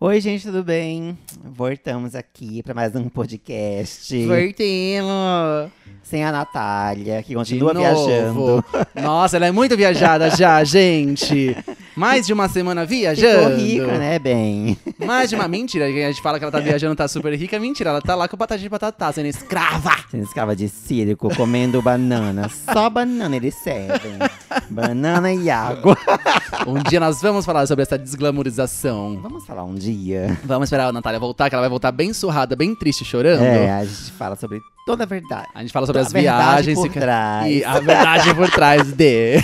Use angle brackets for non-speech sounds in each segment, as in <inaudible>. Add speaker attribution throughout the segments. Speaker 1: Oi, gente, tudo bem? Voltamos aqui para mais um podcast.
Speaker 2: Divertimos.
Speaker 1: Sem a Natália, que continua
Speaker 2: De novo.
Speaker 1: viajando.
Speaker 2: Nossa, ela é muito viajada
Speaker 1: <laughs>
Speaker 2: já, gente. Mais de uma semana
Speaker 1: Ficou
Speaker 2: viajando.
Speaker 1: rica, né, bem?
Speaker 2: Mais de uma mentira. que A gente fala que ela tá viajando, tá super rica. Mentira, ela tá lá com batata de batata, sendo escrava.
Speaker 1: Sendo escrava de circo, comendo <laughs> banana. Só banana eles servem. Banana e
Speaker 2: <laughs>
Speaker 1: água.
Speaker 2: Um dia nós vamos falar sobre essa desglamorização.
Speaker 1: Vamos falar um dia.
Speaker 2: Vamos esperar a Natália voltar, que ela vai voltar bem surrada, bem triste, chorando.
Speaker 1: É, a gente fala sobre toda a verdade.
Speaker 2: A gente fala sobre
Speaker 1: A
Speaker 2: as
Speaker 1: verdade
Speaker 2: viagens
Speaker 1: por
Speaker 2: fica-
Speaker 1: trás.
Speaker 2: e a verdade por trás
Speaker 1: <laughs>
Speaker 2: de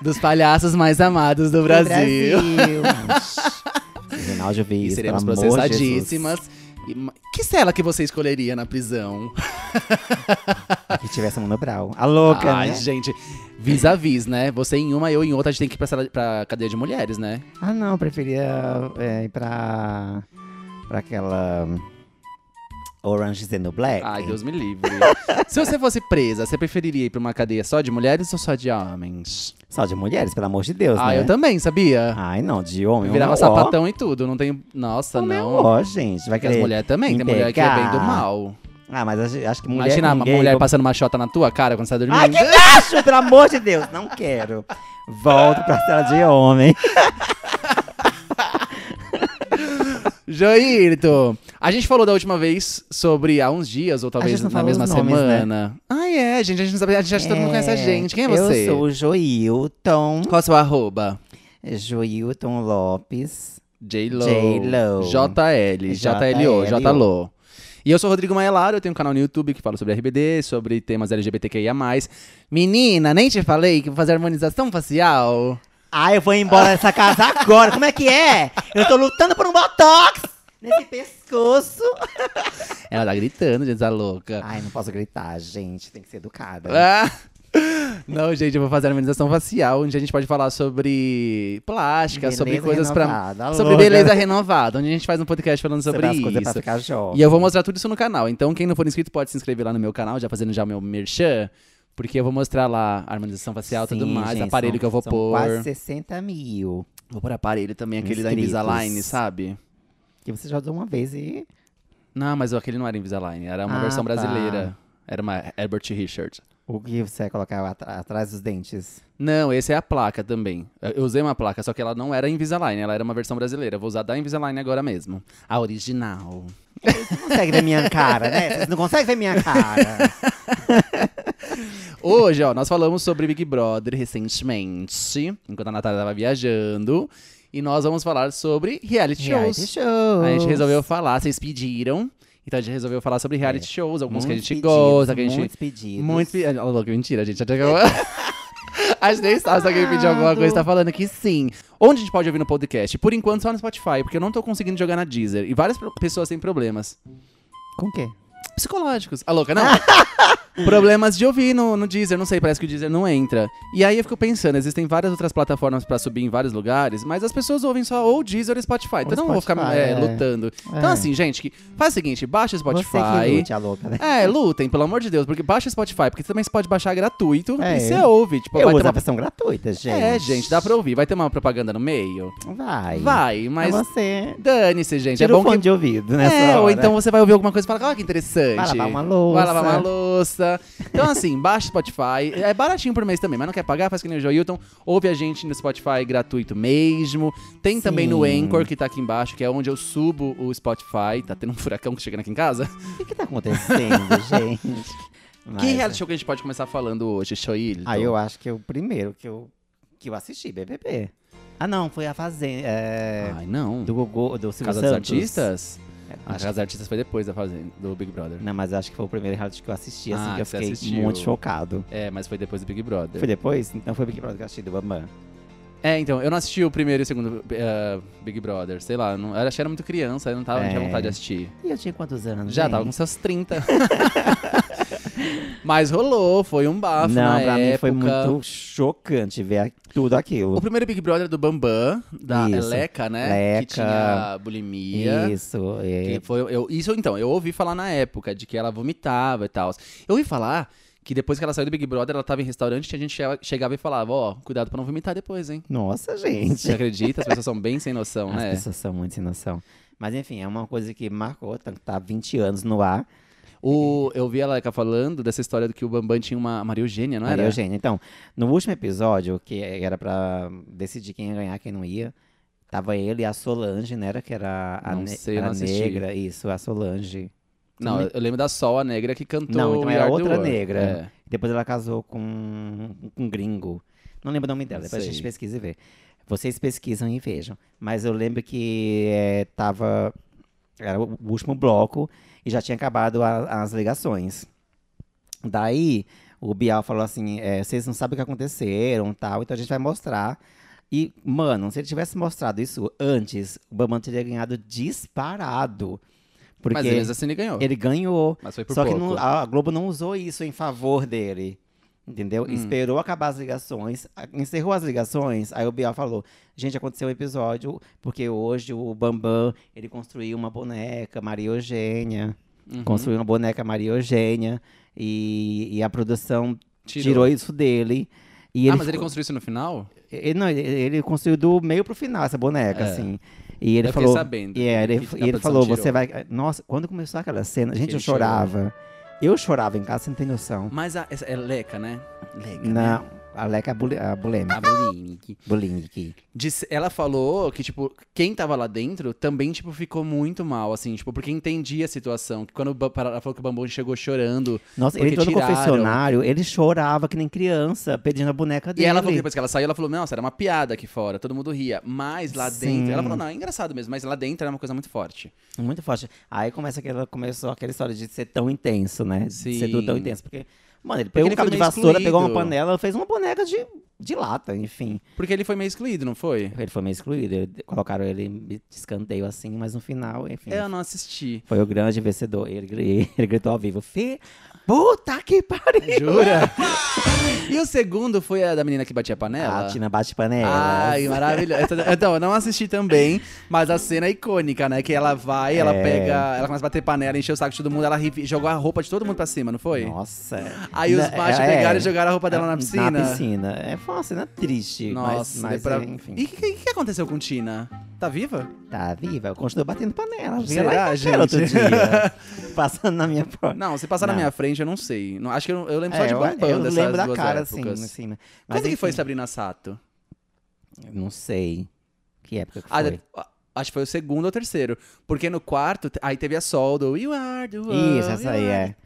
Speaker 2: dos palhaços mais amados do
Speaker 1: Do
Speaker 2: Brasil. <laughs>
Speaker 1: Brasil. Rinaldo
Speaker 2: E
Speaker 1: Viz,
Speaker 2: seremos
Speaker 1: pelo amor de
Speaker 2: processadíssimas. E ma- Que cela que você escolheria na prisão?
Speaker 1: Jesus. Que tivesse um monobral. A louca,
Speaker 2: Ai,
Speaker 1: né?
Speaker 2: gente, vis a vis, né? Você em uma, eu em outra, a gente tem que ir pra, sala, pra cadeia de mulheres, né?
Speaker 1: Ah, não, eu preferia é, ir pra. pra aquela. Orange is the New Black.
Speaker 2: Ai, Deus
Speaker 1: <laughs>
Speaker 2: me livre. Se você fosse presa, você preferiria ir pra uma cadeia só de mulheres ou só de homens?
Speaker 1: Só de mulheres, pelo amor de Deus,
Speaker 2: Ah,
Speaker 1: né?
Speaker 2: eu também, sabia?
Speaker 1: Ai, não, de homem.
Speaker 2: Virava
Speaker 1: homem, ó.
Speaker 2: sapatão e tudo, não tem. Nossa,
Speaker 1: Homem,
Speaker 2: não.
Speaker 1: Ó, gente, vai
Speaker 2: Porque as
Speaker 1: querer.
Speaker 2: mulheres também, tem
Speaker 1: me
Speaker 2: mulher que é bem do
Speaker 1: pegar.
Speaker 2: mal.
Speaker 1: Ah, mas acho- acho que mulher
Speaker 2: Imagina
Speaker 1: com
Speaker 2: uma
Speaker 1: gay,
Speaker 2: mulher
Speaker 1: como-
Speaker 2: passando uma xota na tua cara quando você tá dormindo.
Speaker 1: Ai, que baixo, pelo amor de Deus, não quero. Volto pra sala de homem.
Speaker 2: Joirto! A gente falou da última vez sobre há uns dias, ou talvez
Speaker 1: gente não
Speaker 2: na
Speaker 1: falou
Speaker 2: mesma
Speaker 1: os nomes, né?
Speaker 2: semana. Ah, é, gente. A gente não sabe. A gente acha que todo mundo conhece a gente. Quem é você?
Speaker 1: Eu sou o Joilton.
Speaker 2: Qual é o seu arroba?
Speaker 1: Joilton Lopes.
Speaker 2: J-Lo.
Speaker 1: J-Lo.
Speaker 2: JL. JLO. JLO. E eu sou o Rodrigo Maelaro, eu tenho um canal no YouTube que fala sobre RBD, sobre temas LGBTQIA. Menina, nem te falei que vou fazer harmonização facial.
Speaker 1: Ah, eu vou embora dessa casa agora. Como é que é? Eu tô lutando por um botox nesse pescoço.
Speaker 2: Ela tá gritando, gente, tá louca.
Speaker 1: Ai, não posso gritar, gente. Tem que ser educada.
Speaker 2: Ah! Não, gente, eu vou fazer a harmonização facial, onde a gente pode falar sobre plástica, é sobre
Speaker 1: Beleza
Speaker 2: coisas pra.
Speaker 1: renovada, Tá
Speaker 2: Sobre
Speaker 1: louca.
Speaker 2: beleza renovada, onde a gente faz um podcast falando
Speaker 1: Você
Speaker 2: sobre
Speaker 1: faz coisa pra
Speaker 2: isso.
Speaker 1: ficar jovem.
Speaker 2: E eu vou mostrar tudo isso no canal. Então, quem não for inscrito pode se inscrever lá no meu canal, já fazendo já o meu merchan, porque eu vou mostrar lá a harmonização facial e tudo
Speaker 1: Sim,
Speaker 2: mais,
Speaker 1: gente,
Speaker 2: aparelho
Speaker 1: são-
Speaker 2: que eu vou
Speaker 1: são
Speaker 2: pôr.
Speaker 1: Quase 60 mil.
Speaker 2: Vou pôr aparelho também, aquele
Speaker 1: Inscritos.
Speaker 2: da Invisalign, sabe?
Speaker 1: Que você já usou uma vez e.
Speaker 2: Não, mas aquele não era Invisalign, era uma
Speaker 1: Ah,
Speaker 2: versão
Speaker 1: tá.
Speaker 2: brasileira. Era uma Herbert Richards.
Speaker 1: O que você vai colocar atra- atrás dos dentes?
Speaker 2: Não, esse é a placa também. Eu- Eu usei uma placa, só que ela não era Invisalign, ela era uma versão brasileira. Eu Vou usar da Invisalign agora mesmo. A original.
Speaker 1: Não consegue ver minha cara, né? Vocês não conseguem ver minha cara.
Speaker 2: Hoje, ó, nós falamos sobre Big Brother recentemente, enquanto a Natália tava viajando. E nós vamos falar sobre reality <laughs> shows.
Speaker 1: Reality show.
Speaker 2: A gente resolveu falar, vocês pediram. Então a gente resolveu falar sobre reality shows, alguns que a
Speaker 1: Muitos
Speaker 2: gente
Speaker 1: pedidos,
Speaker 2: gosta, que a gente.
Speaker 1: Muitos pedidos.
Speaker 2: Muito. pe- Olha, louco, mentira, gente. Até que eu... <laughs> A gente nem sabe se alguém pediu alguma coisa, tá falando que sim. Onde a gente pode ouvir no podcast? Por enquanto, só no Spotify, porque eu não tô conseguindo jogar na Deezer. E várias pro- pessoas têm problemas
Speaker 1: Com o quê?
Speaker 2: psicológicos.
Speaker 1: <laughs>
Speaker 2: Ah, louca, não. problemas de ouvir no, no Deezer, não sei, parece que o Deezer não entra. E aí eu fico pensando, existem várias outras plataformas pra subir em vários lugares, mas as pessoas ouvem só ou Deezer ou Spotify. então eu não vou ficar
Speaker 1: Spotify,
Speaker 2: é,
Speaker 1: é.
Speaker 2: lutando. Então
Speaker 1: É.
Speaker 2: assim, gente, que faz o seguinte, baixa o Spotify.
Speaker 1: Você que lute, a louca, né?
Speaker 2: É, lutem, pelo amor de Deus, porque baixa o Spotify, porque também você pode baixar gratuito
Speaker 1: É.
Speaker 2: e você ouve. Tipo,
Speaker 1: Eu
Speaker 2: vai
Speaker 1: uso a
Speaker 2: ter uma...
Speaker 1: versão gratuita, gente.
Speaker 2: É, gente, dá pra ouvir. Vai ter uma propaganda no meio?
Speaker 1: Vai.
Speaker 2: Vai, mas
Speaker 1: É você.
Speaker 2: dane-se, gente.
Speaker 1: Tira
Speaker 2: é
Speaker 1: o
Speaker 2: bom
Speaker 1: fone
Speaker 2: que.
Speaker 1: de ouvido, né?
Speaker 2: É, ou então você vai ouvir alguma coisa e fala, ah, que interessante.
Speaker 1: Vai lavar uma
Speaker 2: Vai lavar uma
Speaker 1: louça.
Speaker 2: louça.
Speaker 1: <laughs>
Speaker 2: Então, assim, baixa o Spotify. É baratinho por mês também, mas não quer pagar, faz que nem o Joilton. Ouve a gente no Spotify gratuito mesmo. Tem também no
Speaker 1: Sim.
Speaker 2: Anchor, que tá aqui embaixo, que é onde eu subo o Spotify. Tá tendo um furacão que chegando aqui em casa.
Speaker 1: O que, que tá acontecendo, <laughs> gente? Mas,
Speaker 2: que reality show que a gente pode começar falando hoje, Joilton?
Speaker 1: Ah, eu acho que é o primeiro que eu, que eu assisti, BBB. Ah, não, foi a Fazenda. é,
Speaker 2: Ai, não.
Speaker 1: do Gogô, do Silvio
Speaker 2: Ah. Casa dos
Speaker 1: Santos.
Speaker 2: Artistas?
Speaker 1: É,
Speaker 2: A
Speaker 1: acho
Speaker 2: Casa dos Artistas foi depois da Fazenda, do Big Brother.
Speaker 1: que- Não, mas acho que foi o primeiro reality que eu assisti, assim,
Speaker 2: Ah,
Speaker 1: que eu
Speaker 2: que você
Speaker 1: fiquei
Speaker 2: assistiu.
Speaker 1: muito chocado.
Speaker 2: É, mas foi depois do Big Brother.
Speaker 1: Foi depois? Então foi o Big Brother que eu assisti do Bambam.
Speaker 2: É, então, eu não assisti o primeiro e o segundo eh, Big Brother, sei lá. eu Não, eu achei que era muito criança, eu não tava, não tinha
Speaker 1: É.
Speaker 2: vontade de assistir.
Speaker 1: E eu tinha quantos anos,
Speaker 2: Já
Speaker 1: gente?
Speaker 2: tava com seus 30. <laughs> mas rolou, foi um bafo
Speaker 1: Não,
Speaker 2: na
Speaker 1: pra mim foi
Speaker 2: época.
Speaker 1: muito chocante ver a- tudo aquilo.
Speaker 2: O primeiro Big Brother é do Bambam, da
Speaker 1: Isso.
Speaker 2: Leca, né? Que
Speaker 1: Leca.
Speaker 2: tinha bulimia.
Speaker 1: Isso, é.
Speaker 2: Que foi, eu, isso então, eu ouvi falar na época de que ela vomitava e tal. Eu ouvi falar Que depois que ela saiu do Big Brother, ela tava em restaurante e a gente che- chegava e falava, ó, cuidado pra não vomitar depois, hein?
Speaker 1: Nossa,
Speaker 2: Você
Speaker 1: gente.
Speaker 2: acredita? As pessoas são bem sem noção,
Speaker 1: As
Speaker 2: né?
Speaker 1: pessoas são muito sem noção. Mas enfim, é uma coisa que marcou, tá, tá 20 anos no ar.
Speaker 2: O, eu vi a Laika falando dessa história do que o Bambam tinha uma Maria Eugênia, não
Speaker 1: Maria
Speaker 2: era?
Speaker 1: Eugênia. Então, no último episódio, que era pra decidir quem ia ganhar, quem não ia, tava ele e a Solange, né? Era que era a,
Speaker 2: Não
Speaker 1: ne-
Speaker 2: sei, eu
Speaker 1: a
Speaker 2: não assisti.
Speaker 1: negra, isso, a Solange.
Speaker 2: Não, eu lembro da Sol, a negra que cantou.
Speaker 1: Não, então
Speaker 2: We
Speaker 1: era
Speaker 2: Are the
Speaker 1: outra
Speaker 2: World.
Speaker 1: negra.
Speaker 2: É.
Speaker 1: Depois ela casou com um- um gringo. Não lembro o nome dela,
Speaker 2: Não
Speaker 1: depois a
Speaker 2: sei.
Speaker 1: gente pesquisa e vê. Vocês pesquisam e vejam. Mas eu lembro que eh, tava. Era o último bloco e já tinha acabado a- as ligações. Daí o Bial falou assim: eh, vocês não sabem o que aconteceram tal, então a gente vai mostrar. E, mano, se ele tivesse mostrado isso antes, o Bambam teria ganhado disparado. Porque
Speaker 2: Mas Elias Assini ganhou.
Speaker 1: ele ganhou.
Speaker 2: Mas foi É por
Speaker 1: Só
Speaker 2: pouco.
Speaker 1: que não- a Globo não usou isso em favor dele. Entendeu?
Speaker 2: Hum.
Speaker 1: Esperou acabar as ligações, a- encerrou as ligações, aí o Bial falou: Gente, aconteceu um episódio, porque hoje o Bambam ele construiu uma boneca, Maria Eugênia.
Speaker 2: Uhum.
Speaker 1: Construiu uma boneca Maria Eugênia. E, e a produção tirou. isso dele. E
Speaker 2: ah,
Speaker 1: ele
Speaker 2: mas ele
Speaker 1: ficou-
Speaker 2: construiu isso no final?
Speaker 1: ele, não, ele, ele construiu do meio pro final essa boneca,
Speaker 2: É.
Speaker 1: assim. E ele
Speaker 2: Eu fiquei
Speaker 1: falou.
Speaker 2: sabendo
Speaker 1: E é, ele,
Speaker 2: que a
Speaker 1: e ele
Speaker 2: produção
Speaker 1: falou,
Speaker 2: tirou.
Speaker 1: você vai. eh, Nossa, quando começou aquela cena, gente,
Speaker 2: ele
Speaker 1: eu chorava. Eu chorava em casa, você não tem noção.
Speaker 2: Mas a, essa é Leca, né? Leca.
Speaker 1: Na
Speaker 2: né?
Speaker 1: Aleca Bule- a Bulêmica.
Speaker 2: A Bolinic.
Speaker 1: Bulimic.
Speaker 2: Disse- ela falou que, tipo, quem tava lá dentro também, tipo, ficou muito mal, assim, tipo, porque entendia a situação. Que quando o Ba- ela falou que o Bambam chegou chorando.
Speaker 1: Nossa, ele
Speaker 2: Porque
Speaker 1: entrou no
Speaker 2: tiraram.
Speaker 1: confessionário, ele chorava que nem criança, pedindo a boneca
Speaker 2: E
Speaker 1: dele.
Speaker 2: ela falou que depois que ela saiu, ela falou, nossa, era uma piada aqui fora, todo mundo ria. Mas lá
Speaker 1: Sim.
Speaker 2: dentro. Ela falou, não, é engraçado mesmo, mas lá dentro era uma coisa muito forte.
Speaker 1: Muito forte. Aí começa aquela, começou aquela história de ser tão intenso, né? De
Speaker 2: Sim.
Speaker 1: Ser tudo tão intenso. Porque, mano, ele
Speaker 2: Porque
Speaker 1: pegou
Speaker 2: ele
Speaker 1: um cabo
Speaker 2: foi
Speaker 1: de
Speaker 2: meio
Speaker 1: vassoura, pegou uma
Speaker 2: excluído.
Speaker 1: panela, fez uma boneca de, de lata, enfim.
Speaker 2: Porque ele foi meio excluído, não foi?
Speaker 1: Ele foi meio excluído, ele- colocaram ele de escanteio assim, mas no final, enfim.
Speaker 2: Eu não assisti.
Speaker 1: Foi o grande vencedor. Ele, gri- <laughs> ele gritou ao vivo: Fê, puta que pariu! <laughs>
Speaker 2: Jura? e o segundo foi a da menina que batia panela?
Speaker 1: A Ah, Tina bate panela.
Speaker 2: É, Ai, maravilhoso. Então, eu não assisti também, mas a cena é icônica, né? Que ela vai, ela
Speaker 1: É.
Speaker 2: pega, ela começa a bater panela, encher o saco de todo mundo, ela revi- jogou a roupa de todo mundo pra cima, não foi?
Speaker 1: Nossa.
Speaker 2: Aí os
Speaker 1: Na-
Speaker 2: machos
Speaker 1: é,
Speaker 2: pegaram e jogaram a roupa dela na piscina.
Speaker 1: Na piscina. É, foi uma cena triste,
Speaker 2: Nossa,
Speaker 1: mas, mas
Speaker 2: deu pra-
Speaker 1: enfim.
Speaker 2: E o que, que aconteceu com Tina? Tá viva?
Speaker 1: Tá viva, continua batendo panela. vi
Speaker 2: Será,
Speaker 1: ela em Itaquera outro
Speaker 2: gente?
Speaker 1: dia. passando na minha porta.
Speaker 2: <laughs> Não, se passar na
Speaker 1: Não. É,
Speaker 2: minha frente, eu não sei. Não, acho que eu, eu lembro só de
Speaker 1: eu,
Speaker 2: Bambam
Speaker 1: eu
Speaker 2: dessas
Speaker 1: lembro da
Speaker 2: duas
Speaker 1: cara, assim,
Speaker 2: épocas.
Speaker 1: assim. né? Mas
Speaker 2: Quando que foi
Speaker 1: enfim,
Speaker 2: Sabrina Sato?
Speaker 1: Não sei. Que época que
Speaker 2: Ah,
Speaker 1: foi.
Speaker 2: Acho que foi o segundo ou terceiro. Porque no quarto, aí teve a Sol do You Are the World.
Speaker 1: Isso, essa
Speaker 2: you
Speaker 1: aí
Speaker 2: are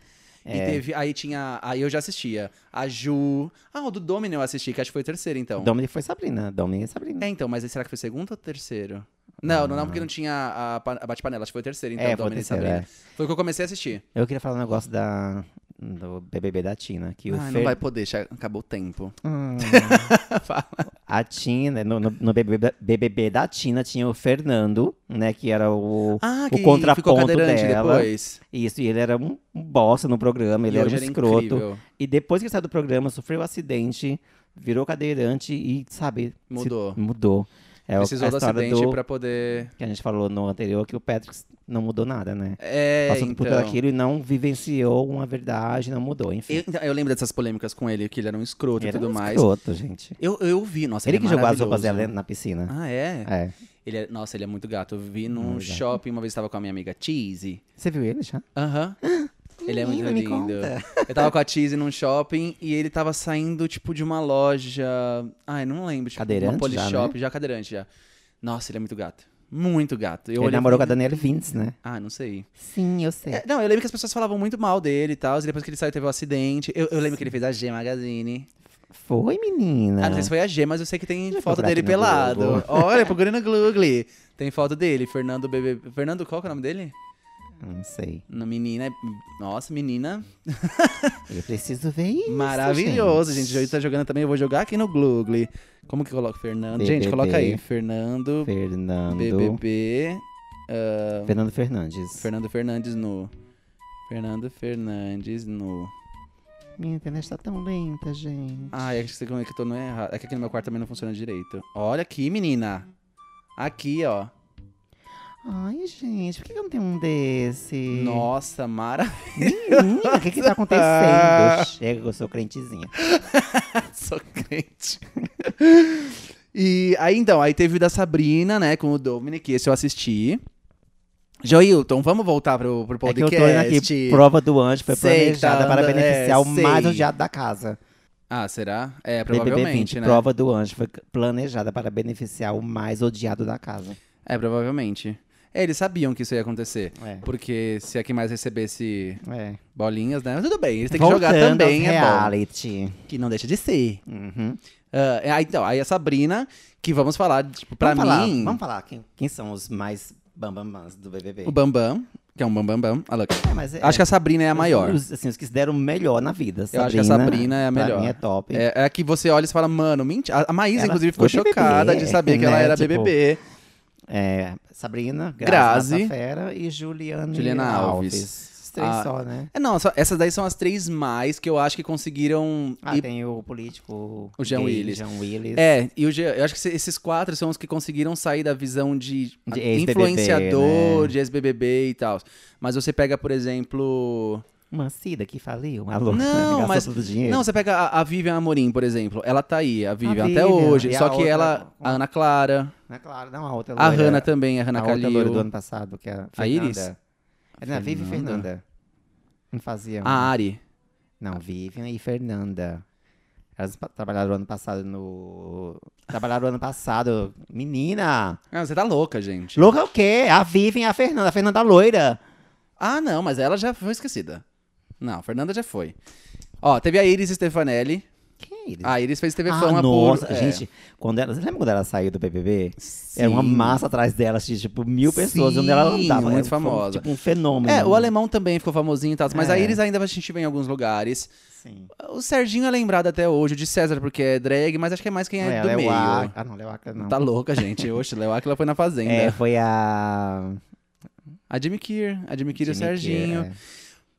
Speaker 1: é.
Speaker 2: E teve, aí tinha, aí eu já assistia. A Ju, ah, o do Domino eu assisti, que acho que foi o terceiro, então.
Speaker 1: Domini foi Sabrina. Domini e Sabrina.
Speaker 2: É, então, mas será que foi o segundo ou o terceiro? Não, não, não, porque não tinha a, pa- a bate-panela, acho que foi o terceiro, então,
Speaker 1: Ah. É, foi o
Speaker 2: Domino e
Speaker 1: terceiro,
Speaker 2: Sabrina. Foi o que eu comecei a assistir.
Speaker 1: Eu queria falar um negócio da, do BBB da Tina. Que o Fer-
Speaker 2: Ai, não vai poder, já acabou o tempo.
Speaker 1: Hum,
Speaker 2: <laughs> Fala.
Speaker 1: a Tina, no, no- no BBB, da- BBB da Tina tinha o Fernando, né? Que era o.
Speaker 2: Ah,
Speaker 1: que contraponto
Speaker 2: ficou cadeirante
Speaker 1: dela,
Speaker 2: depois.
Speaker 1: Isso, e ele era um, um bosta no programa, ele
Speaker 2: E
Speaker 1: era um
Speaker 2: hoje era
Speaker 1: escroto.
Speaker 2: incrível.
Speaker 1: E depois que ele saiu do programa, sofreu um acidente, virou cadeirante e, sabe. se-
Speaker 2: Mudou.
Speaker 1: mudou. É o-
Speaker 2: Precisou
Speaker 1: a
Speaker 2: do
Speaker 1: história
Speaker 2: acidente pra poder...
Speaker 1: Que a gente falou no anterior que o Patrick não mudou nada, né?
Speaker 2: É,
Speaker 1: Passou por tudo
Speaker 2: então...
Speaker 1: aquilo e não vivenciou uma verdade, não mudou, enfim.
Speaker 2: Eu, então, eu lembro dessas polêmicas com ele, que ele era um
Speaker 1: Ele
Speaker 2: escroto e
Speaker 1: era
Speaker 2: tudo
Speaker 1: um
Speaker 2: mais.
Speaker 1: escroto, gente.
Speaker 2: Eu, eu vi, nossa,
Speaker 1: ele
Speaker 2: é
Speaker 1: que jogou as roupas
Speaker 2: maravilhoso.
Speaker 1: dela na piscina.
Speaker 2: Ah, é?
Speaker 1: É.
Speaker 2: Ele é- nossa, ele é muito gato. Eu vi num
Speaker 1: Muito gato.
Speaker 2: shopping, uma vez tava com a minha amiga Cheesy.
Speaker 1: Você viu ele já? <gasps>
Speaker 2: Aham. Ele é muito
Speaker 1: Menino, me
Speaker 2: lindo.
Speaker 1: conta.
Speaker 2: Eu tava com a Cheesy num shopping e ele tava saindo, tipo, de uma loja. Ai, não lembro. Tipo,
Speaker 1: Cadeirante
Speaker 2: Uma
Speaker 1: já, né?
Speaker 2: polishop, já, cadeirante já. Nossa, ele é muito gato. Muito gato. Eu
Speaker 1: ele
Speaker 2: olhei e
Speaker 1: namorou com a
Speaker 2: falei,
Speaker 1: Daniela Vintes, né?
Speaker 2: Ah, não sei.
Speaker 1: Sim, eu sei.
Speaker 2: É, não, eu lembro que as pessoas falavam muito mal dele e tal. E depois que ele saiu, teve o acidente. Eu, eu lembro que ele fez a G Magazine.
Speaker 1: Foi, menina.
Speaker 2: Ah, não sei se foi a G, mas eu sei que tem
Speaker 1: É. Deixa eu
Speaker 2: foto
Speaker 1: procurar
Speaker 2: dele
Speaker 1: aqui no Google.
Speaker 2: pelado. <laughs> Olha, procura no Google. Tem foto dele, Fernando BBB. Fernando, qual que é o nome dele?
Speaker 1: Não sei.
Speaker 2: No menina. é- Nossa, menina.
Speaker 1: Eu preciso ver isso.
Speaker 2: Maravilhoso, gente. O Joey tá jogando também. Eu vou jogar aqui no Google. Como que coloca Fernando? Gente,
Speaker 1: BBB.
Speaker 2: coloca aí. Fernando
Speaker 1: Fernando.
Speaker 2: BBB. ah,
Speaker 1: Fernando Fernandes.
Speaker 2: Fernando Fernandes no. Fernando Fernandes no.
Speaker 1: Minha internet tá tão lenta, gente.
Speaker 2: Ai, acho que você conectou no errado. É que aqui no meu quarto também não funciona direito. Olha aqui, menina. Aqui, ó.
Speaker 1: Ai, gente, por que eu não tenho um desse?
Speaker 2: Nossa, maravilha.
Speaker 1: Menina, o que que tá acontecendo?
Speaker 2: <laughs>
Speaker 1: Chega que eu sou crentezinha. É
Speaker 2: Sou crente. e aí, então, aí teve o da Sabrina, né, com o Dominic, esse eu assisti. Joilton, vamos voltar pro, pro
Speaker 1: É que eu
Speaker 2: podcast.
Speaker 1: tô indo aqui, prova do anjo foi
Speaker 2: Sei que tá
Speaker 1: planejada para
Speaker 2: andando-
Speaker 1: beneficiar o
Speaker 2: é, sei.
Speaker 1: mais odiado da casa.
Speaker 2: Ah, será? É, provavelmente,
Speaker 1: BBB20,
Speaker 2: né?
Speaker 1: prova do anjo foi planejada para beneficiar o mais odiado da casa.
Speaker 2: É, provavelmente. É, eles sabiam que isso ia acontecer.
Speaker 1: É.
Speaker 2: Porque se a que mais recebesse
Speaker 1: É.
Speaker 2: bolinhas, né? Mas Tudo bem, eles têm que
Speaker 1: Voltando
Speaker 2: jogar também,
Speaker 1: aos
Speaker 2: é bom.
Speaker 1: reality.
Speaker 2: Que não deixa de ser.
Speaker 1: Uhum.
Speaker 2: Ah, é, aí, então, aí a Sabrina, que vamos falar, tipo, pra
Speaker 1: vamos falar-
Speaker 2: mim,
Speaker 1: vamos falar quem, quem são os mais bambambans do BBB.
Speaker 2: o Bambam, que é um Bambam Bam. Olha lá.
Speaker 1: É, mas é-
Speaker 2: Acho que a Sabrina é a maior.
Speaker 1: Os, assim, os que se deram melhor na vida.
Speaker 2: Eu acho que a Sabrina é a melhor.
Speaker 1: Pra mim é top.
Speaker 2: É, é a que você olha e você fala, mano, mentira. A- A Maísa,
Speaker 1: Ela
Speaker 2: inclusive, ficou
Speaker 1: foi BBB,
Speaker 2: chocada de saber que ela
Speaker 1: né?
Speaker 2: era
Speaker 1: Tipo,
Speaker 2: BBB.
Speaker 1: É, Sabrina,
Speaker 2: Grazi.
Speaker 1: Grazi, Grazi. Fera e Juliana,
Speaker 2: Juliana
Speaker 1: Alves.
Speaker 2: Alves.
Speaker 1: Esses três
Speaker 2: Ah,
Speaker 1: só, né?
Speaker 2: É, não, só- essas daí são as três mais que eu acho que conseguiram.
Speaker 1: Ah,
Speaker 2: ir-
Speaker 1: tem o político.
Speaker 2: O Jean
Speaker 1: gay,
Speaker 2: Willis.
Speaker 1: Jean Willis.
Speaker 2: É, e o Jean- eu acho que se- esses quatro são os que conseguiram sair da visão de,
Speaker 1: De
Speaker 2: ah,
Speaker 1: ex-BBB, né?
Speaker 2: influenciador, de ex-BBB e tal. Mas você pega, por exemplo.
Speaker 1: Uma Cida que faliu. A louca, né?
Speaker 2: Não,
Speaker 1: <laughs> Gastou
Speaker 2: mas-
Speaker 1: todo o dinheiro.
Speaker 2: Não, você pega a, a Vivian Amorim, por exemplo. Ela tá aí, a Vivian, até
Speaker 1: Vivian,
Speaker 2: hoje.
Speaker 1: e a
Speaker 2: Só que
Speaker 1: outra-
Speaker 2: ela. A Ana Clara,
Speaker 1: Não, é claro, não, a outra
Speaker 2: a
Speaker 1: loira.
Speaker 2: Hannah também, a
Speaker 1: A
Speaker 2: Hannah
Speaker 1: outra loira do
Speaker 2: Calil,
Speaker 1: ano passado, que é a Fernanda.
Speaker 2: A Iris?
Speaker 1: É, não, Vivian e
Speaker 2: Fernanda? Ah.
Speaker 1: Fernanda. Não faziam.
Speaker 2: a Ari.
Speaker 1: Não, Vivian e Fernanda. Elas pa- trabalharam ano passado no. Trabalharam ano passado. Menina!
Speaker 2: Ah, você tá louca, gente.
Speaker 1: Louca é o quê? A Vivian e a Fernanda. A Fernanda loira.
Speaker 2: Ah, não, mas ela já foi esquecida. Não, a Fernanda já foi. Ó, teve a Iris Stefanelli.
Speaker 1: Quem é Iris?
Speaker 2: A Iris fez TV
Speaker 1: Ah,
Speaker 2: Fama
Speaker 1: nossa,
Speaker 2: por... é.
Speaker 1: gente, quando ela, você lembra quando ela saiu do BBB?
Speaker 2: Sim.
Speaker 1: Era uma massa atrás dela, tinha tipo mil pessoas, onde ela
Speaker 2: Sim,
Speaker 1: andava.
Speaker 2: muito
Speaker 1: Era um- foi um-
Speaker 2: famosa.
Speaker 1: Tipo um fenômeno.
Speaker 2: É, o alemão também ficou famosinho e tal, mas a
Speaker 1: É.
Speaker 2: Iris ainda a gente vê em alguns lugares.
Speaker 1: Sim.
Speaker 2: O Serginho é lembrado até hoje, o de César, porque é drag, mas acho que é mais quem é,
Speaker 1: Ela
Speaker 2: do
Speaker 1: é o
Speaker 2: meio.
Speaker 1: Ac- Ah, não, Léo Acre não.
Speaker 2: Tá louca, gente. Oxe, Léo Aquila foi na Fazenda.
Speaker 1: é, foi a.
Speaker 2: A Jimmy Kier, a Jimmy Kier e
Speaker 1: Jimmy Kier,
Speaker 2: o Serginho.
Speaker 1: é.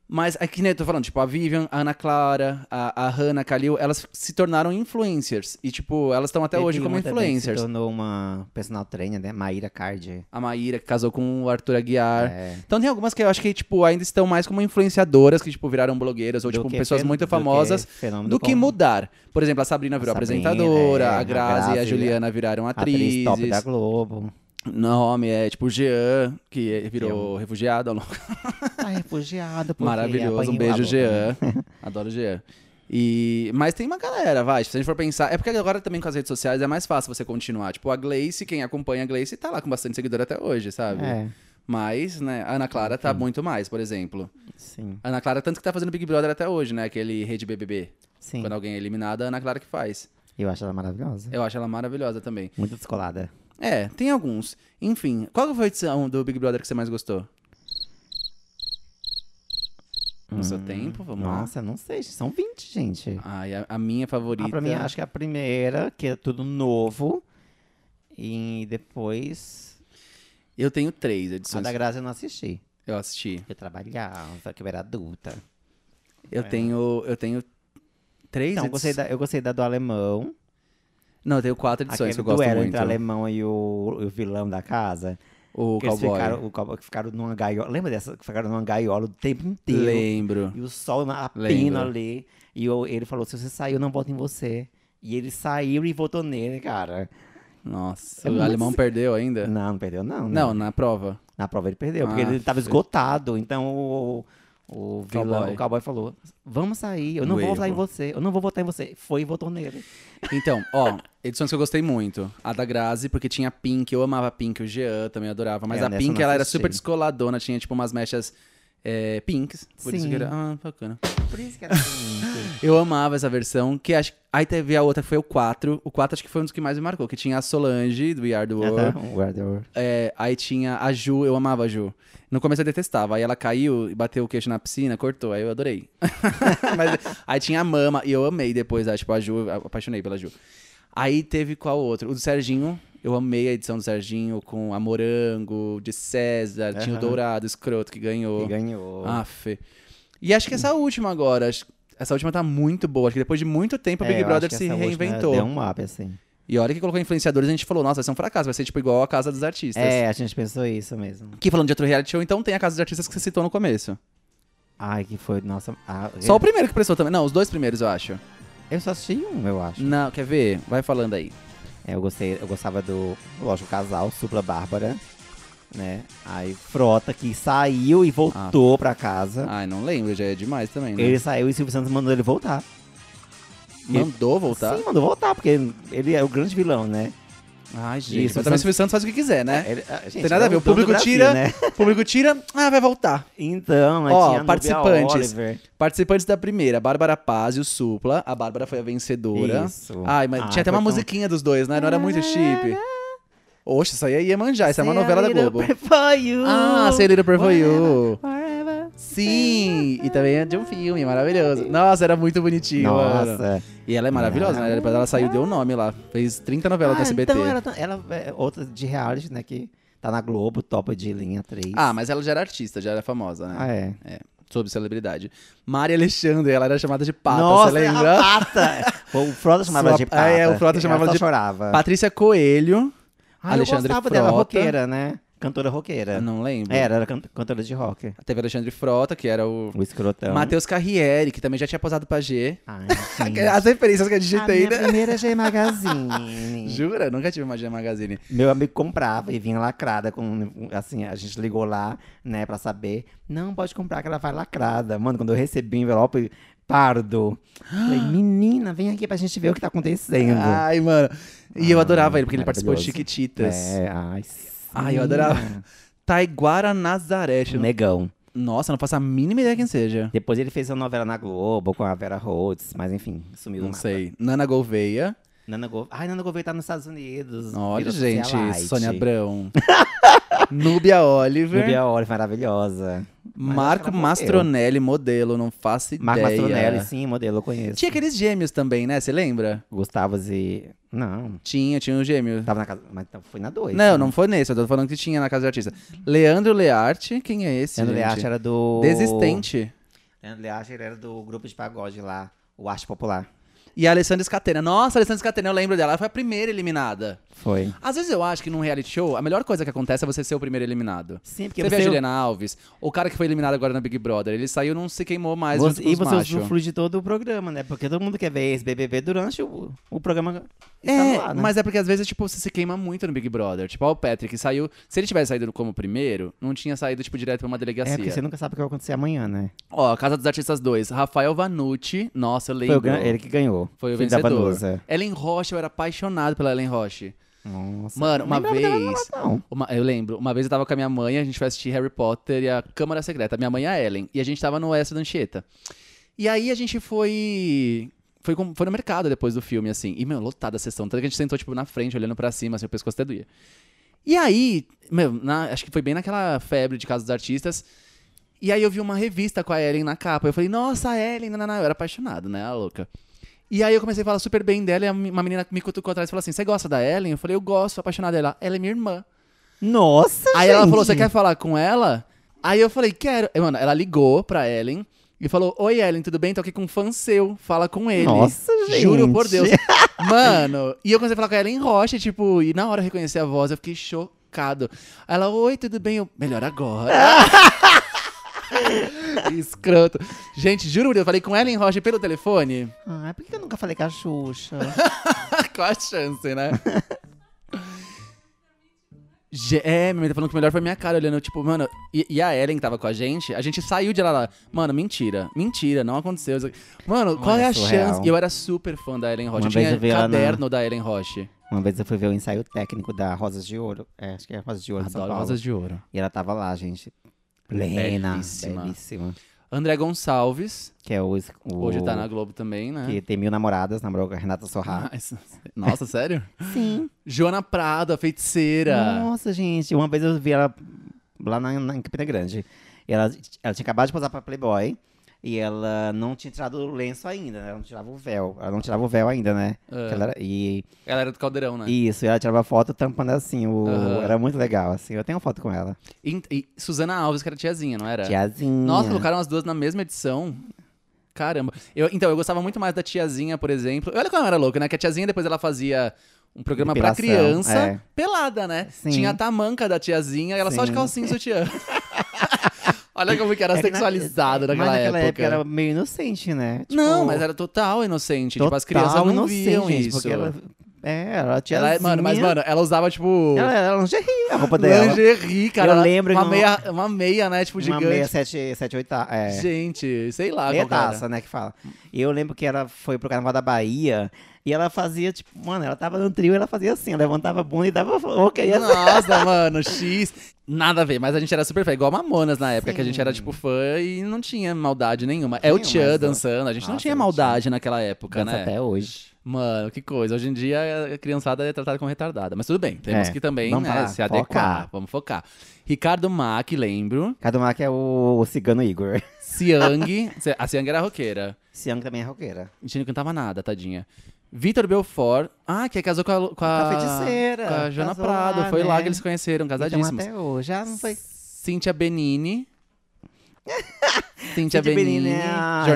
Speaker 2: Mas aqui, né, eu tô falando, tipo, a Vivian, a Ana Clara, a, a Hannah, Kalil, elas se tornaram influencers. E, tipo, elas estão até
Speaker 1: Teve
Speaker 2: hoje como
Speaker 1: uma também que
Speaker 2: influencers.
Speaker 1: Se tornou uma personal trainer, né? Maíra Card.
Speaker 2: A Maíra, que casou com o Arthur Aguiar.
Speaker 1: É.
Speaker 2: Então tem algumas que eu acho que, tipo, ainda estão mais como influenciadoras, que, tipo, viraram blogueiras, ou,
Speaker 1: Do
Speaker 2: tipo,
Speaker 1: que
Speaker 2: pessoas
Speaker 1: fen-
Speaker 2: muito
Speaker 1: do que
Speaker 2: famosas,
Speaker 1: fenômeno
Speaker 2: do que
Speaker 1: como
Speaker 2: mudar. Por exemplo, a Sabrina virou
Speaker 1: Sabrina,
Speaker 2: apresentadora,
Speaker 1: é,
Speaker 2: a
Speaker 1: a
Speaker 2: Grazi e a
Speaker 1: Grazi,
Speaker 2: Juliana viraram
Speaker 1: Atriz
Speaker 2: atrizes.
Speaker 1: top da Globo. <laughs>
Speaker 2: Não, homem, é tipo o Jean, que é- virou refugiado. ó, louco.
Speaker 1: Tá refugiado, porque
Speaker 2: Maravilhoso, um
Speaker 1: apanhou
Speaker 2: beijo,
Speaker 1: a né?
Speaker 2: Jean. <laughs> Adoro o Jean. E... Mas tem uma galera, vai, se a gente for pensar. É porque agora também com as redes sociais é mais fácil você continuar. Tipo, a Gleice, quem acompanha a Gleice, tá lá com bastante seguidor até hoje,
Speaker 1: boca.
Speaker 2: sabe?
Speaker 1: É,
Speaker 2: Mas, né, a Ana Clara
Speaker 1: Uhum.
Speaker 2: tá muito mais, por exemplo.
Speaker 1: sim.
Speaker 2: A Ana Clara, tanto que tá fazendo Big Brother até hoje, né? Aquele Rede BBB.
Speaker 1: Sim. Uhum.
Speaker 2: Quando alguém é eliminado, a Ana Clara que faz.
Speaker 1: Eu acho ela maravilhosa.
Speaker 2: Eu acho ela maravilhosa também.
Speaker 1: Muito descolada.
Speaker 2: É, tem alguns. Enfim, qual que foi a edição do Big Brother que você mais gostou? No seu tempo, vamos lá.
Speaker 1: Hum, Nossa, não sei. São 20, gente.
Speaker 2: Ai, a, a minha favorita.
Speaker 1: Ah, pra mim, acho que a primeira, que é tudo novo. E depois.
Speaker 2: Eu tenho três
Speaker 1: A
Speaker 2: edições
Speaker 1: da Grazi eu não assisti.
Speaker 2: que eu assisti.
Speaker 1: Eu trabalhava, que eu era adulta.
Speaker 2: Eu tenho. Eu tenho três
Speaker 1: Então, eu
Speaker 2: edições.
Speaker 1: né? gostei da, eu gostei da do alemão.
Speaker 2: Não, eu tenho quatro edições
Speaker 1: Aquele tá,
Speaker 2: que eu gosto
Speaker 1: duelo
Speaker 2: muito.
Speaker 1: entre o alemão e o, o vilão da casa.
Speaker 2: O
Speaker 1: que eles
Speaker 2: cowboy.
Speaker 1: ficaram, o cowboy que ficaram numa gaiola. Lembra dessa? Que ficaram numa gaiola o tempo inteiro.
Speaker 2: Lembro.
Speaker 1: E o sol na
Speaker 2: Lembro.
Speaker 1: pina ali. E o- ele falou: se você sair, eu não voto em você. E ele saiu e votou nele, cara.
Speaker 2: Nossa,
Speaker 1: É
Speaker 2: o
Speaker 1: muito
Speaker 2: alemão
Speaker 1: se-
Speaker 2: perdeu ainda?
Speaker 1: Não, não perdeu, não. né?
Speaker 2: É. Não, na prova.
Speaker 1: Na prova ele perdeu, porque
Speaker 2: Ah,
Speaker 1: ele tava
Speaker 2: foi.
Speaker 1: esgotado. Então o, o vilão,
Speaker 2: Cowboy.
Speaker 1: o cowboy falou: Vamos sair, eu não
Speaker 2: No
Speaker 1: vou votar em
Speaker 2: erro.
Speaker 1: você, eu não vou votar em você. Foi e votou nele.
Speaker 2: Então, ó, edições que eu gostei muito. A da Grazi, porque tinha a Pink, eu amava a Pink, o Jean também adorava. Mas
Speaker 1: É,
Speaker 2: a
Speaker 1: nessa
Speaker 2: Pink,
Speaker 1: eu não
Speaker 2: ela era
Speaker 1: assisti.
Speaker 2: super descoladona, tinha tipo umas mechas é, pinks. Por isso
Speaker 1: Sim.
Speaker 2: que era, ah, bacana.
Speaker 1: Por isso que era
Speaker 2: <laughs>
Speaker 1: assim.
Speaker 2: Eu amava essa versão, que acho... Aí teve a outra, foi o 4. O 4 acho que foi um dos que mais me marcou, que tinha a Solange, do We Are The World.
Speaker 1: Ah, tá. Um guarda-
Speaker 2: É, aí tinha a Ju, eu amava a Ju. No começo eu detestava, aí ela caiu e bateu o queixo na piscina, cortou, aí eu adorei. <laughs> Mas, aí tinha a Mama, e eu amei depois, ah, tipo, a Ju, eu apaixonei pela Ju. Aí teve qual outro? O do Serginho, eu amei a edição do Serginho com a Morango, de César, tinha o
Speaker 1: Aham.
Speaker 2: Dourado, escroto, que ganhou. Ah,
Speaker 1: que ganhou.
Speaker 2: Aff. E acho que essa última agora, acho- essa última tá muito boa, acho que depois de muito tempo a
Speaker 1: É,
Speaker 2: Big
Speaker 1: eu acho
Speaker 2: Brother
Speaker 1: que
Speaker 2: se
Speaker 1: essa última
Speaker 2: reinventou.
Speaker 1: Deu um up, assim.
Speaker 2: E olha que colocou influenciadores, a gente falou, nossa, vai ser um fracasso, vai ser tipo igual a Casa dos Artistas.
Speaker 1: É, a gente pensou isso mesmo.
Speaker 2: Que falando de outro reality show, então tem a Casa dos Artistas que você citou no começo.
Speaker 1: Ai, que foi, nossa. ah,
Speaker 2: Só o primeiro que prestou também. Não, os dois primeiros, eu acho.
Speaker 1: Eu só assisti um, eu acho.
Speaker 2: Não, quer ver? Vai falando aí.
Speaker 1: É, eu gostei, eu gostava do, lógico, o casal, Supla Bárbara, né? Aí Frota que saiu e voltou pra casa.
Speaker 2: Ai, não lembro, já é demais também, Ah. né?
Speaker 1: Ele saiu e Silvio Santos mandou ele voltar.
Speaker 2: Mandou voltar?
Speaker 1: Sim, mandou voltar, porque ele é o grande vilão, né?
Speaker 2: Ai,
Speaker 1: E
Speaker 2: gente.
Speaker 1: Silvio
Speaker 2: Mas também o
Speaker 1: Santos-
Speaker 2: Silvio Santos faz o que quiser, né?
Speaker 1: Ele- ah, gente,
Speaker 2: Tem nada
Speaker 1: é
Speaker 2: a ver, o
Speaker 1: dono do
Speaker 2: público
Speaker 1: Brasil,
Speaker 2: tira-
Speaker 1: né? <laughs>
Speaker 2: O público tira, ah, vai voltar.
Speaker 1: Então, aí
Speaker 2: Ó,
Speaker 1: tinha a Nubia
Speaker 2: participantes.
Speaker 1: Oliver.
Speaker 2: Participantes da primeira, Bárbara Paz e o Supla. A Bárbara foi a vencedora.
Speaker 1: Isso. Ah, tá
Speaker 2: Ai, mas
Speaker 1: Ai,
Speaker 2: tinha até uma
Speaker 1: foi tão-
Speaker 2: musiquinha dos dois, né? Não era muito chip. Oxe, isso aí é manjar, isso é uma
Speaker 1: Say I
Speaker 2: novela da
Speaker 1: Little
Speaker 2: Globo.
Speaker 1: Pray For you.
Speaker 2: Ah, Say a Little Prayer for
Speaker 1: né?
Speaker 2: You.
Speaker 1: Forever.
Speaker 2: Sim, e também é de um filme maravilhoso. Nossa, era muito bonitinho, mano.
Speaker 1: Nossa.
Speaker 2: E ela é maravilhosa, né? Depois ela saiu e deu o nome lá. Fez 30 novelas
Speaker 1: Ah,
Speaker 2: no SBT.
Speaker 1: Então ela, ela é outra de reality, né? Que tá na Globo, topa de linha 3.
Speaker 2: Ah, mas ela já era artista, já era famosa, né?
Speaker 1: Ah, é.
Speaker 2: Sob celebridade. Mari Alexandre, ela era chamada de Pata,
Speaker 1: Nossa, é
Speaker 2: você lembra?
Speaker 1: a pata! o Frota chamava
Speaker 2: Sua-
Speaker 1: ela de pata.
Speaker 2: É, o Frota
Speaker 1: ela
Speaker 2: chamava
Speaker 1: só
Speaker 2: de-
Speaker 1: chorava.
Speaker 2: Patrícia Coelho.
Speaker 1: Ah,
Speaker 2: Alexandre
Speaker 1: eu gostava dela,
Speaker 2: Frota.
Speaker 1: roqueira, né? Cantora roqueira.
Speaker 2: Eu Não lembro.
Speaker 1: Era, era can- cantora de rock.
Speaker 2: Teve Alexandre Frota, que era o.
Speaker 1: O escrotão.
Speaker 2: Matheus Carriere, que também já tinha posado pra G.
Speaker 1: Ai,
Speaker 2: As referências que a gente
Speaker 1: gente. a
Speaker 2: tem,
Speaker 1: Ah, minha
Speaker 2: né?
Speaker 1: primeira G Magazine.
Speaker 2: Jura? Nunca tive uma G Magazine.
Speaker 1: Meu amigo comprava e vinha lacrada com assim, a gente ligou lá, né, pra saber. Não pode comprar que ela vai lacrada. Mano, quando eu recebi o envelope pardo,
Speaker 2: <gasps>
Speaker 1: falei, menina, vem aqui pra gente ver o que tá acontecendo.
Speaker 2: Ai, mano. E eu
Speaker 1: Ai,
Speaker 2: adorava ele, porque ele participou de
Speaker 1: Ah, maravilhoso.
Speaker 2: Chiquititas.
Speaker 1: É, ai,
Speaker 2: Ai,
Speaker 1: sim.
Speaker 2: eu adorava. Taiguara Nazaré. eu não-
Speaker 1: Negão.
Speaker 2: Nossa, não faço a mínima ideia quem seja.
Speaker 1: Depois ele fez uma novela na Globo com a Vera Rhodes, mas enfim, sumiu do
Speaker 2: Não
Speaker 1: mapa.
Speaker 2: sei. Nana Gouveia.
Speaker 1: Nana Gouveia. Ai, Nana Gouveia tá nos Estados Unidos.
Speaker 2: Olha,
Speaker 1: virou
Speaker 2: gente.
Speaker 1: socialite. <laughs>
Speaker 2: Sônia Abrão. Núbia Oliver.
Speaker 1: Nubia Olive, maravilhosa. Mas
Speaker 2: Marco
Speaker 1: ela morreu.
Speaker 2: Mastronelli, modelo. Não faço ideia.
Speaker 1: Marco Mastronelli, sim, modelo, eu conheço.
Speaker 2: Tinha aqueles gêmeos também, né? Você lembra?
Speaker 1: Gustavos e. Não.
Speaker 2: Tinha, tinha um gêmeo.
Speaker 1: Tava na casa. Mas então foi na 2.
Speaker 2: Não, não foi nesse. Eu tô falando que tinha na Casa de Artista. Leandro Learte. Quem é esse,
Speaker 1: Leandro
Speaker 2: gente?
Speaker 1: Learte era do.
Speaker 2: Desistente.
Speaker 1: Leandro Learte ele era do grupo de pagode lá, o Arte Popular.
Speaker 2: E a Alessandra Scatena. Nossa, a Alessandra Scatena, eu lembro dela. Ela foi a primeira eliminada.
Speaker 1: Foi.
Speaker 2: Às vezes eu acho que num reality show, a melhor coisa que acontece é você ser o primeiro eliminado.
Speaker 1: Sim, porque
Speaker 2: Você vê a
Speaker 1: você-
Speaker 2: Juliana Alves, o cara que foi eliminado agora na Big Brother, ele saiu e não se queimou mais
Speaker 1: você-
Speaker 2: junto com
Speaker 1: e
Speaker 2: os
Speaker 1: você
Speaker 2: macho.
Speaker 1: usufrui de todo o programa, né? Porque todo mundo quer ver esse BBB durante o, o programa. que tá
Speaker 2: É,
Speaker 1: no ar, né?
Speaker 2: mas é porque às vezes, tipo, você se queima muito no Big Brother. Tipo, ó, o Patrick saiu. Se ele tivesse saído como primeiro, não tinha saído, tipo, direto pra uma
Speaker 1: É,
Speaker 2: delegacia.
Speaker 1: porque você nunca sabe o que vai acontecer amanhã, né?
Speaker 2: Ó, Casa dos Artistas 2, Rafael Vanucci. Nossa, eu
Speaker 1: Foi
Speaker 2: lembro.
Speaker 1: o gran- ele que é. ganhou.
Speaker 2: Foi o
Speaker 1: Filho da
Speaker 2: vencedor.
Speaker 1: Vanusa.
Speaker 2: Ellen Roche, eu era apaixonado pela Ellen Roche.
Speaker 1: Nossa.
Speaker 2: Mano, uma
Speaker 1: Lembrava dela
Speaker 2: vez.
Speaker 1: na relação.
Speaker 2: Uma- eu lembro, uma vez eu tava com a minha mãe, a gente foi assistir Harry Potter e a Câmara Secreta. Minha mãe é a Ellen. E a gente tava no Oeste da Anchieta. E aí a gente foi. Foi, com- foi no mercado depois do filme, assim. E, meu, lotada a sessão. Tanto que a gente sentou, tipo, na frente, olhando pra cima, assim, o pescoço até doía. E aí, meu, na- acho que foi bem naquela febre de casos dos artistas. E aí eu vi uma revista com a Ellen na capa. Eu falei, nossa, a Ellen, nananá. Eu era apaixonado, né, a louca. E aí eu comecei a falar super bem dela e a mi- uma menina me cutucou atrás e falou assim, você gosta da Ellen? Eu falei, eu gosto, sou apaixonada dela. Ela é minha irmã.
Speaker 1: Nossa,
Speaker 2: Aí ela
Speaker 1: gente.
Speaker 2: falou, você quer falar com ela? Aí eu falei, quero. Aí, Mano, ela ligou pra Ellen e falou, oi Ellen, tudo bem? Tô aqui com um fã seu, fala com ele.
Speaker 1: Nossa, gente.
Speaker 2: Juro por Deus.
Speaker 1: <laughs>
Speaker 2: Mano, e eu comecei a falar com a Ellen Rocha, tipo, e na hora eu reconheci a voz, eu fiquei chocado. Ela, oi, tudo bem? Eu, melhor
Speaker 1: <laughs>
Speaker 2: agora. Escroto. Gente, juro por Deus, eu falei com a Ellen Rocha pelo telefone.
Speaker 1: Ai, por que Ah, é eu nunca falei com a
Speaker 2: <laughs>
Speaker 1: Xuxa?
Speaker 2: Qual a chance, né? <laughs> Ge- É, minha mãe tá falando que o melhor foi minha cara, olhando, tipo, mano, e, e a Ellen que tava com a gente, a gente saiu de lá, lá, mano, mentira, mentira, não aconteceu. isso aqui." Mano, qual
Speaker 1: Mano,
Speaker 2: é a
Speaker 1: é surreal.
Speaker 2: chance? E eu era super fã da Ellen Roche,
Speaker 1: Uma
Speaker 2: eu
Speaker 1: vez
Speaker 2: tinha
Speaker 1: eu vi ela na-
Speaker 2: caderno da Ellen Roche.
Speaker 1: Uma vez eu fui ver o ensaio técnico da Rosas de Ouro. É, acho que é Rosas de Ouro. em São
Speaker 2: Adoro
Speaker 1: Paulo.
Speaker 2: Rosas de Ouro.
Speaker 1: E ela tava lá, gente. Plena.
Speaker 2: Belíssima.
Speaker 1: Belíssima.
Speaker 2: André Gonçalves,
Speaker 1: Que é o. es- o-
Speaker 2: hoje tá na Globo também, né? Ah,
Speaker 1: Que tem mil namoradas, namorou com a Renata Sorra.
Speaker 2: Mas- Nossa, sério?
Speaker 1: Sim.
Speaker 2: Joana Prado, a feiticeira.
Speaker 1: Nossa, gente. Uma vez eu vi ela lá na, na, em Campina Grande. E ela, ela tinha acabado de posar pra Playboy. E ela não tinha tirado o lenço ainda, né? Ela não tirava o véu. Ela não tirava o véu ainda, né?
Speaker 2: É.
Speaker 1: Que ela era- e
Speaker 2: Ela era do Caldeirão, né?
Speaker 1: isso, e ela tirava foto tampando assim. O,
Speaker 2: Aham.
Speaker 1: Era muito legal, assim. Eu tenho uma foto com ela.
Speaker 2: E, e Suzana Alves, que era tiazinha, não era?
Speaker 1: Tiazinha.
Speaker 2: É. Nossa, colocaram as duas na mesma edição. Caramba. Eu- então, eu gostava muito mais da tiazinha, por exemplo. Olha como eu era louca, né? Que a tiazinha depois ela fazia um programa pra
Speaker 1: Depilação,
Speaker 2: criança
Speaker 1: é.
Speaker 2: pelada, né?
Speaker 1: Sim.
Speaker 2: Tinha a tamanca da tiazinha, ela só de
Speaker 1: Sim.
Speaker 2: calcinha e sutiã. <laughs> Olha como que
Speaker 1: É
Speaker 2: era
Speaker 1: que na-
Speaker 2: tá sexualizado naquela,
Speaker 1: mas naquela época. era meio inocente, né? Tipo,
Speaker 2: Não, mas era total inocente. tipo, as
Speaker 1: total
Speaker 2: crianças não
Speaker 1: inocente,
Speaker 2: viam
Speaker 1: gente,
Speaker 2: isso.
Speaker 1: Porque ela, é, ela tinha
Speaker 2: Ela- mano, mas, mano, ela usava, tipo.
Speaker 1: Ela era lingerie, a
Speaker 2: <laughs>
Speaker 1: roupa dela.
Speaker 2: Lingerie, cara.
Speaker 1: Eu lembro
Speaker 2: uma
Speaker 1: que
Speaker 2: meia, uma meia, né? Tipo,
Speaker 1: Uma
Speaker 2: gigante.
Speaker 1: meia, sete, sete oita, é.
Speaker 2: Gente, sei lá.
Speaker 1: meia
Speaker 2: qual que era.
Speaker 1: taça, né, que fala. E eu lembro que ela foi pro Carnaval da Bahia e ela fazia, tipo, mano, ela tava no trio ela fazia assim, ela levantava a bunda e dava ok. E assim, <laughs>
Speaker 2: Nossa, mano, X. Nada a ver, mas a gente era super fã, igual Mamonas na época, que a gente era tipo fã e não tinha maldade nenhuma. É o
Speaker 1: Não tinha,
Speaker 2: Tchan
Speaker 1: mas-
Speaker 2: dançando, a gente não
Speaker 1: Nossa, não tinha.
Speaker 2: tinha maldade naquela época,
Speaker 1: dança
Speaker 2: né?
Speaker 1: até hoje.
Speaker 2: Mano, que coisa. Hoje em dia a criançada é tratada como retardada. Mas tudo bem, temos
Speaker 1: É,
Speaker 2: que também
Speaker 1: vamos
Speaker 2: né,
Speaker 1: lá,
Speaker 2: se adequar.
Speaker 1: focar.
Speaker 2: Vamos focar. Ricardo Mack, lembro.
Speaker 1: Cadumar que é o, o cigano Igor. <laughs>
Speaker 2: Siang. a Siang era roqueira.
Speaker 1: Siang também é roqueira.
Speaker 2: A gente não cantava nada, tadinha. Vitor Belfort. Ah, que casou com a, com a,
Speaker 1: Com a feiticeira.
Speaker 2: Com a Jona
Speaker 1: Casou
Speaker 2: Prado.
Speaker 1: lá,
Speaker 2: Foi lá
Speaker 1: né?
Speaker 2: que eles se conheceram,
Speaker 1: Então
Speaker 2: casadíssimos.
Speaker 1: até hoje, já não foi. <laughs>
Speaker 2: Cíntia Benini. Cíntia
Speaker 1: Cid Benini
Speaker 2: Benini,
Speaker 1: é a repórter,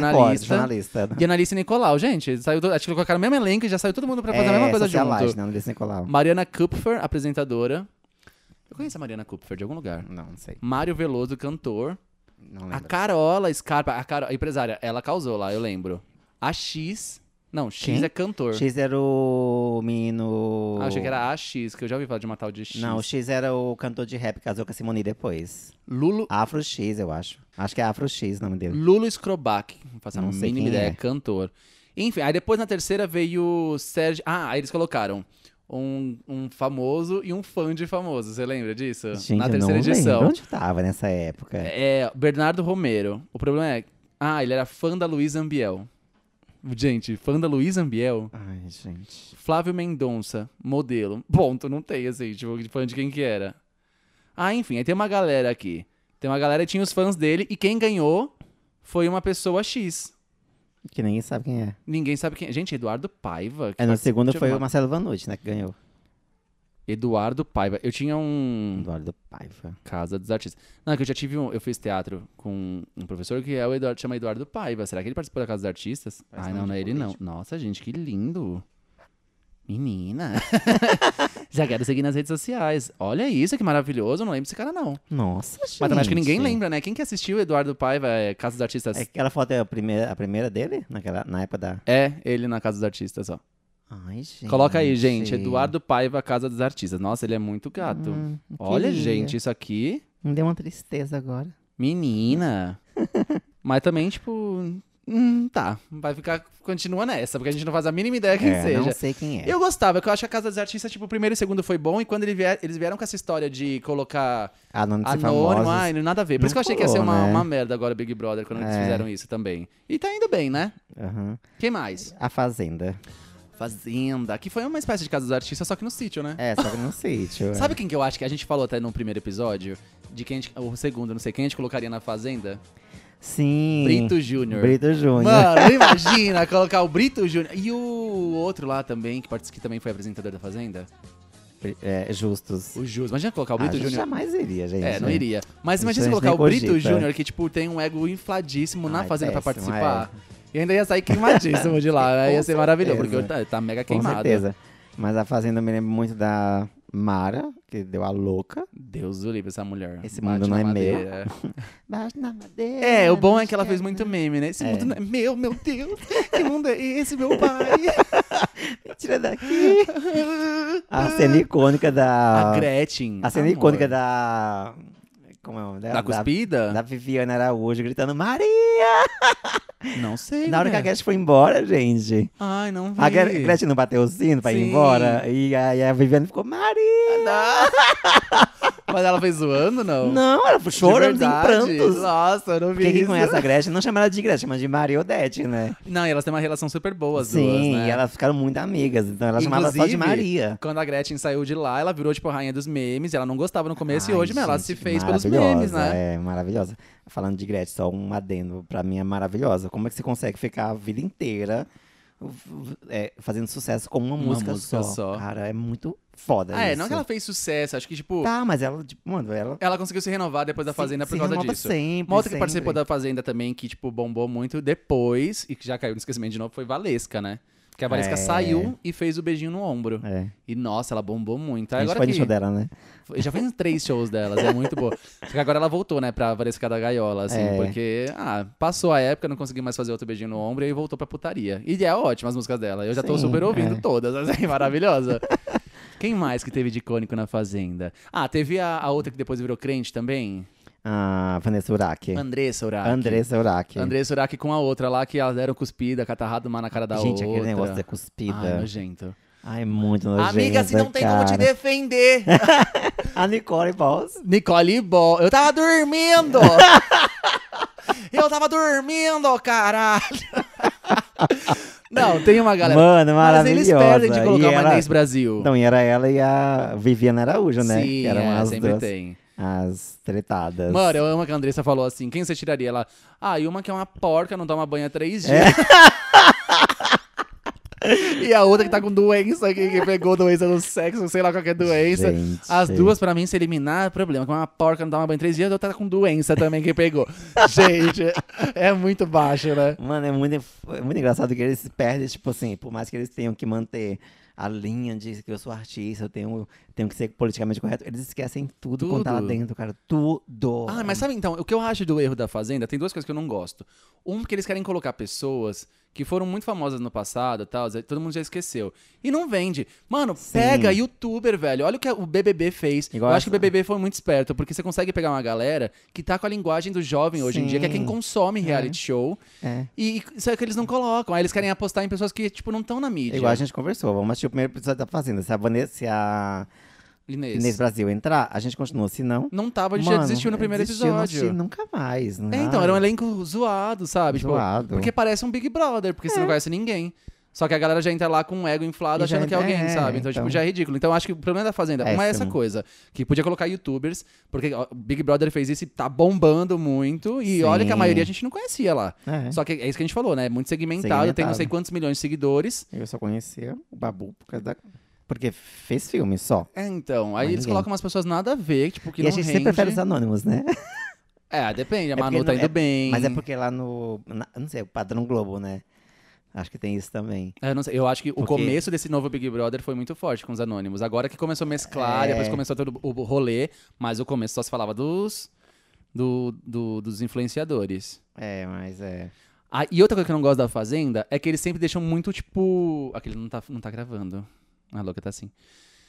Speaker 2: jornalista.
Speaker 1: jornalista.
Speaker 2: E Analice Nicolau, gente. Saiu todo, acho que colocaram o mesmo elenco e já saiu todo mundo pra fazer a mesma coisa junto.
Speaker 1: É, Não, desse Nicolau.
Speaker 2: Mariana Kupfer, apresentadora. Eu conheço a Mariana Kupfer de algum lugar.
Speaker 1: Não, não sei.
Speaker 2: Mário Veloso, cantor.
Speaker 1: Não
Speaker 2: A
Speaker 1: lembro.
Speaker 2: Carola Scarpa, a, Caro- a empresária, ela causou lá, eu lembro. A X. Não, X
Speaker 1: Quem?
Speaker 2: é cantor.
Speaker 1: X era o menino.
Speaker 2: Ah, eu achei que era a X, que eu já ouvi falar de uma tal de X.
Speaker 1: Oh. Não, o X era o cantor de rap, casou com a Simone depois.
Speaker 2: Lulo,
Speaker 1: Afro X, eu acho. Acho que é Afro X o nome dele.
Speaker 2: Lulo Scrobac, não faço a
Speaker 1: Não sei
Speaker 2: mínima
Speaker 1: quem
Speaker 2: ideia,
Speaker 1: é.
Speaker 2: cantor. Enfim, aí depois na terceira veio o Sérgio. Ah, aí eles colocaram um, um famoso e um fã de famoso, você lembra disso?
Speaker 1: Gente,
Speaker 2: na
Speaker 1: eu
Speaker 2: terceira
Speaker 1: não
Speaker 2: edição.
Speaker 1: Lembro onde tava nessa época.
Speaker 2: É, Bernardo Romero. O problema é. Ah, ele era fã da Luísa Ambiel. Gente, fã da Luísa Ambiel.
Speaker 1: Ai, gente.
Speaker 2: Flávio Mendonça, modelo. Ponto, não tem, assim, tipo, fã de quem que era. Ah, enfim, aí tem uma galera aqui. Tem uma galera e tinha os fãs dele, e quem ganhou foi uma pessoa X.
Speaker 1: Que ninguém sabe quem é.
Speaker 2: Ninguém sabe quem é. Gente, Eduardo Paiva. que
Speaker 1: É, no
Speaker 2: faz-
Speaker 1: segundo
Speaker 2: deixa eu
Speaker 1: foi
Speaker 2: ver
Speaker 1: o
Speaker 2: uma-
Speaker 1: Marcelo Vanucci, né? Que ganhou.
Speaker 2: Eduardo Paiva. Eu tinha um...
Speaker 1: Eduardo Paiva.
Speaker 2: Casa dos Artistas. Não, que eu já tive um. Eu fiz teatro com um professor que é o Eduardo, chama Eduardo Paiva. Será que ele participou da Casa dos Artistas?
Speaker 1: Parece
Speaker 2: Ai,
Speaker 1: nome
Speaker 2: não, não é
Speaker 1: de
Speaker 2: ele não. Nossa, gente, que lindo. Menina. <laughs> já quero seguir nas redes sociais. Olha isso, que maravilhoso. Eu não lembro desse cara, não.
Speaker 1: Nossa, gente.
Speaker 2: Mas também acho que ninguém lembra, né? Quem que assistiu Eduardo Paiva, é, Casa dos Artistas?
Speaker 1: É,
Speaker 2: É.
Speaker 1: Aquela foto é a primeira, a primeira dele? Naquela, na época da.
Speaker 2: É ele na Casa dos Artistas, ó.
Speaker 1: Ai, gente.
Speaker 2: Coloca aí, gente. Eduardo Paiva, Casa dos Artistas. Nossa, ele é muito gato.
Speaker 1: Hum, não
Speaker 2: Olha,
Speaker 1: queria.
Speaker 2: gente, isso aqui.
Speaker 1: Me deu uma tristeza agora. <laughs>
Speaker 2: Menina. Mas também, tipo. Hum, tá. Vai ficar. Continua nessa, porque a gente não faz a mínima ideia quem
Speaker 1: é,
Speaker 2: seja.
Speaker 1: não sei quem é.
Speaker 2: Eu gostava, que eu acho que a Casa dos Artistas, tipo, o primeiro e o segundo foi bom, e quando ele vier- eles vieram com essa história de colocar
Speaker 1: Anônimo de
Speaker 2: anônimo,
Speaker 1: famosos.
Speaker 2: ai, nada a ver. Por isso que eu
Speaker 1: Não
Speaker 2: achei que ia ser uma,
Speaker 1: colou, né?
Speaker 2: uma merda agora o Big Brother, quando eles
Speaker 1: É.
Speaker 2: fizeram isso também. E tá indo bem, né?
Speaker 1: Aham.
Speaker 2: Quem mais?
Speaker 1: A Fazenda.
Speaker 2: Fazenda, que foi uma espécie de Casa dos Artistas, só que no sítio, né?
Speaker 1: É, só que
Speaker 2: <laughs>
Speaker 1: no sítio. é.
Speaker 2: Sabe quem que eu acho que a gente falou até no primeiro episódio? De quem a gente, o segundo, não sei, quem a gente colocaria na Fazenda?
Speaker 1: Sim.
Speaker 2: Brito Júnior.
Speaker 1: Brito Júnior.
Speaker 2: Mano, imagina colocar o Brito Júnior e o outro lá também, que, participa, que também foi apresentador da Fazenda,
Speaker 1: É, justos.
Speaker 2: o Jus. Imagina colocar
Speaker 1: Ah,
Speaker 2: o
Speaker 1: a
Speaker 2: Brito
Speaker 1: gente
Speaker 2: Júnior.
Speaker 1: jamais iria, gente.
Speaker 2: É, não iria. Mas
Speaker 1: Isso
Speaker 2: imagina você
Speaker 1: a gente
Speaker 2: colocar o
Speaker 1: nem
Speaker 2: Brito
Speaker 1: cogita.
Speaker 2: Júnior, que, tipo, tem um ego infladíssimo na
Speaker 1: Ai,
Speaker 2: Fazenda pra
Speaker 1: péssimo, é.
Speaker 2: participar. E ainda ia sair queimadíssimo de lá.
Speaker 1: <laughs>
Speaker 2: né? Ia
Speaker 1: Com
Speaker 2: ser maravilhoso, porque
Speaker 1: certeza.
Speaker 2: tá, tá mega
Speaker 1: Com
Speaker 2: queimado.
Speaker 1: certeza. Mas a Fazenda eu me lembro muito da Mara, que deu a louca.
Speaker 2: Deus do livro, essa mulher.
Speaker 1: Esse
Speaker 2: Bate
Speaker 1: mundo não
Speaker 2: na
Speaker 1: é meu.
Speaker 2: madeira.
Speaker 1: <laughs> Bate na madeira.
Speaker 2: É, o bom
Speaker 1: não
Speaker 2: é que ela fez
Speaker 1: esquece.
Speaker 2: muito meme, né? Esse
Speaker 1: É.
Speaker 2: mundo não é meu, meu Deus. Que mundo é esse, meu pai?
Speaker 1: <laughs> <laughs> Tira daqui.
Speaker 2: <laughs>
Speaker 1: a cena icônica da.
Speaker 2: A Gretchen.
Speaker 1: Ah. a cena
Speaker 2: amor.
Speaker 1: icônica da. Como é o nome dela?
Speaker 2: Da cuspida?
Speaker 1: Da Viviana Araújo gritando Maria!
Speaker 2: Não sei.
Speaker 1: Na hora que
Speaker 2: né?
Speaker 1: a Gretchen foi embora, gente.
Speaker 2: Ai, não vi.
Speaker 1: A Gre- Gretchen não bateu o sino pra
Speaker 2: Sim.
Speaker 1: ir embora. E aí a Viviane ficou, Maria!
Speaker 2: Não. Mas ela fez zoando, não?
Speaker 1: Não, ela foi
Speaker 2: De
Speaker 1: chorando em
Speaker 2: verdade?
Speaker 1: prantos.
Speaker 2: Nossa, eu não vi
Speaker 1: Porque quem
Speaker 2: isso.
Speaker 1: conhece a Gretchen não chama ela de Gretchen, chama de Maria Odete, né?
Speaker 2: Não, e elas têm uma relação super boa, as duas,
Speaker 1: Sim,
Speaker 2: né?
Speaker 1: e elas ficaram muito amigas. Então ela chamava só de
Speaker 2: Inclusive,
Speaker 1: Maria.
Speaker 2: Quando a Gretchen saiu de lá, ela virou, tipo, a rainha dos memes. Ela não gostava no começo e
Speaker 1: Ai,
Speaker 2: hoje, meu, ela
Speaker 1: gente,
Speaker 2: se fez pelos
Speaker 1: maravilhosa,
Speaker 2: memes, né?
Speaker 1: É, maravilhosa. Falando de Gretchen, só um adendo pra mim é maravilhosa. Como é que você consegue ficar a vida inteira é, fazendo sucesso com uma,
Speaker 2: Uma
Speaker 1: música,
Speaker 2: música
Speaker 1: só.
Speaker 2: só.
Speaker 1: Cara, é muito foda
Speaker 2: Ah, é,
Speaker 1: isso.
Speaker 2: não que ela fez sucesso. Acho que, tipo,
Speaker 1: Tá, mas ela, tipo, mano, ela...
Speaker 2: ela conseguiu se renovar depois da
Speaker 1: se-
Speaker 2: Fazenda
Speaker 1: se
Speaker 2: por causa
Speaker 1: renova
Speaker 2: disso.
Speaker 1: Sempre,
Speaker 2: Uma outra que
Speaker 1: sempre.
Speaker 2: participou da Fazenda também, que, tipo, bombou muito depois, e que já caiu no esquecimento de novo, foi Valesca, né? Que a Valesca
Speaker 1: É.
Speaker 2: saiu e fez o beijinho no ombro.
Speaker 1: É.
Speaker 2: E nossa, ela bombou muito.
Speaker 1: A gente
Speaker 2: Tá, Agora
Speaker 1: pode
Speaker 2: que-
Speaker 1: show dela, né?
Speaker 2: Já fez três shows delas, é muito boa. Só que agora ela voltou, né, pra Valesca da Gaiola, assim,
Speaker 1: É.
Speaker 2: porque, ah, passou a época, não consegui mais fazer outro beijinho no ombro e aí voltou pra putaria. E é ótima as músicas dela. Eu já tô
Speaker 1: Sim,
Speaker 2: super ouvindo
Speaker 1: é.
Speaker 2: todas, assim, <laughs> maravilhosa. Quem mais que teve de icônico na Fazenda? Ah, teve a, a outra que depois virou crente também?
Speaker 1: A Vanessa Urach.
Speaker 2: Andressa Urach.
Speaker 1: Andressa Urach.
Speaker 2: Andressa Urach com a outra lá, que elas deram cuspida, catarrado uma na cara da
Speaker 1: Gente,
Speaker 2: outra.
Speaker 1: aquele negócio é da
Speaker 2: Ai,
Speaker 1: cuspida.
Speaker 2: nojento.
Speaker 1: Ai, muito nojento.
Speaker 2: Amiga, se não tem
Speaker 1: cara.
Speaker 2: como te defender,
Speaker 1: A Nicole Balls.
Speaker 2: Nicole Ball. Eu
Speaker 1: <laughs>
Speaker 2: tava dormindo! eu tava dormindo, caralho! Não, tem uma galera.
Speaker 1: Mano,
Speaker 2: mas eles
Speaker 1: maravilhosa.
Speaker 2: perdem de colocar
Speaker 1: e
Speaker 2: uma
Speaker 1: ela...
Speaker 2: Inês Brasil.
Speaker 1: Não, e era ela e a Viviana Araújo, né?
Speaker 2: Sim,
Speaker 1: que eram
Speaker 2: é,
Speaker 1: as
Speaker 2: sempre
Speaker 1: duas,
Speaker 2: tem.
Speaker 1: as tretadas.
Speaker 2: Mano, eu amo que a Andressa falou assim: quem você tiraria? Ela, ah, e uma que é uma porca, não toma banho há três
Speaker 1: É.
Speaker 2: dias.
Speaker 1: <laughs>
Speaker 2: e a outra que tá com doença, que, que pegou doença no sexo, sei lá qual que é a doença.
Speaker 1: Gente.
Speaker 2: As duas, pra mim, se eliminar, é problema. Como uma porca não dá uma banho em três dias, a outra tá com doença também
Speaker 1: <laughs>
Speaker 2: que pegou. Gente, é muito baixo, né?
Speaker 1: Mano, é muito, é muito engraçado que eles perdem, tipo assim, por mais que eles tenham que manter a linha de que eu sou artista, eu tenho, tenho que ser politicamente correto, eles esquecem tudo, quanto tá lá
Speaker 2: Tudo.
Speaker 1: dentro, cara. Tudo.
Speaker 2: Ah, mas sabe então, o que eu acho do erro da Fazenda, tem duas coisas que eu não gosto. Um, porque eles querem colocar pessoas que foram muito famosas no passado e tal, zé- todo mundo já esqueceu. E não vende. Mano,
Speaker 1: Sim.
Speaker 2: pega youtuber, velho. Olha o que o BBB fez.
Speaker 1: Igual
Speaker 2: eu acho que o
Speaker 1: essa-
Speaker 2: BBB foi muito esperto, porque você consegue pegar uma galera que tá com a linguagem do jovem hoje em dia, que é quem
Speaker 1: Sim.
Speaker 2: consome reality show.
Speaker 1: É.
Speaker 2: E, e só que eles não colocam. Aí eles querem apostar em pessoas que, tipo, não estão na mídia.
Speaker 1: Igual a gente conversou, vamos assistir o primeiro episódio da Fazenda. Se a Vanessa, se a
Speaker 2: Inês.
Speaker 1: Inês Brasil entrar, a gente continua. Se não,
Speaker 2: Não tava, a gente já
Speaker 1: mano,
Speaker 2: desistiu no primeiro
Speaker 1: desistiu, não assisti
Speaker 2: episódio.
Speaker 1: nunca mais.
Speaker 2: É, então, era um elenco zoado, sabe? Tipo,
Speaker 1: Zoado.
Speaker 2: porque parece um Big Brother, porque você não conhece ninguém. Só que a galera já entra lá com um ego
Speaker 1: É.
Speaker 2: inflado
Speaker 1: E já
Speaker 2: achando que é
Speaker 1: entra-
Speaker 2: alguém,
Speaker 1: é,
Speaker 2: sabe? Então, tipo,
Speaker 1: então.
Speaker 2: já é ridículo. Então, acho que o problema da Fazenda, uma é essa
Speaker 1: Péssimo.
Speaker 2: coisa, que podia colocar youtubers, porque ó, Big Brother fez isso e tá bombando muito. E olha que a
Speaker 1: Sim.
Speaker 2: maioria a gente não conhecia lá.
Speaker 1: É.
Speaker 2: Só que é isso que a gente falou, né? É Muito segmentado, tem não
Speaker 1: Segmentado.
Speaker 2: sei quantos milhões de seguidores.
Speaker 1: Eu só conhecia o Babu por causa da... Porque fez filme só.
Speaker 2: É, então, aí
Speaker 1: Mas
Speaker 2: eles
Speaker 1: ninguém.
Speaker 2: colocam umas pessoas nada a ver, tipo, que
Speaker 1: e
Speaker 2: não
Speaker 1: a gente
Speaker 2: rende.
Speaker 1: sempre prefere os anônimos, né?
Speaker 2: É, depende, a
Speaker 1: porque
Speaker 2: Manu tá
Speaker 1: não-
Speaker 2: indo bem.
Speaker 1: Mas é porque lá no. na- eu não sei, o padrão Globo, né? Acho que tem isso também.
Speaker 2: É, Eu, não sei, eu acho que o
Speaker 1: Porque-
Speaker 2: começo desse novo Big Brother foi muito forte com os anônimos. Agora que começou a mesclar,
Speaker 1: É.
Speaker 2: depois começou todo o rolê, mas o começo só se falava dos do- do- dos influenciadores.
Speaker 1: É, mas é.
Speaker 2: Ah, e outra coisa que eu não gosto da Fazenda é que eles sempre deixam muito, tipo. Aquele não tá, não tá gravando. A louca tá assim.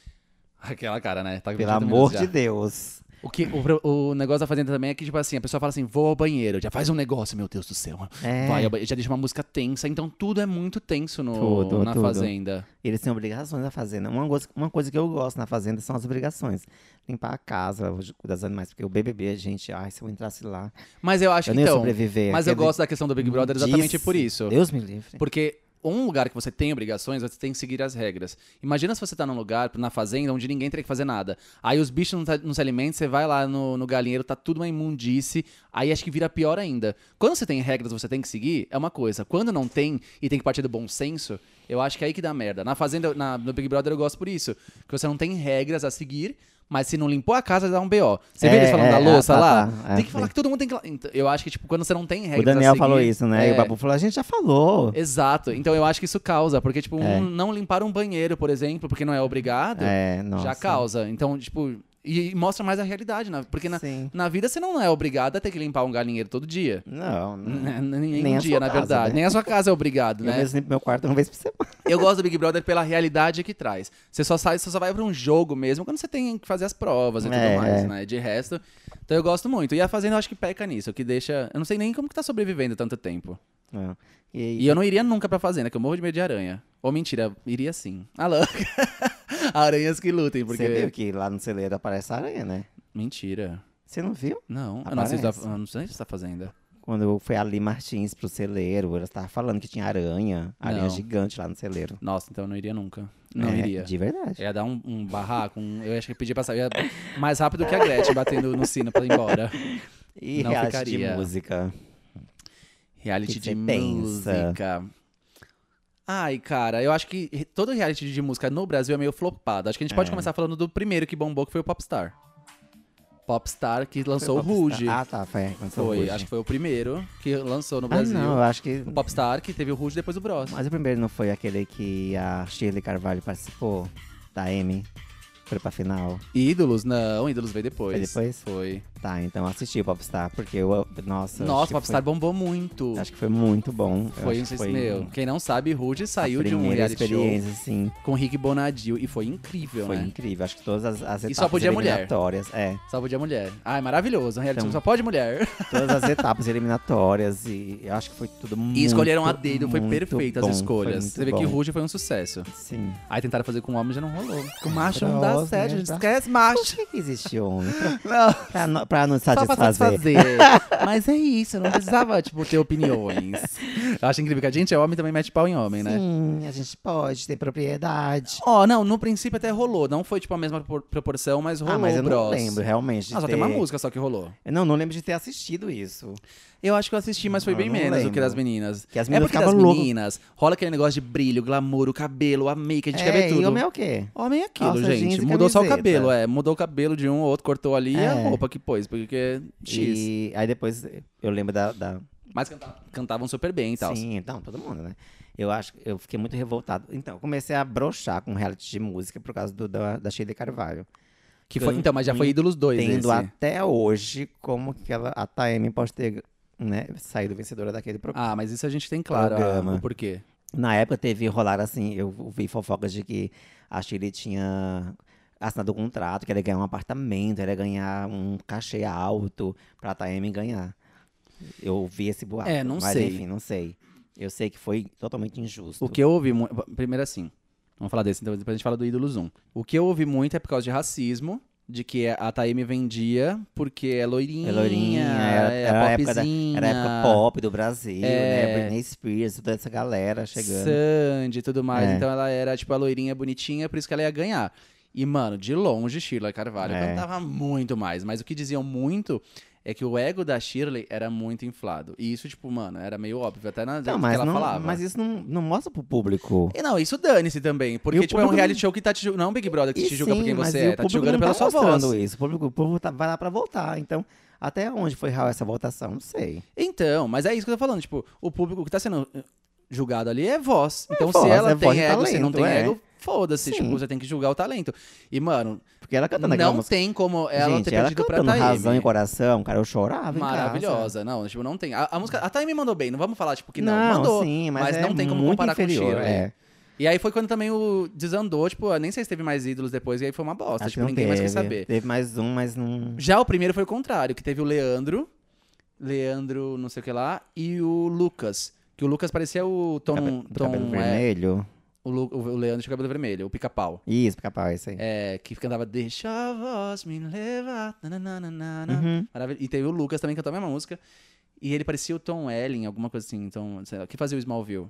Speaker 2: <laughs> Aquela cara, né? Tá com
Speaker 1: Pelo
Speaker 2: 30
Speaker 1: amor
Speaker 2: minutos já.
Speaker 1: de Deus.
Speaker 2: O, que, o, pro- o negócio da Fazenda também é que, tipo assim, a pessoa fala assim, vou ao banheiro, já faz um negócio, meu Deus do céu.
Speaker 1: É.
Speaker 2: Vai ao banheiro, já deixa uma música tensa, então tudo é muito tenso no,
Speaker 1: Tudo,
Speaker 2: na
Speaker 1: tudo.
Speaker 2: Fazenda.
Speaker 1: Eles têm obrigações na fazenda. Uma, coisa- uma coisa que eu gosto na fazenda são as obrigações. Limpar a casa, cuidar dos animais. Porque o BBB, gente, ai, se eu entrasse lá,
Speaker 2: Mas eu acho
Speaker 1: eu
Speaker 2: que
Speaker 1: nem ia
Speaker 2: então.
Speaker 1: sobreviver.
Speaker 2: Mas eu
Speaker 1: Aquele-
Speaker 2: gosto da questão do Big Brother exatamente
Speaker 1: Disse-
Speaker 2: por isso.
Speaker 1: Deus me livre.
Speaker 2: Porque um lugar que você tem obrigações, você tem que seguir as regras. Imagina se você tá num lugar, na fazenda, onde ninguém tem que fazer nada. Aí os bichos não, tá- não se alimentam, você vai lá no, no galinheiro, tá tudo uma imundice. Aí acho que vira pior ainda. Quando você tem regras, você tem que seguir, é uma coisa. Quando não tem e tem que partir do bom senso, eu acho que é aí que dá merda. Na fazenda, na- no Big Brother, eu gosto por isso. Que você não tem regras a seguir. Mas se não limpou a casa, dá um BO. Você
Speaker 1: É,
Speaker 2: viu eles falando
Speaker 1: é,
Speaker 2: da
Speaker 1: é,
Speaker 2: louça
Speaker 1: tá,
Speaker 2: lá?
Speaker 1: tá. É,
Speaker 2: tem que
Speaker 1: sim.
Speaker 2: falar que todo mundo tem que. la- Então, Eu acho que, tipo, quando você não tem regras.
Speaker 1: O
Speaker 2: a
Speaker 1: Daniel falou
Speaker 2: seguir,
Speaker 1: isso, né? E
Speaker 2: é.
Speaker 1: o Babu falou: a gente já falou.
Speaker 2: Exato. Então eu acho que isso causa, porque, tipo,
Speaker 1: É.
Speaker 2: um- não limpar um banheiro, por exemplo, porque não é obrigado,
Speaker 1: É, nossa.
Speaker 2: já causa. Então, tipo, e mostra mais a realidade, né? Porque na,
Speaker 1: Sim.
Speaker 2: na vida você não é obrigado a ter que limpar um galinheiro todo dia.
Speaker 1: Não,
Speaker 2: <laughs>
Speaker 1: não.
Speaker 2: N- Nenhum
Speaker 1: Hum. Nem a
Speaker 2: dia,
Speaker 1: sua
Speaker 2: na
Speaker 1: casa,
Speaker 2: verdade.
Speaker 1: né?
Speaker 2: Nem a sua casa é obrigado,
Speaker 1: <laughs> Eu
Speaker 2: né?
Speaker 1: mesmo limpo meu quarto uma vez por semana.
Speaker 2: Eu gosto do Big Brother pela realidade que traz. Você só sai, você só vai pra um jogo mesmo quando você tem que fazer as provas e
Speaker 1: É,
Speaker 2: tudo mais,
Speaker 1: é.
Speaker 2: né? De resto. Então eu gosto muito. E a Fazenda eu acho que peca nisso, que deixa. Eu não sei nem como que tá sobrevivendo tanto tempo.
Speaker 1: Não.
Speaker 2: E eu não iria nunca pra fazenda, que eu morro de medo de aranha. Ou mentira, iria sim. A louca. <laughs> Aranhas que lutem, porque.
Speaker 1: Você viu que lá no celeiro aparece a aranha, né?
Speaker 2: Mentira.
Speaker 1: Você não viu?
Speaker 2: Não, eu não assisto,
Speaker 1: Aparece.
Speaker 2: a... eu não assisto a fazenda.
Speaker 1: Quando foi ali Martins pro celeiro, ela tava falando que tinha aranha, aranha
Speaker 2: Não.
Speaker 1: gigante lá no celeiro.
Speaker 2: Nossa, então eu não iria nunca. Não
Speaker 1: É,
Speaker 2: iria.
Speaker 1: De verdade.
Speaker 2: Eu ia dar um, um barraco, um- eu acho que eu pedia pra sair. eu ia Mais rápido que a Gretchen batendo no sino pra ir embora.
Speaker 1: E
Speaker 2: Não
Speaker 1: reality
Speaker 2: ficaria.
Speaker 1: de música.
Speaker 2: Reality
Speaker 1: Que
Speaker 2: de
Speaker 1: que você pensa?
Speaker 2: música. Ai, cara, eu acho que re- todo reality
Speaker 1: É.
Speaker 2: de música no Brasil é meio flopado. Acho que a gente pode começar falando do primeiro que bombou, que foi o Popstar. Popstar, que lançou
Speaker 1: Foi
Speaker 2: o Ruge.
Speaker 1: Ah, tá, foi. lançou o
Speaker 2: Foi,
Speaker 1: Ruge.
Speaker 2: acho que foi o primeiro que lançou no
Speaker 1: Ah,
Speaker 2: Brasil.
Speaker 1: não, eu acho que...
Speaker 2: O Popstar, que teve o Ruge depois o Bros.
Speaker 1: Mas o primeiro não foi aquele que a Shirley Carvalho participou? Da M? Foi pra final?
Speaker 2: Ídolos? Não, Ídolos veio depois.
Speaker 1: Foi depois?
Speaker 2: Foi.
Speaker 1: Tá, então eu assisti o Popstar, porque eu... Nossa, eu acho
Speaker 2: Nossa,
Speaker 1: que
Speaker 2: o Popstar bombou muito.
Speaker 1: Foi, acho que foi muito bom. Eu
Speaker 2: Foi,
Speaker 1: acho
Speaker 2: não
Speaker 1: que um-
Speaker 2: sei se, meu, quem não sabe, Ruge
Speaker 1: a
Speaker 2: saiu de um
Speaker 1: primeira
Speaker 2: reality show
Speaker 1: experiência, assim. sim.
Speaker 2: com Rick Bonadio e foi incrível,
Speaker 1: Foi
Speaker 2: né?
Speaker 1: incrível. Acho que todas as, as etapas
Speaker 2: E só podia mulher.
Speaker 1: eliminatórias. É.
Speaker 2: Só podia mulher. Ai, maravilhoso. Um reality
Speaker 1: Então-
Speaker 2: show só pode mulher.
Speaker 1: Todas as
Speaker 2: <laughs>
Speaker 1: etapas eliminatórias. E eu acho que foi tudo muito.
Speaker 2: E escolheram a dedo, foi
Speaker 1: muito
Speaker 2: perfeito
Speaker 1: bom,
Speaker 2: as
Speaker 1: foi
Speaker 2: escolhas.
Speaker 1: muito
Speaker 2: Você vê que
Speaker 1: bom.
Speaker 2: Ruge foi um sucesso.
Speaker 1: Sim.
Speaker 2: Aí tentaram fazer com homem já não rolou. Com macho não dá
Speaker 1: Grossa,
Speaker 2: certo,
Speaker 1: né?
Speaker 2: gente esquece
Speaker 1: Por <laughs>
Speaker 2: macho.
Speaker 1: que, que
Speaker 2: <laughs>
Speaker 1: existe homem?
Speaker 2: Não,
Speaker 1: Pra, no- pra nos
Speaker 2: só pra
Speaker 1: satisfazer.
Speaker 2: satisfazer.
Speaker 1: <laughs>
Speaker 2: Mas é isso, eu não precisava, tipo, ter opiniões. Eu acho incrível que a gente é homem também mete pau em homem, né?
Speaker 1: Sim, a gente pode ter propriedade.
Speaker 2: Ó, não, no princípio até rolou. Não foi, tipo, a mesma por- proporção, mas rolou
Speaker 1: ah, mas eu
Speaker 2: Bros.
Speaker 1: não lembro, realmente. de
Speaker 2: Ah, só
Speaker 1: ter...
Speaker 2: tem uma música só que rolou.
Speaker 1: Eu Não, não lembro de ter assistido isso.
Speaker 2: Eu acho que eu assisti, mas foi
Speaker 1: Eu
Speaker 2: bem
Speaker 1: Ah, não
Speaker 2: menos do que
Speaker 1: lembro.
Speaker 2: das meninas.
Speaker 1: Que as
Speaker 2: é
Speaker 1: meninas
Speaker 2: porque das
Speaker 1: ficavam loucas.
Speaker 2: meninas rola aquele negócio de brilho, glamour, o cabelo, a make, a gente
Speaker 1: é,
Speaker 2: quer ver tudo.
Speaker 1: E homem é o quê?
Speaker 2: Homem é aquilo,
Speaker 1: Calça jeans
Speaker 2: gente.
Speaker 1: e
Speaker 2: Mudou só o
Speaker 1: camiseta.
Speaker 2: cabelo, é. Mudou o cabelo de um ou outro, cortou ali e a
Speaker 1: É.
Speaker 2: roupa que pôs, porque X.
Speaker 1: E aí depois eu lembro da- da,
Speaker 2: Mas canta- cantavam super bem e tal.
Speaker 1: Sim, então, todo mundo, né? Eu acho que eu fiquei muito revoltado. Então, eu comecei a brochar com reality de música por causa do, da, da Sheila Carvalho.
Speaker 2: Que
Speaker 1: Eu
Speaker 2: foi,
Speaker 1: não-
Speaker 2: então, mas já
Speaker 1: não
Speaker 2: foi Ídolos 2,
Speaker 1: Tendo
Speaker 2: esse.
Speaker 1: até hoje como que ela, a Taeme pode ter né, saído vencedora daquele programa.
Speaker 2: Ah, mas isso a gente tem claro
Speaker 1: Programa.
Speaker 2: ah, o porquê.
Speaker 1: Na época teve rolar assim, eu vi fofocas de que a Sheila tinha assinado um contrato, que ela ia ganhar um apartamento, ela ia ganhar um cachê alto pra Taeme ganhar. Eu vi esse boato.
Speaker 2: É, não
Speaker 1: mas,
Speaker 2: sei.
Speaker 1: enfim, não sei. Eu sei que foi totalmente injusto.
Speaker 2: O que eu ouvi muito... Primeiro assim, vamos falar desse, então depois a gente fala do Ídolos 1. O que eu ouvi muito é por causa de racismo, de que a Taime vendia porque é loirinha,
Speaker 1: É loirinha, era,
Speaker 2: é
Speaker 1: era a época da,
Speaker 2: popzinha,
Speaker 1: era a época pop do Brasil,
Speaker 2: É.
Speaker 1: né? Britney Spears, toda essa galera chegando.
Speaker 2: Sandy e tudo mais.
Speaker 1: É.
Speaker 2: Então ela era, tipo, a loirinha bonitinha, por isso que ela ia ganhar. E, mano, de longe, Shirley Carvalho
Speaker 1: É.
Speaker 2: cantava muito mais. Mas o que diziam muito é que o ego da Shirley era muito inflado. E isso, tipo, mano, era meio óbvio. Até na
Speaker 1: Não,
Speaker 2: que
Speaker 1: mas,
Speaker 2: ela
Speaker 1: não-
Speaker 2: falava.
Speaker 1: mas isso não, não mostra pro público.
Speaker 2: E não, isso dane-se também. Porque,
Speaker 1: E o
Speaker 2: tipo, é um
Speaker 1: público
Speaker 2: reality show que tá te julgando. Não, Big Brother, que
Speaker 1: E
Speaker 2: te julga por
Speaker 1: sim,
Speaker 2: quem
Speaker 1: mas
Speaker 2: você
Speaker 1: e o
Speaker 2: é. Tá te
Speaker 1: público
Speaker 2: julgando
Speaker 1: não
Speaker 2: pela
Speaker 1: tá
Speaker 2: sua voz.
Speaker 1: mostrando isso. O público, o público tá- vai lá pra voltar. Então, até onde foi real essa votação? Não sei.
Speaker 2: Então, mas é isso que eu tô falando. Tipo, o público que tá sendo eh, julgado ali é voz. Então, se
Speaker 1: voz,
Speaker 2: ela
Speaker 1: é
Speaker 2: tem
Speaker 1: voz e
Speaker 2: ego, se não
Speaker 1: talento,
Speaker 2: tem
Speaker 1: é.
Speaker 2: ego, foda-se. Tipo,
Speaker 1: Sim.
Speaker 2: você tem que julgar o talento. E, mano,
Speaker 1: Porque ela cantando aquela
Speaker 2: não
Speaker 1: música.
Speaker 2: tem como ela
Speaker 1: Gente,
Speaker 2: ter
Speaker 1: ela
Speaker 2: perdido pra
Speaker 1: cantando
Speaker 2: Taime.
Speaker 1: Razão e Coração, cara, eu chorava em casa.
Speaker 2: Maravilhosa. Não, tipo, não tem. A, a música. A Taime mandou bem, não vamos falar, tipo, que não.
Speaker 1: não,
Speaker 2: mandou.
Speaker 1: sim, mas,
Speaker 2: mas
Speaker 1: é
Speaker 2: não tem como
Speaker 1: muito
Speaker 2: comparar com o
Speaker 1: inferior,
Speaker 2: Shirley.
Speaker 1: é.
Speaker 2: E aí foi quando também o desandou, tipo, eu nem sei se teve mais ídolos depois, e aí foi uma
Speaker 1: Acho
Speaker 2: bosta.
Speaker 1: que
Speaker 2: tipo,
Speaker 1: não
Speaker 2: ninguém mais quis
Speaker 1: teve.
Speaker 2: saber.
Speaker 1: Teve mais um, mas não...
Speaker 2: Já o primeiro foi o contrário, que teve o Leandro, Leandro não sei o que lá, e o Lucas. Que o Lucas parecia o Tom.
Speaker 1: Cabe- do
Speaker 2: Tom,
Speaker 1: cabelo
Speaker 2: é,
Speaker 1: vermelho.
Speaker 2: o, Lu- o Leandro tinha o cabelo vermelho, o pica-pau.
Speaker 1: Isso, capaz, isso aí.
Speaker 2: É, que cantava Deixa a voz me levar. nananana".
Speaker 1: Uhum.
Speaker 2: Maravilha. E teve o Lucas também que cantou a mesma música. E ele parecia o Tom Ellen, alguma coisa assim, Tom, sei lá, que fazia o Smallville.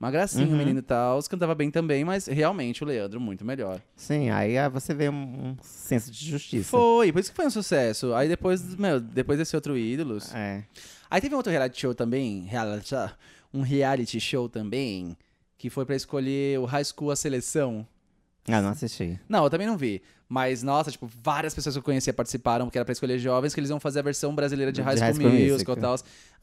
Speaker 2: Uma gracinha, o
Speaker 1: Uhum.
Speaker 2: menino e tal, cantava bem também, mas realmente o Leandro muito melhor.
Speaker 1: Sim, aí ah, você vê um um senso de justiça.
Speaker 2: Foi, por isso que foi um sucesso. Aí depois, meu, depois desse outro Ídolos.
Speaker 1: É.
Speaker 2: Aí teve um outro reality show também, reality- um reality show também, que foi pra escolher o High School a seleção.
Speaker 1: Ah, não assisti.
Speaker 2: Não, eu também não vi. Mas, nossa, tipo, várias pessoas que eu conhecia participaram, porque era pra escolher jovens, que eles iam fazer a versão brasileira de
Speaker 1: De
Speaker 2: High
Speaker 1: High
Speaker 2: School
Speaker 1: School é.
Speaker 2: Musical e tal.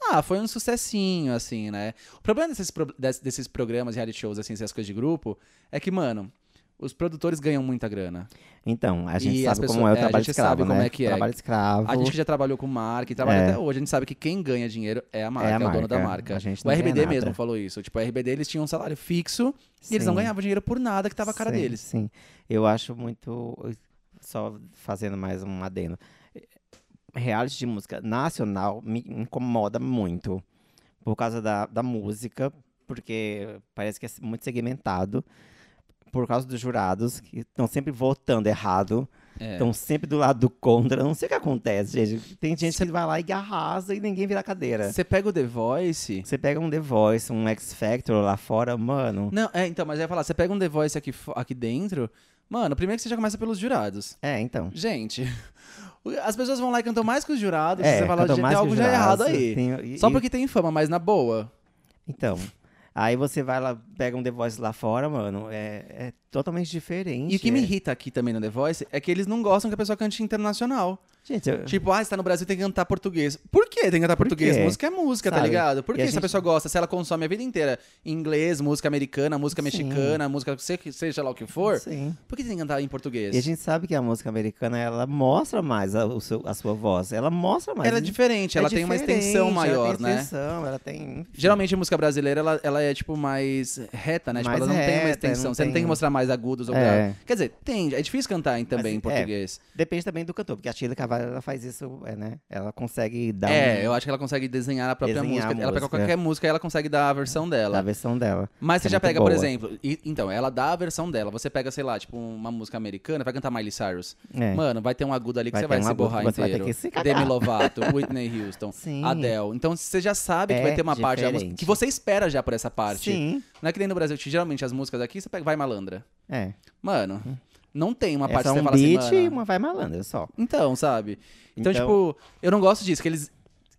Speaker 2: Ah, foi um sucessinho, assim, né? O problema desses, pro- des- desses programas, reality shows, assim, essas coisas de grupo, é que, mano, os produtores ganham muita grana.
Speaker 1: Então, a gente
Speaker 2: E as
Speaker 1: sabe como
Speaker 2: pessoas-
Speaker 1: é o
Speaker 2: é, a
Speaker 1: trabalho
Speaker 2: gente
Speaker 1: escravo,
Speaker 2: sabe
Speaker 1: né?
Speaker 2: como é que é.
Speaker 1: Trabalho escravo.
Speaker 2: A gente que já trabalhou com marca e trabalha
Speaker 1: É.
Speaker 2: até hoje, a gente sabe que quem ganha dinheiro é a marca, é,
Speaker 1: É a
Speaker 2: o dono da
Speaker 1: marca.
Speaker 2: marca.
Speaker 1: A gente
Speaker 2: o
Speaker 1: não ganha
Speaker 2: RBD
Speaker 1: nada.
Speaker 2: mesmo falou isso. Tipo, o RBD eles tinham um salário fixo e eles não
Speaker 1: Sim.
Speaker 2: ganhavam dinheiro por nada que tava a cara
Speaker 1: Sim,
Speaker 2: deles.
Speaker 1: Sim. Eu acho muito. Só fazendo mais um adendo. Reality de música nacional me incomoda muito. Por causa da, da música, porque parece que é muito segmentado. Por causa dos jurados, que estão sempre votando errado.
Speaker 2: É.
Speaker 1: Estão sempre do lado do contra. Eu não sei o que acontece, gente. Tem gente que vai lá e arrasa e ninguém vira cadeira.
Speaker 2: Você pega o The Voice.
Speaker 1: Você pega um The Voice, um X Factor lá fora, mano.
Speaker 2: Não, é, então, mas eu ia falar, você pega um The Voice aqui, fo- aqui dentro. Mano, primeiro que você já começa pelos jurados.
Speaker 1: É, então.
Speaker 2: Gente, <laughs> as pessoas vão lá e cantam mais que os jurados.
Speaker 1: é,
Speaker 2: você fala,
Speaker 1: cantam
Speaker 2: gente,
Speaker 1: mais
Speaker 2: tem
Speaker 1: que
Speaker 2: algo
Speaker 1: os
Speaker 2: já errado
Speaker 1: jurados,
Speaker 2: aí.
Speaker 1: tem- e-
Speaker 2: Só
Speaker 1: e-
Speaker 2: porque tem fama, mas na boa.
Speaker 1: Então. Aí você vai lá, pega um The Voice lá fora, mano. É, é totalmente diferente.
Speaker 2: E o que
Speaker 1: é.
Speaker 2: me irrita aqui também no The Voice é que eles não gostam que a pessoa cante internacional.
Speaker 1: Gente, eu...
Speaker 2: Tipo, ah, você tá no Brasil, tem que cantar português. Por que tem que cantar português?
Speaker 1: É. quê?
Speaker 2: Música é música, tá
Speaker 1: Sabe?
Speaker 2: ligado? Por
Speaker 1: E
Speaker 2: que
Speaker 1: a
Speaker 2: se a
Speaker 1: gente-
Speaker 2: pessoa gosta? Se ela consome a vida inteira inglês, música americana, música mexicana, música se- seja lá o que for,
Speaker 1: Sim.
Speaker 2: por que tem que cantar em português?
Speaker 1: E a gente sabe que a música americana, ela mostra mais a, o seu- a sua voz. Ela mostra mais.
Speaker 2: Ela é diferente, ela
Speaker 1: É
Speaker 2: tem uma
Speaker 1: diferente,
Speaker 2: extensão maior,
Speaker 1: ela tem
Speaker 2: né?
Speaker 1: Extensão, ela tem.
Speaker 2: Geralmente a música brasileira, ela, ela é, tipo, mais reta, né? tipo,
Speaker 1: Mais
Speaker 2: ela não tem uma
Speaker 1: reta,
Speaker 2: extensão.
Speaker 1: não
Speaker 2: Você não tem
Speaker 1: tem-
Speaker 2: que mostrar mais agudos ou
Speaker 1: É.
Speaker 2: graves. Quer dizer, tem. É difícil cantar em- também
Speaker 1: Mas,
Speaker 2: em
Speaker 1: é.
Speaker 2: português.
Speaker 1: Depende também do cantor, porque a Sheila Carvalho ela faz isso, é, né? Ela consegue dar
Speaker 2: É,
Speaker 1: um-
Speaker 2: eu acho que ela consegue desenhar a própria
Speaker 1: Desenhar a
Speaker 2: música. Ela pega
Speaker 1: música.
Speaker 2: qualquer música e ela consegue dar a versão dela.
Speaker 1: a versão dela.
Speaker 2: Mas você
Speaker 1: é
Speaker 2: já
Speaker 1: muito
Speaker 2: pega, por
Speaker 1: boa.
Speaker 2: exemplo, e- então, ela dá a versão dela. Você pega, sei lá, tipo, uma música americana, vai cantar Miley Cyrus.
Speaker 1: É.
Speaker 2: Mano, vai ter um agudo ali que
Speaker 1: Vai
Speaker 2: você
Speaker 1: ter
Speaker 2: vai
Speaker 1: um
Speaker 2: se
Speaker 1: agudo
Speaker 2: borrar
Speaker 1: que você vai ter
Speaker 2: inteiro.
Speaker 1: que se cagar.
Speaker 2: Demi
Speaker 1: <laughs>
Speaker 2: Lovato, Whitney Houston,
Speaker 1: Sim.
Speaker 2: Adele. Então você já sabe que
Speaker 1: É
Speaker 2: vai ter uma parte da música
Speaker 1: diferente.
Speaker 2: que você espera já por essa parte.
Speaker 1: Sim.
Speaker 2: Não é que nem no Brasil, que geralmente as músicas aqui você pega Vai Malandra.
Speaker 1: É.
Speaker 2: Mano, não tem uma
Speaker 1: É
Speaker 2: parte
Speaker 1: só
Speaker 2: que você
Speaker 1: um
Speaker 2: fala assim,
Speaker 1: beat e
Speaker 2: mano.
Speaker 1: uma vai malandra só.
Speaker 2: Então, sabe? Então,
Speaker 1: Então-
Speaker 2: tipo, eu não gosto disso, que eles.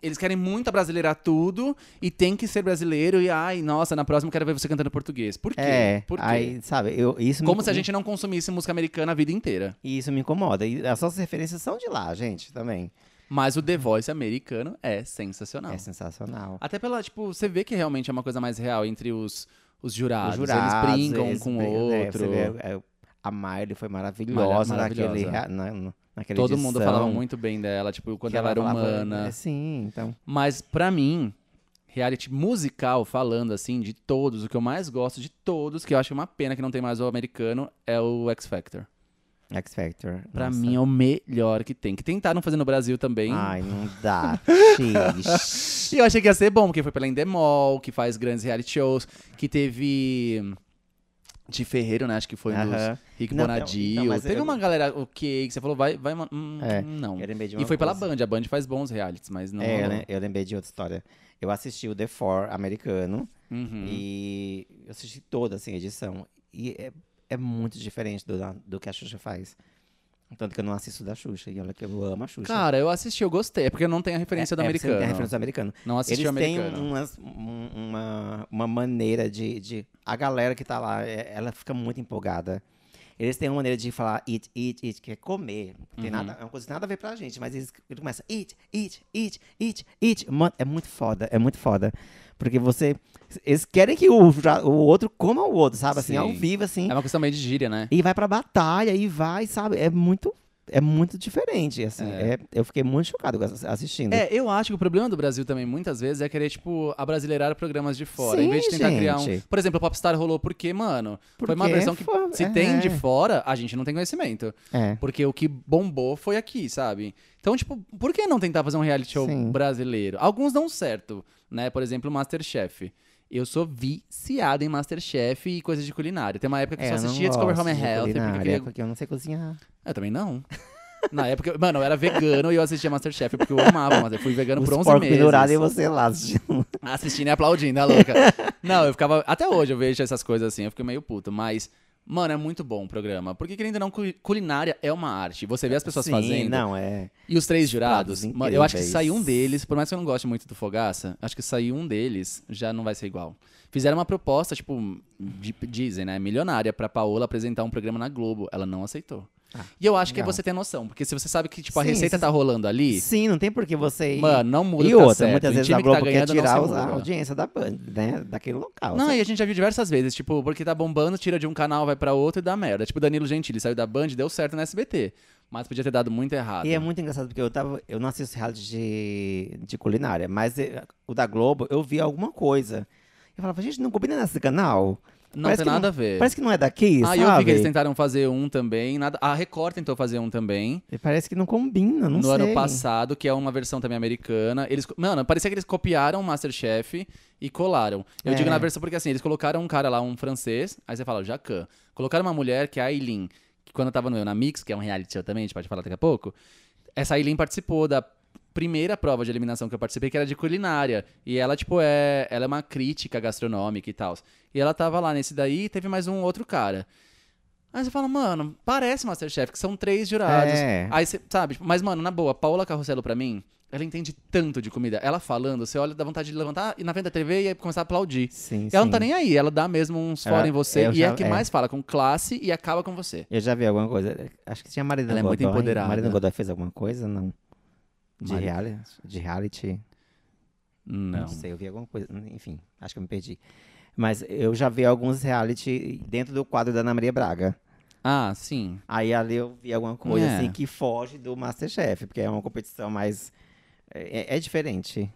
Speaker 2: Eles querem muito abrasileirar tudo e tem que ser brasileiro. E ai, nossa, na próxima eu quero ver você cantando português. Por quê?
Speaker 1: É.
Speaker 2: Por quê?
Speaker 1: Aí, sabe, eu, isso me
Speaker 2: Como se a
Speaker 1: incom-
Speaker 2: gente não consumisse música americana a vida inteira.
Speaker 1: E isso me incomoda. E as suas referências são de lá, gente, também.
Speaker 2: Mas o The Voice americano é sensacional.
Speaker 1: É sensacional.
Speaker 2: Até pela, tipo, você vê que realmente é uma coisa mais real entre os, os jurados.
Speaker 1: Os jurados,
Speaker 2: Ah, Eles brincam
Speaker 1: eles
Speaker 2: com o
Speaker 1: brincam, né?
Speaker 2: outro. é
Speaker 1: Você vê, é, a Miley foi maravilhosa,
Speaker 2: Maravilhosa.
Speaker 1: naquele, rea- na, na- naquela
Speaker 2: Todo mundo
Speaker 1: edição,
Speaker 2: falava muito bem dela, tipo, quando
Speaker 1: que
Speaker 2: ela, era
Speaker 1: falava-
Speaker 2: humana.
Speaker 1: É, sim, então.
Speaker 2: Mas pra mim, reality musical, falando assim, de todos, o que eu mais gosto de todos, que eu acho uma pena que não tem mais o americano, é o X Factor.
Speaker 1: X Factor.
Speaker 2: Pra
Speaker 1: nossa.
Speaker 2: mim é o melhor que tem. Que tentaram fazer no Brasil também.
Speaker 1: Ai, não
Speaker 2: <laughs>
Speaker 1: dá. Xixi.
Speaker 2: E eu achei que ia ser bom, porque foi pela Endemol, que faz grandes reality shows, que teve. hum, De Ferreiro, né? Acho que foi um dos.
Speaker 1: Aham.
Speaker 2: Rick
Speaker 1: Não, então-
Speaker 2: Bonadio.
Speaker 1: então, mas
Speaker 2: teve
Speaker 1: eu-
Speaker 2: uma galera ok, que você falou, vai, vai, ma- hum,
Speaker 1: É,
Speaker 2: não.
Speaker 1: Eu lembrei de
Speaker 2: E
Speaker 1: uma
Speaker 2: foi pela
Speaker 1: coisa.
Speaker 2: Band, a Band faz bons realities, mas não.
Speaker 1: É,
Speaker 2: rolou.
Speaker 1: né? eu lembrei de outra história. Eu assisti o The Four americano
Speaker 2: Uhum.
Speaker 1: e eu assisti toda assim, a edição. E é, é muito diferente do, da- do que a Xuxa faz. Tanto que eu não assisto da Xuxa. E olha que eu amo a Xuxa.
Speaker 2: Cara, eu assisti, eu gostei. É porque eu não tenho a referência do
Speaker 1: é,
Speaker 2: americano.
Speaker 1: É, tem a referência do americano.
Speaker 2: Não assisti
Speaker 1: Eles
Speaker 2: o
Speaker 1: têm
Speaker 2: americano.
Speaker 1: umas- um- uma, uma maneira de, de- A galera que tá lá, é- ela fica muito empolgada. Eles têm uma maneira de falar eat, eat, eat, que é comer. Não
Speaker 2: Uhum.
Speaker 1: Tem nada, é uma coisa que tem nada a ver pra gente, mas eles, eles começam eat, eat, eat, eat, eat. Mano, é muito foda, é muito foda. Porque você. Eles querem que o, já- o outro coma o outro, sabe? Assim,
Speaker 2: Sim.
Speaker 1: ao vivo, assim.
Speaker 2: É uma questão meio de gíria, né?
Speaker 1: E vai pra batalha e vai, sabe? É muito. É muito diferente, assim. É- eu fiquei muito chocado com essa- assistindo.
Speaker 2: É, eu acho que o problema do Brasil também, muitas vezes, é querer, tipo, abrasileirar programas de fora. em
Speaker 1: Sim,
Speaker 2: vez de tentar criar um.
Speaker 1: gente.
Speaker 2: Por exemplo, o Popstar rolou porque, mano, foi uma
Speaker 1: Porque
Speaker 2: versão que
Speaker 1: foi-
Speaker 2: se
Speaker 1: é.
Speaker 2: tem de fora, a gente não tem conhecimento.
Speaker 1: É.
Speaker 2: Porque o que bombou foi aqui, sabe? Então, tipo, por que não tentar fazer um reality show
Speaker 1: Sim.
Speaker 2: brasileiro? Alguns dão certo, né? Por exemplo, Masterchef. Eu sou viciado em Masterchef e coisas de culinária. Tem uma época que eu
Speaker 1: É,
Speaker 2: só
Speaker 1: eu não
Speaker 2: assistia Discover
Speaker 1: gosto
Speaker 2: Home and
Speaker 1: de
Speaker 2: Health, porque eu
Speaker 1: culinária,
Speaker 2: queria
Speaker 1: porque eu não sei cozinhar.
Speaker 2: Eu também não. <laughs> Na época, eu- mano, eu era vegano e eu assistia Masterchef porque eu amava, mas eu fui vegano
Speaker 1: Os
Speaker 2: por 11
Speaker 1: porcos pendurados e
Speaker 2: meses.
Speaker 1: você lá assistindo.
Speaker 2: Assistindo e aplaudindo, a louca. Não, eu ficava. Até hoje eu vejo essas coisas assim, eu fico meio puto, mas. Mano, é muito bom o programa. Porque, querendo ou não, cu- culinária é uma arte. Você vê as pessoas
Speaker 1: Sim,
Speaker 2: fazendo.
Speaker 1: não, é.
Speaker 2: E os três
Speaker 1: pratos
Speaker 2: jurados. mano, eu acho que
Speaker 1: incríveis.
Speaker 2: saiu um deles, por mais que eu não goste muito do Fogaça, acho que saiu um deles, já não vai ser igual. Fizeram uma proposta, tipo, di- dizem, né? Milionária pra Paola apresentar um programa na Globo. Ela não aceitou. e eu acho que é
Speaker 1: legal.
Speaker 2: você ter noção, porque se você sabe que, tipo, a
Speaker 1: Ah, Sim,
Speaker 2: receita
Speaker 1: você-
Speaker 2: tá rolando ali,
Speaker 1: Sim, não tem por que você ir.
Speaker 2: mano, não muda o
Speaker 1: e
Speaker 2: que tá
Speaker 1: outra,
Speaker 2: certo.
Speaker 1: muitas
Speaker 2: O
Speaker 1: vezes
Speaker 2: time
Speaker 1: a
Speaker 2: que tá
Speaker 1: Globo quer
Speaker 2: ganhando não
Speaker 1: tirar
Speaker 2: se
Speaker 1: os- a
Speaker 2: muda.
Speaker 1: audiência da Band, né? Daquele local.
Speaker 2: Não,
Speaker 1: sabe?
Speaker 2: e a gente já viu diversas vezes, tipo, porque tá bombando, tira de um canal, vai pra outro e dá merda. Tipo, Danilo Gentili saiu da Band, deu certo na SBT. Mas podia ter dado muito errado.
Speaker 1: E é muito engraçado, porque eu tava. Eu não assisto reality de, de culinária, mas eh, o da Globo eu vi alguma coisa. Eu falava, gente, não combina nesse canal.
Speaker 2: não
Speaker 1: parece
Speaker 2: tem
Speaker 1: que
Speaker 2: nada a ver.
Speaker 1: Parece que não é daqui,
Speaker 2: Ah,
Speaker 1: sabe?
Speaker 2: eu vi que eles tentaram fazer um também. Nada... A Record tentou fazer um também.
Speaker 1: Parece que não combina, não
Speaker 2: no
Speaker 1: sei.
Speaker 2: ano passado, que é uma versão também americana. Eles, co- mano, parecia que eles copiaram o Masterchef e colaram. Eu
Speaker 1: É.
Speaker 2: digo na versão porque assim, eles colocaram um cara lá, um francês, aí você fala, o Jacan. Colocaram uma mulher, que é a Aileen, que quando eu tava no Eu na Mix, que é um reality show também, a gente pode falar daqui a pouco. Essa Aileen participou da primeira prova de eliminação que eu participei, que era de culinária. E ela, tipo, é. Ela é uma crítica gastronômica e tal. E ela tava lá nesse daí e teve mais um outro cara. Aí você fala, mano, parece Masterchef, que são três jurados.
Speaker 1: É.
Speaker 2: Aí você, sabe, tipo, mas, mano, na boa, Paula Carrosselo pra mim Ela entende tanto de comida. Ela falando, você olha, dá vontade de levantar e na frente da TV e começar a aplaudir.
Speaker 1: Sim,
Speaker 2: Ela
Speaker 1: sim.
Speaker 2: não tá nem aí, ela dá mesmo uns
Speaker 1: Ela-
Speaker 2: fora em você
Speaker 1: eu
Speaker 2: e
Speaker 1: já-
Speaker 2: é a que
Speaker 1: é.
Speaker 2: mais fala, com classe e acaba com você.
Speaker 1: Eu já vi alguma coisa. Acho que tinha Marina
Speaker 2: Ela é muito
Speaker 1: Godoy.
Speaker 2: empoderada.
Speaker 1: Marina Godoy fez alguma coisa? Não. De,
Speaker 2: Mari-
Speaker 1: reality, de reality?
Speaker 2: Não.
Speaker 1: sei, eu vi alguma coisa. Enfim, acho que eu me perdi. Mas eu já vi alguns reality dentro do quadro da Ana Maria Braga.
Speaker 2: Ah, sim.
Speaker 1: Aí ali eu vi alguma coisa
Speaker 2: É.
Speaker 1: assim que foge do Masterchef, porque é uma competição mais. É, é diferente.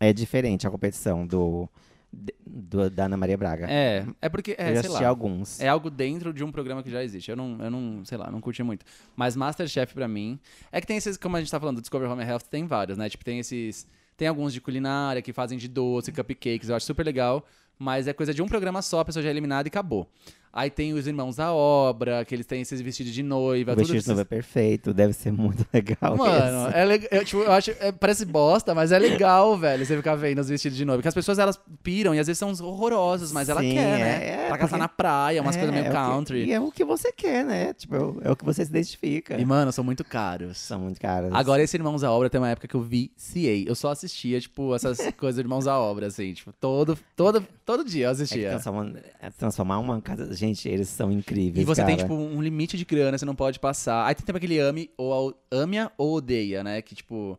Speaker 1: É diferente a competição do, do- da Ana Maria Braga.
Speaker 2: É, é porque, é,
Speaker 1: eu já
Speaker 2: sei
Speaker 1: assisti
Speaker 2: lá.
Speaker 1: alguns.
Speaker 2: É algo dentro de um programa que já existe. Eu não, eu não, sei lá, não curti muito. Mas Masterchef, pra mim, é que tem esses, como a gente tá falando, Discover Home and Health, tem vários, né? Tipo, tem esses. Tem alguns de culinária que fazem de doce, cupcakes, eu acho super legal. Mas é coisa de um programa só, a pessoa já é eliminada e acabou. Aí tem os irmãos da obra, que eles têm esses vestidos de noiva,
Speaker 1: o
Speaker 2: tudo
Speaker 1: vestido
Speaker 2: esses-
Speaker 1: novo é perfeito, deve ser muito <laughs> legal. esse.
Speaker 2: Mano, é legal. Eu, tipo, eu acho. é- parece bosta, mas é legal, velho, você ficar vendo os vestidos de noiva. Porque as pessoas elas piram e às vezes são horrorosas, mas ela
Speaker 1: Sim,
Speaker 2: quer,
Speaker 1: é,
Speaker 2: né?
Speaker 1: é,
Speaker 2: pra
Speaker 1: porque-
Speaker 2: caçar na praia, umas coisas meio
Speaker 1: o que-
Speaker 2: country.
Speaker 1: e é o que você quer, né? Tipo, é o- é o que você se identifica.
Speaker 2: E, mano, são muito caros.
Speaker 1: São muito caras.
Speaker 2: Agora, esse Irmãos à Obra tem uma época que eu viciei. Eu só assistia,
Speaker 1: <laughs>
Speaker 2: tipo, essas coisas de Irmãos à Obra, assim. Tipo, todo, todo, todo dia eu
Speaker 1: é que
Speaker 2: assistia.
Speaker 1: transformar, é transformar uma casa. Gente, eles são incríveis.
Speaker 2: e você tem,
Speaker 1: cara.
Speaker 2: tipo, um limite de grana, você não pode passar. Aí tem também aquele ame ou amia ou odeia, né? Que, tipo,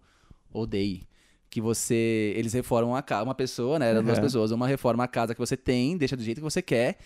Speaker 2: odeie. Que você. Eles reformam a casa. Uma pessoa, né? Eram duas
Speaker 1: Uhum.
Speaker 2: pessoas. Uma reforma a casa que você tem, deixa do jeito que você quer.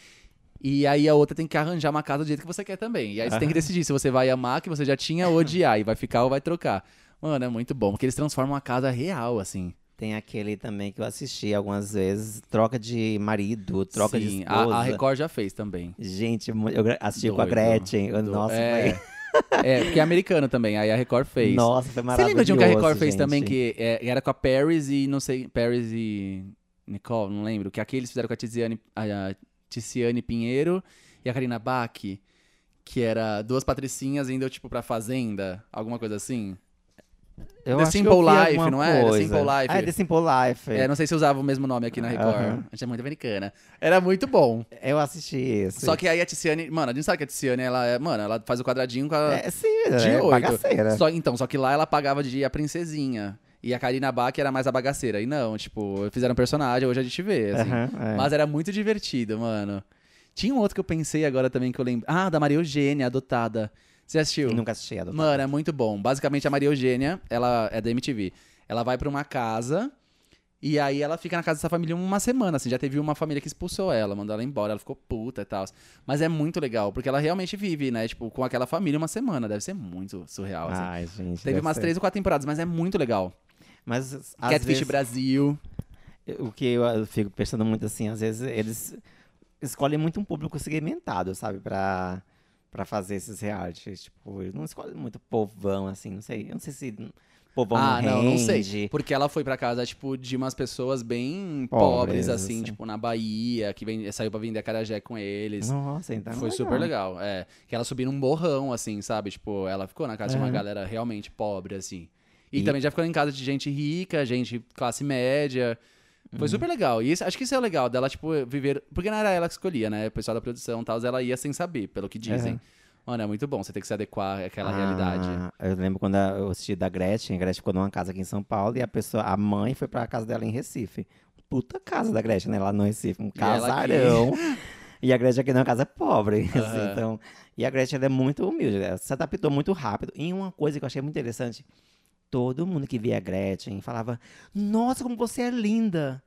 Speaker 2: E aí a outra tem que arranjar uma casa do jeito que você quer também. E aí você tem que decidir se você vai amar, que você já tinha, ou odiar. E vai ficar ou vai trocar. Mano, é muito bom. Porque eles transformam a casa real, assim.
Speaker 1: Tem aquele também que eu assisti algumas vezes. Troca de marido, troca de
Speaker 2: Sim,
Speaker 1: esposa.
Speaker 2: a, a Record já fez também.
Speaker 1: Gente, mu- eu gra- assisti com a
Speaker 2: Doido.
Speaker 1: Gretchen. eu-
Speaker 2: Do-
Speaker 1: Nossa,
Speaker 2: é,
Speaker 1: foi...
Speaker 2: é, porque é americano também. Aí a Record
Speaker 1: <laughs>
Speaker 2: fez.
Speaker 1: Nossa, foi
Speaker 2: Você
Speaker 1: maravilhoso.
Speaker 2: lembra de um que a Record fez
Speaker 1: gente.
Speaker 2: também que é, era com a Paris e não sei, Paris e Nicole, não lembro, que aqueles fizeram com a Tiziane, a, a Tiziane Pinheiro e a Karina Bach, que era duas patricinhas indo tipo pra fazenda, alguma coisa assim.
Speaker 1: Eu
Speaker 2: The
Speaker 1: acho que eu
Speaker 2: Simple
Speaker 1: vi
Speaker 2: Life,
Speaker 1: alguma
Speaker 2: não é? The
Speaker 1: coisa.
Speaker 2: Simple Life.
Speaker 1: Ah, é The Simple Life.
Speaker 2: É, não sei se usava o mesmo nome aqui na Record.
Speaker 1: Aham.
Speaker 2: A gente é muito americana. Era muito bom.
Speaker 1: Eu assisti esse.
Speaker 2: Só que aí a Tiziane, mano, a gente sabe que a Tiziane ela é, mano, ela faz o quadradinho com a
Speaker 1: É, sim,
Speaker 2: de
Speaker 1: é
Speaker 2: oito.
Speaker 1: bagaceira.
Speaker 2: Só, então, só que lá ela pagava de a princesinha. E a Karina Bach era mais a bagaceira. E não, tipo, fizeram personagem, hoje a gente vê, assim.
Speaker 1: Aham, é.
Speaker 2: Mas era muito divertido, mano. Tinha um outro que eu pensei agora também que eu lembro. Ah, da Maria Eugênia, adotada. Você assistiu?
Speaker 1: Nunca assisti a do
Speaker 2: Mano, é muito bom. Basicamente, a Maria Eugênia, ela é da MTV. Ela vai pra uma casa e aí ela fica na casa dessa família uma semana, assim. Já teve uma família que expulsou ela, mandou ela embora, ela ficou puta e tal. Mas é muito legal, porque ela realmente vive, né? Tipo, com aquela família uma semana. Deve ser muito surreal, assim.
Speaker 1: Ai, gente.
Speaker 2: Teve
Speaker 1: Ah, deve
Speaker 2: umas
Speaker 1: ser.
Speaker 2: três ou quatro temporadas, mas é muito legal.
Speaker 1: Mas às
Speaker 2: Catfish
Speaker 1: vezes,
Speaker 2: Brasil.
Speaker 1: o que eu eu fico pensando muito assim, às vezes eles escolhem muito um público segmentado, sabe, pra, pra fazer esses realities. Tipo, eles não escolhem muito povão, assim, não sei. Eu não sei se povão
Speaker 2: ah,
Speaker 1: não,
Speaker 2: não, não
Speaker 1: rende.
Speaker 2: sei. Porque ela foi pra casa, tipo, de umas pessoas bem pobres,
Speaker 1: Pobres,
Speaker 2: assim,
Speaker 1: assim.
Speaker 2: tipo, na Bahia, que vem- saiu pra vender carajé com eles.
Speaker 1: Nossa, então.
Speaker 2: Foi super tá legal, é. Que ela subiu num borrão, assim, sabe? Tipo, ela ficou na casa de uma galera realmente pobre, assim. E,
Speaker 1: E-
Speaker 2: também já ficou em casa de gente rica, gente classe média. Foi super legal. E isso- acho que isso é o legal dela, tipo, viver. Porque não era ela que escolhia, né? O pessoal da produção e tal, ela ia sem saber, pelo que dizem.
Speaker 1: Aham.
Speaker 2: Mano, é muito bom você ter que se adequar àquela
Speaker 1: Ah,
Speaker 2: realidade.
Speaker 1: Eu lembro quando a- eu assisti da Gretchen, a Gretchen ficou numa casa aqui em São Paulo e a pessoa, a mãe foi pra casa dela em Recife. Puta casa da Gretchen, né? Lá no Recife, um
Speaker 2: ela aqui. <laughs>
Speaker 1: casarão. E a Gretchen aqui numa casa pobre. assim,
Speaker 2: Aham.
Speaker 1: então, e a Gretchen ela é muito humilde, ela se adaptou muito rápido. E uma coisa que eu achei muito interessante: todo mundo que via a Gretchen falava, nossa, como você é linda!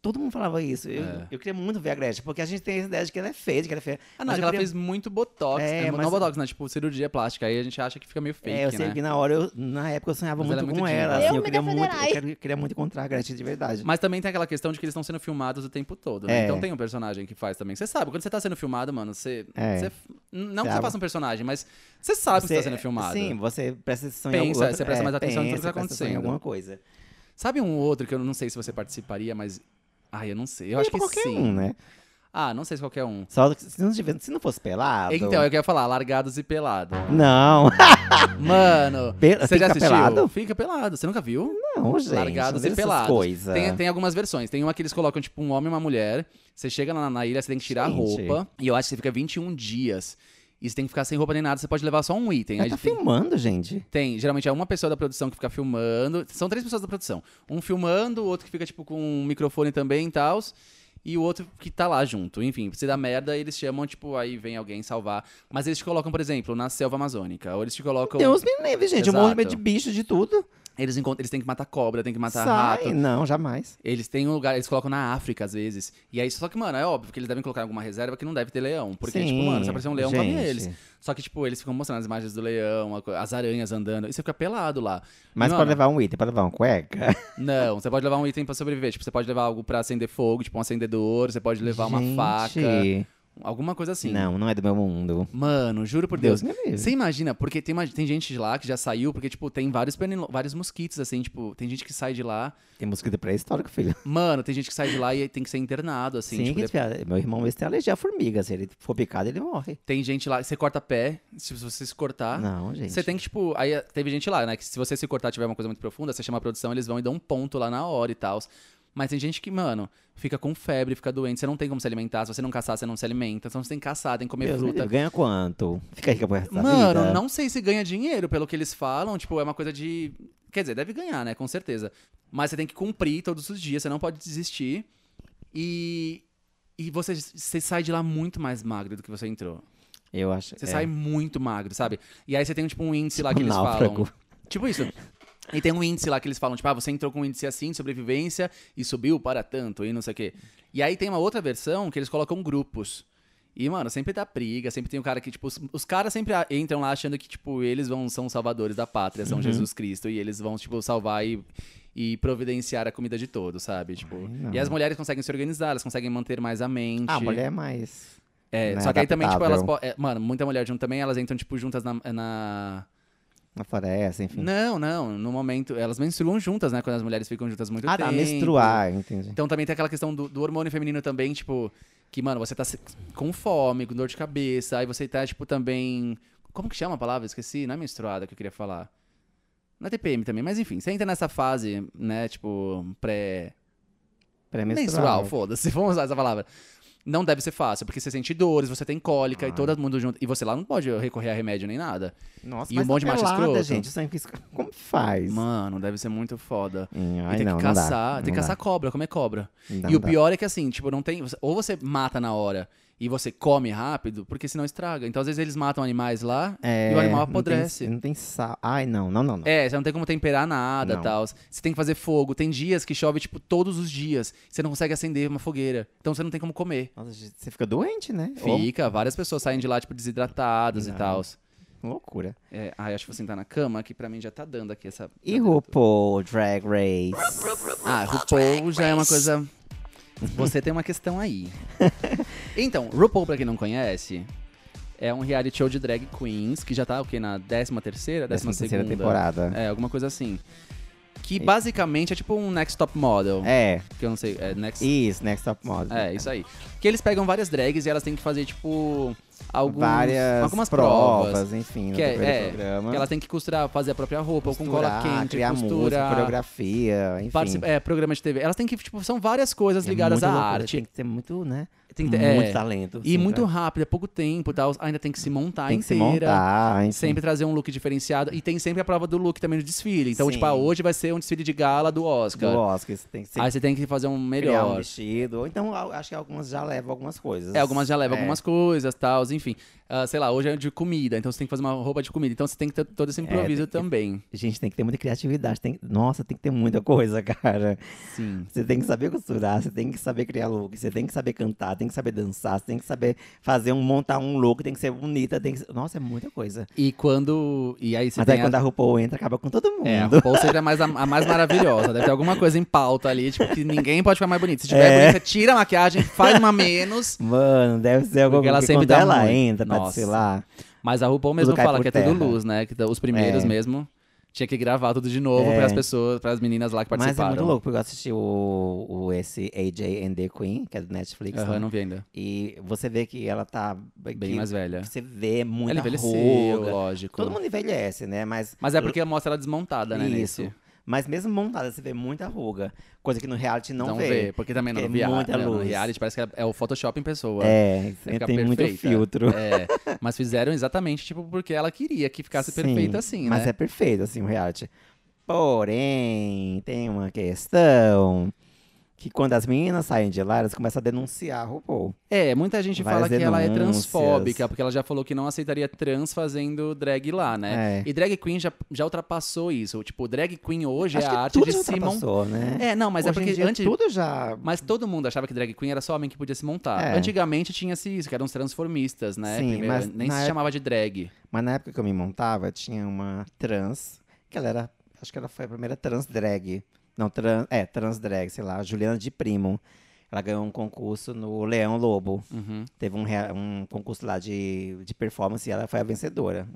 Speaker 1: Todo mundo falava isso. Eu,
Speaker 2: É.
Speaker 1: eu queria muito ver a Gretchen, porque a gente tem essa ideia de que ela é feia, de que ela é feia.
Speaker 2: Ah, não,
Speaker 1: Mas
Speaker 2: é que
Speaker 1: eu
Speaker 2: ela
Speaker 1: queria-
Speaker 2: fez muito botox.
Speaker 1: É,
Speaker 2: né? Não
Speaker 1: mas-
Speaker 2: botox, né? Tipo, cirurgia plástica. Aí a gente acha que fica meio fake,
Speaker 1: é, eu sei
Speaker 2: né?
Speaker 1: que na hora, eu, na época eu sonhava
Speaker 2: Mas ela
Speaker 1: muito,
Speaker 2: é
Speaker 1: com
Speaker 2: muito
Speaker 1: ela.
Speaker 2: diva.
Speaker 1: assim,
Speaker 3: Eu
Speaker 1: eu
Speaker 3: me
Speaker 1: queria muito, eu
Speaker 3: defenderai.
Speaker 1: quero- queria muito encontrar a Gretchen de verdade.
Speaker 2: Mas também tem aquela questão de que eles estão sendo filmados o tempo todo, né?
Speaker 1: É.
Speaker 2: Então tem um personagem que faz também. Você sabe, quando você tá sendo filmado, mano, você.
Speaker 1: É.
Speaker 2: você- não que você
Speaker 1: Sabe.
Speaker 2: faça um personagem, mas você sabe que você tá sendo filmado.
Speaker 1: Sim, você presta atenção em
Speaker 2: Pensa,
Speaker 1: alguma é,
Speaker 2: você presta mais atenção em tudo que tá
Speaker 1: pensa, presta atenção em
Speaker 2: acontecendo.
Speaker 1: alguma coisa.
Speaker 2: Sabe um outro que eu não sei se você participaria, mas. Ai, eu não sei. Eu
Speaker 1: É
Speaker 2: acho que
Speaker 1: pra qualquer
Speaker 2: sim.
Speaker 1: um, né?
Speaker 2: Ah, não sei se qualquer um.
Speaker 1: Só que se não, tivesse- se não fosse pelado.
Speaker 2: Então, eu quero falar, largados e pelado. <laughs>
Speaker 1: Não,
Speaker 2: Mano,
Speaker 1: Pe-
Speaker 2: você
Speaker 1: fica
Speaker 2: já assistiu?
Speaker 1: pelado?
Speaker 2: Fica pelado. Você nunca viu?
Speaker 1: não, gente.
Speaker 2: largados
Speaker 1: não
Speaker 2: e
Speaker 1: essas
Speaker 2: pelados.
Speaker 1: Coisa.
Speaker 2: Tem, tem algumas versões. Tem uma que eles colocam, tipo, um homem e uma mulher. Você chega lá na, na ilha, você tem que tirar a
Speaker 1: Gente.
Speaker 2: roupa. E eu acho que você fica 21 dias. E você tem que ficar sem roupa nem nada, você pode levar só um item.
Speaker 1: Mas tá
Speaker 2: Aí tem,
Speaker 1: filmando, gente.
Speaker 2: tem, geralmente é uma pessoa da produção que fica filmando. São três pessoas da produção. Um filmando, o outro que fica, tipo, com um microfone também e tal. E o outro que tá lá junto. Enfim, se dá merda, eles chamam, tipo, aí vem alguém salvar. Mas eles te colocam, por exemplo, na selva amazônica. Ou eles te colocam.
Speaker 1: Deus me livre, gente. Eu morro de medo de
Speaker 2: Exato.
Speaker 1: bicho, de tudo.
Speaker 2: Eles, encont- eles têm que matar cobra, têm que matar
Speaker 1: Sai.
Speaker 2: rato.
Speaker 1: Não, jamais.
Speaker 2: Eles têm um lugar, eles colocam na África às vezes. E aí, só que, mano, é óbvio que eles devem colocar em alguma reserva que não deve ter leão. Porque, tipo,
Speaker 1: Sim,
Speaker 2: mano, se aparecer um leão, come
Speaker 1: gente.
Speaker 2: eles. Só que, tipo, eles ficam mostrando as imagens do leão, a co- as aranhas andando. E você fica pelado lá.
Speaker 1: Mas
Speaker 2: Mano,
Speaker 1: pode levar um item, pode levar um cueca.
Speaker 2: Não, você pode levar um item pra sobreviver. Tipo, você pode levar algo pra acender fogo, tipo um acendedor, você pode levar uma
Speaker 1: Gente.
Speaker 2: faca, alguma coisa assim.
Speaker 1: Não, não é do meu mundo.
Speaker 2: Mano, juro por Deus.
Speaker 1: Deus me livre.
Speaker 2: Você imagina, porque tem, uma- tem gente de lá que já saiu, porque, tipo, tem vários, pernilo- vários mosquitos, assim, tipo, tem gente que sai de lá.
Speaker 1: Tem mosquito pré-histórico, filho.
Speaker 2: Mano, tem gente que sai de lá e tem que ser internado, assim.
Speaker 1: Sim,
Speaker 2: tipo,
Speaker 1: que
Speaker 2: depois-
Speaker 1: tiver- meu irmão mesmo tem alergia a formiga. Se ele for picado, ele morre.
Speaker 2: Tem gente lá, você corta pé, se você se cortar.
Speaker 1: Não, gente.
Speaker 2: Ah, Você tem que, tipo, aí eh, teve gente lá, né? Que se você se cortar tiver uma coisa muito profunda, você chama a produção, eles vão e dão um ponto lá na hora e tal. Mas tem gente que, mano, fica com febre, fica doente, você não tem como se alimentar, se você não caçar, você não se alimenta. Então você tem que caçar, tem que comer
Speaker 1: Deus me
Speaker 2: fruta.
Speaker 1: livre. Ganha quanto? Fica rica por essa
Speaker 2: Mano,
Speaker 1: vida.
Speaker 2: não sei se ganha dinheiro pelo que eles falam, tipo, é uma coisa de. Quer dizer, deve ganhar, né? Com certeza. Mas você tem que cumprir todos os dias, você não pode desistir. E. E você, você sai de lá muito mais magro do que você entrou.
Speaker 1: Eu acho.
Speaker 2: Você
Speaker 1: é.
Speaker 2: sai muito magro, sabe? E aí você tem, tipo, um índice lá que
Speaker 1: Um
Speaker 2: eles
Speaker 1: náufrago.
Speaker 2: falam. Tipo isso. E tem um índice lá que eles falam, tipo, ah, você entrou com um índice assim de sobrevivência e subiu para tanto e não sei o quê. E aí tem uma outra versão que eles colocam grupos. E, mano, sempre dá briga, sempre tem um cara que, tipo, os, os caras sempre a- entram lá achando que, tipo, eles vão, são salvadores da pátria,
Speaker 1: Uhum.
Speaker 2: são Jesus Cristo, e eles vão, tipo, salvar e, e providenciar a comida de todos, sabe? Tipo,
Speaker 1: Ai, não.
Speaker 2: e as mulheres conseguem se organizar, elas conseguem manter mais a mente.
Speaker 1: Ah, a mulher é mais.
Speaker 2: É,
Speaker 1: né,
Speaker 2: só que aí também, tipo, elas.
Speaker 1: adaptável.
Speaker 2: po- é, mano, muita mulher junto também, elas entram, tipo, juntas na. na-
Speaker 1: Na floresta, enfim.
Speaker 2: Não, não, no momento. Elas menstruam juntas, né? Quando as mulheres ficam juntas muito
Speaker 1: ah,
Speaker 2: tempo.
Speaker 1: tá. Menstruar, entendi.
Speaker 2: Então também tem aquela questão do, do hormônio feminino também, tipo, que, mano, você tá se- com fome, com dor de cabeça, aí você tá, tipo, também. Como que chama a palavra? Esqueci, não é menstruada que eu queria falar. é Na TPM também, mas enfim, você entra nessa fase, né, tipo, pré. Menstrual,
Speaker 1: Pré-menstrual.
Speaker 2: foda-se, <laughs> vamos usar essa palavra. Não deve ser fácil, porque você sente dores, você tem cólica e
Speaker 1: Ai.
Speaker 2: todo mundo junto. E você lá não pode recorrer a remédio nem nada.
Speaker 1: Nossa,
Speaker 2: E
Speaker 1: mas
Speaker 2: um monte de
Speaker 1: tá
Speaker 2: macho
Speaker 1: pelada,
Speaker 2: escroto.
Speaker 1: gente. Isso aí fica- Como faz?
Speaker 2: Mano, deve ser muito foda.
Speaker 1: Hum,
Speaker 2: e
Speaker 1: Ai,
Speaker 2: tem
Speaker 1: não,
Speaker 2: que
Speaker 1: não dá,
Speaker 2: caçar,
Speaker 1: não
Speaker 2: tem que
Speaker 1: dá,
Speaker 2: caçar cobra, comer cobra.
Speaker 1: não dá,
Speaker 2: e o
Speaker 1: não dá.
Speaker 2: pior é que assim, tipo, não tem. Ou você mata na hora e você come rápido, porque senão estraga. Então, às vezes, eles matam animais lá
Speaker 1: É,
Speaker 2: e o animal
Speaker 1: não tem-
Speaker 2: apodrece.
Speaker 1: Não tem, sal. Ai, não, não, não. não.
Speaker 2: É, você não tem como temperar nada e
Speaker 1: Não.
Speaker 2: tal. Você tem que fazer fogo. Tem dias que chove, tipo, todos os dias. Você não consegue acender uma fogueira. Então você não tem como comer.
Speaker 1: Nossa, gente, você fica doente, né? Ô,
Speaker 2: Fica, várias pessoas saem de lá, tipo, desidratadas e
Speaker 1: Não.
Speaker 2: tal.
Speaker 1: loucura.
Speaker 2: É, ai, acho que vou sentar na cama, que pra mim já tá dando aqui essa.
Speaker 1: E RuPaul Drag Race?
Speaker 2: Ah, RuPaul já é uma coisa. Você tem uma
Speaker 1: <laughs>
Speaker 2: questão aí. Então, RuPaul, pra quem não conhece, é um reality show de drag queens, que já tá o quê? Na 13 terceira? 12
Speaker 1: Décima terceira
Speaker 2: segunda
Speaker 1: temporada.
Speaker 2: É, alguma coisa assim. Que basicamente é tipo um next top model.
Speaker 1: É,
Speaker 2: Que eu não sei, é next.
Speaker 1: isso, né, Next Top Model.
Speaker 2: É, isso aí. Que eles pegam várias drags e elas têm que fazer, tipo, alguns,
Speaker 1: Várias
Speaker 2: algumas
Speaker 1: provas,
Speaker 2: provas.
Speaker 1: enfim, no
Speaker 2: Que é-
Speaker 1: decorrer do
Speaker 2: é,
Speaker 1: programa.
Speaker 2: Que ela tem que costurar, fazer a própria roupa, com cola
Speaker 1: Costurar,
Speaker 2: quente,
Speaker 1: criar música,
Speaker 2: costura,
Speaker 1: coreografia, enfim.
Speaker 2: participa- é, programa de TV. Elas têm que, tipo, são várias coisas
Speaker 1: É
Speaker 2: ligadas
Speaker 1: muita
Speaker 2: à
Speaker 1: loucura,
Speaker 2: arte.
Speaker 1: Tem que ter muito, né?
Speaker 2: Tem que ter-
Speaker 1: muito
Speaker 2: é.
Speaker 1: talento.
Speaker 2: E
Speaker 1: assim,
Speaker 2: muito
Speaker 1: pra-
Speaker 2: rápido, é pouco tempo e tal. Ainda tem que se montar
Speaker 1: Tem que se
Speaker 2: inteira.
Speaker 1: montar, enfim.
Speaker 2: Sempre trazer um look diferenciado. E tem sempre a prova do look também no desfile. Então,
Speaker 1: Sim.
Speaker 2: tipo, ah, hoje vai ser um desfile de gala do Oscar.
Speaker 1: do Oscar, isso tem que ser
Speaker 2: Aí você tem que fazer um
Speaker 1: criar um
Speaker 2: melhor.
Speaker 1: vestido. Ou então, al- acho que algumas já levam algumas coisas.
Speaker 2: É, algumas já levam
Speaker 1: É.
Speaker 2: algumas coisas, tal, enfim. Ah, sei lá, hoje é de comida, então você tem que fazer uma roupa de comida. Então você tem que ter todo
Speaker 1: É,
Speaker 2: esse improviso também.
Speaker 1: Gente, tem que ter muita criatividade. Tem... Nossa, tem que ter muita coisa, <laughs> cara.
Speaker 2: Sim.
Speaker 1: Você tem que saber costurar, você tem que saber criar look, você tem que saber cantar, tem que saber dançar, você tem que saber fazer um, montar um look, tem que ser bonita, tem que ser... Nossa, é muita coisa.
Speaker 2: E quando. E aí você
Speaker 1: Mas
Speaker 2: tem
Speaker 1: aí
Speaker 2: a-
Speaker 1: quando a RuPaul entra, acaba com todo mundo. <laughs>
Speaker 2: É, a RuPaul sempre é mais a, a mais maravilhosa. Deve ter alguma coisa em pauta ali, tipo, que ninguém pode ficar mais bonita. Se tiver
Speaker 1: É.
Speaker 2: bonita, tira a maquiagem, faz uma menos.
Speaker 1: Mano, deve ser alguma
Speaker 2: Porque
Speaker 1: coisa.
Speaker 2: ela
Speaker 1: Porque
Speaker 2: sempre
Speaker 1: quando
Speaker 2: dá
Speaker 1: ela
Speaker 2: muito.
Speaker 1: entra pra
Speaker 2: Nossa.
Speaker 1: desfilar,
Speaker 2: Mas a RuPaul mesmo
Speaker 1: Tudo cai
Speaker 2: fala
Speaker 1: por
Speaker 2: que é
Speaker 1: terra.
Speaker 2: tudo luz, né? Que os primeiros
Speaker 1: É.
Speaker 2: mesmo. Tinha que gravar tudo de novo
Speaker 1: É.
Speaker 2: para as pessoas, para as meninas lá que
Speaker 1: Mas é
Speaker 2: participaram.
Speaker 1: muito louco, porque eu assisti o, o esse AJ and the Queen, que é do Netflix.
Speaker 2: Aham,
Speaker 1: né?
Speaker 2: não vi ainda.
Speaker 1: E você vê que ela tá.
Speaker 2: Bem
Speaker 1: que
Speaker 2: mais velha.
Speaker 1: Você vê muito
Speaker 2: Ela envelheceu,
Speaker 1: ruga.
Speaker 2: lógico.
Speaker 1: Todo mundo envelhece, né? Mas.
Speaker 2: Mas é porque mostra ela desmontada, né?
Speaker 1: Isso.
Speaker 2: nesse.
Speaker 1: Mas mesmo montada, você vê muita ruga. Coisa que no reality não, vê.
Speaker 2: porque também não
Speaker 1: porque
Speaker 2: via
Speaker 1: é muita
Speaker 2: né, no
Speaker 1: luz.
Speaker 2: reality parece que é o Photoshop em pessoa.
Speaker 1: É,
Speaker 2: fica
Speaker 1: tem muito
Speaker 2: perfeita.
Speaker 1: filtro.
Speaker 2: É, mas fizeram exatamente tipo porque ela queria que ficasse
Speaker 1: Sim,
Speaker 2: perfeita assim,
Speaker 1: Mas
Speaker 2: né?
Speaker 1: é perfeito, assim, o reality. Porém, tem uma questão. Que quando as meninas saem de lá, elas começam a denunciar a RuPaul.
Speaker 2: É, muita gente
Speaker 1: Várias
Speaker 2: fala que ela é
Speaker 1: denúncias.
Speaker 2: transfóbica, porque ela já falou que não aceitaria trans fazendo drag lá, né?
Speaker 1: É.
Speaker 2: E drag queen já, já ultrapassou isso. Tipo, drag queen hoje é
Speaker 1: Acho
Speaker 2: a
Speaker 1: que
Speaker 2: arte
Speaker 1: tudo
Speaker 2: de
Speaker 1: já
Speaker 2: se montar.
Speaker 1: ultrapassou, né?
Speaker 2: É, não, mas é
Speaker 1: Hoje em
Speaker 2: porque
Speaker 1: dia
Speaker 2: antes.
Speaker 1: Tudo já...
Speaker 2: Mas todo mundo achava que drag queen era só homem que podia se montar.
Speaker 1: É.
Speaker 2: Antigamente tinha-se isso, que eram os transformistas, né?
Speaker 1: Sim,
Speaker 2: Primeiro,
Speaker 1: mas
Speaker 2: nem
Speaker 1: na
Speaker 2: se
Speaker 1: época-
Speaker 2: chamava de drag.
Speaker 1: Mas na época que eu me montava, tinha uma trans, que ela era, acho que ela foi a primeira trans drag. Não, trans, é, trans drag, sei lá, Juliana de Primo. Ela ganhou um concurso no Leão Lobo.
Speaker 2: Uhum.
Speaker 1: Teve um, rea- um concurso lá de, de performance e ela foi a vencedora.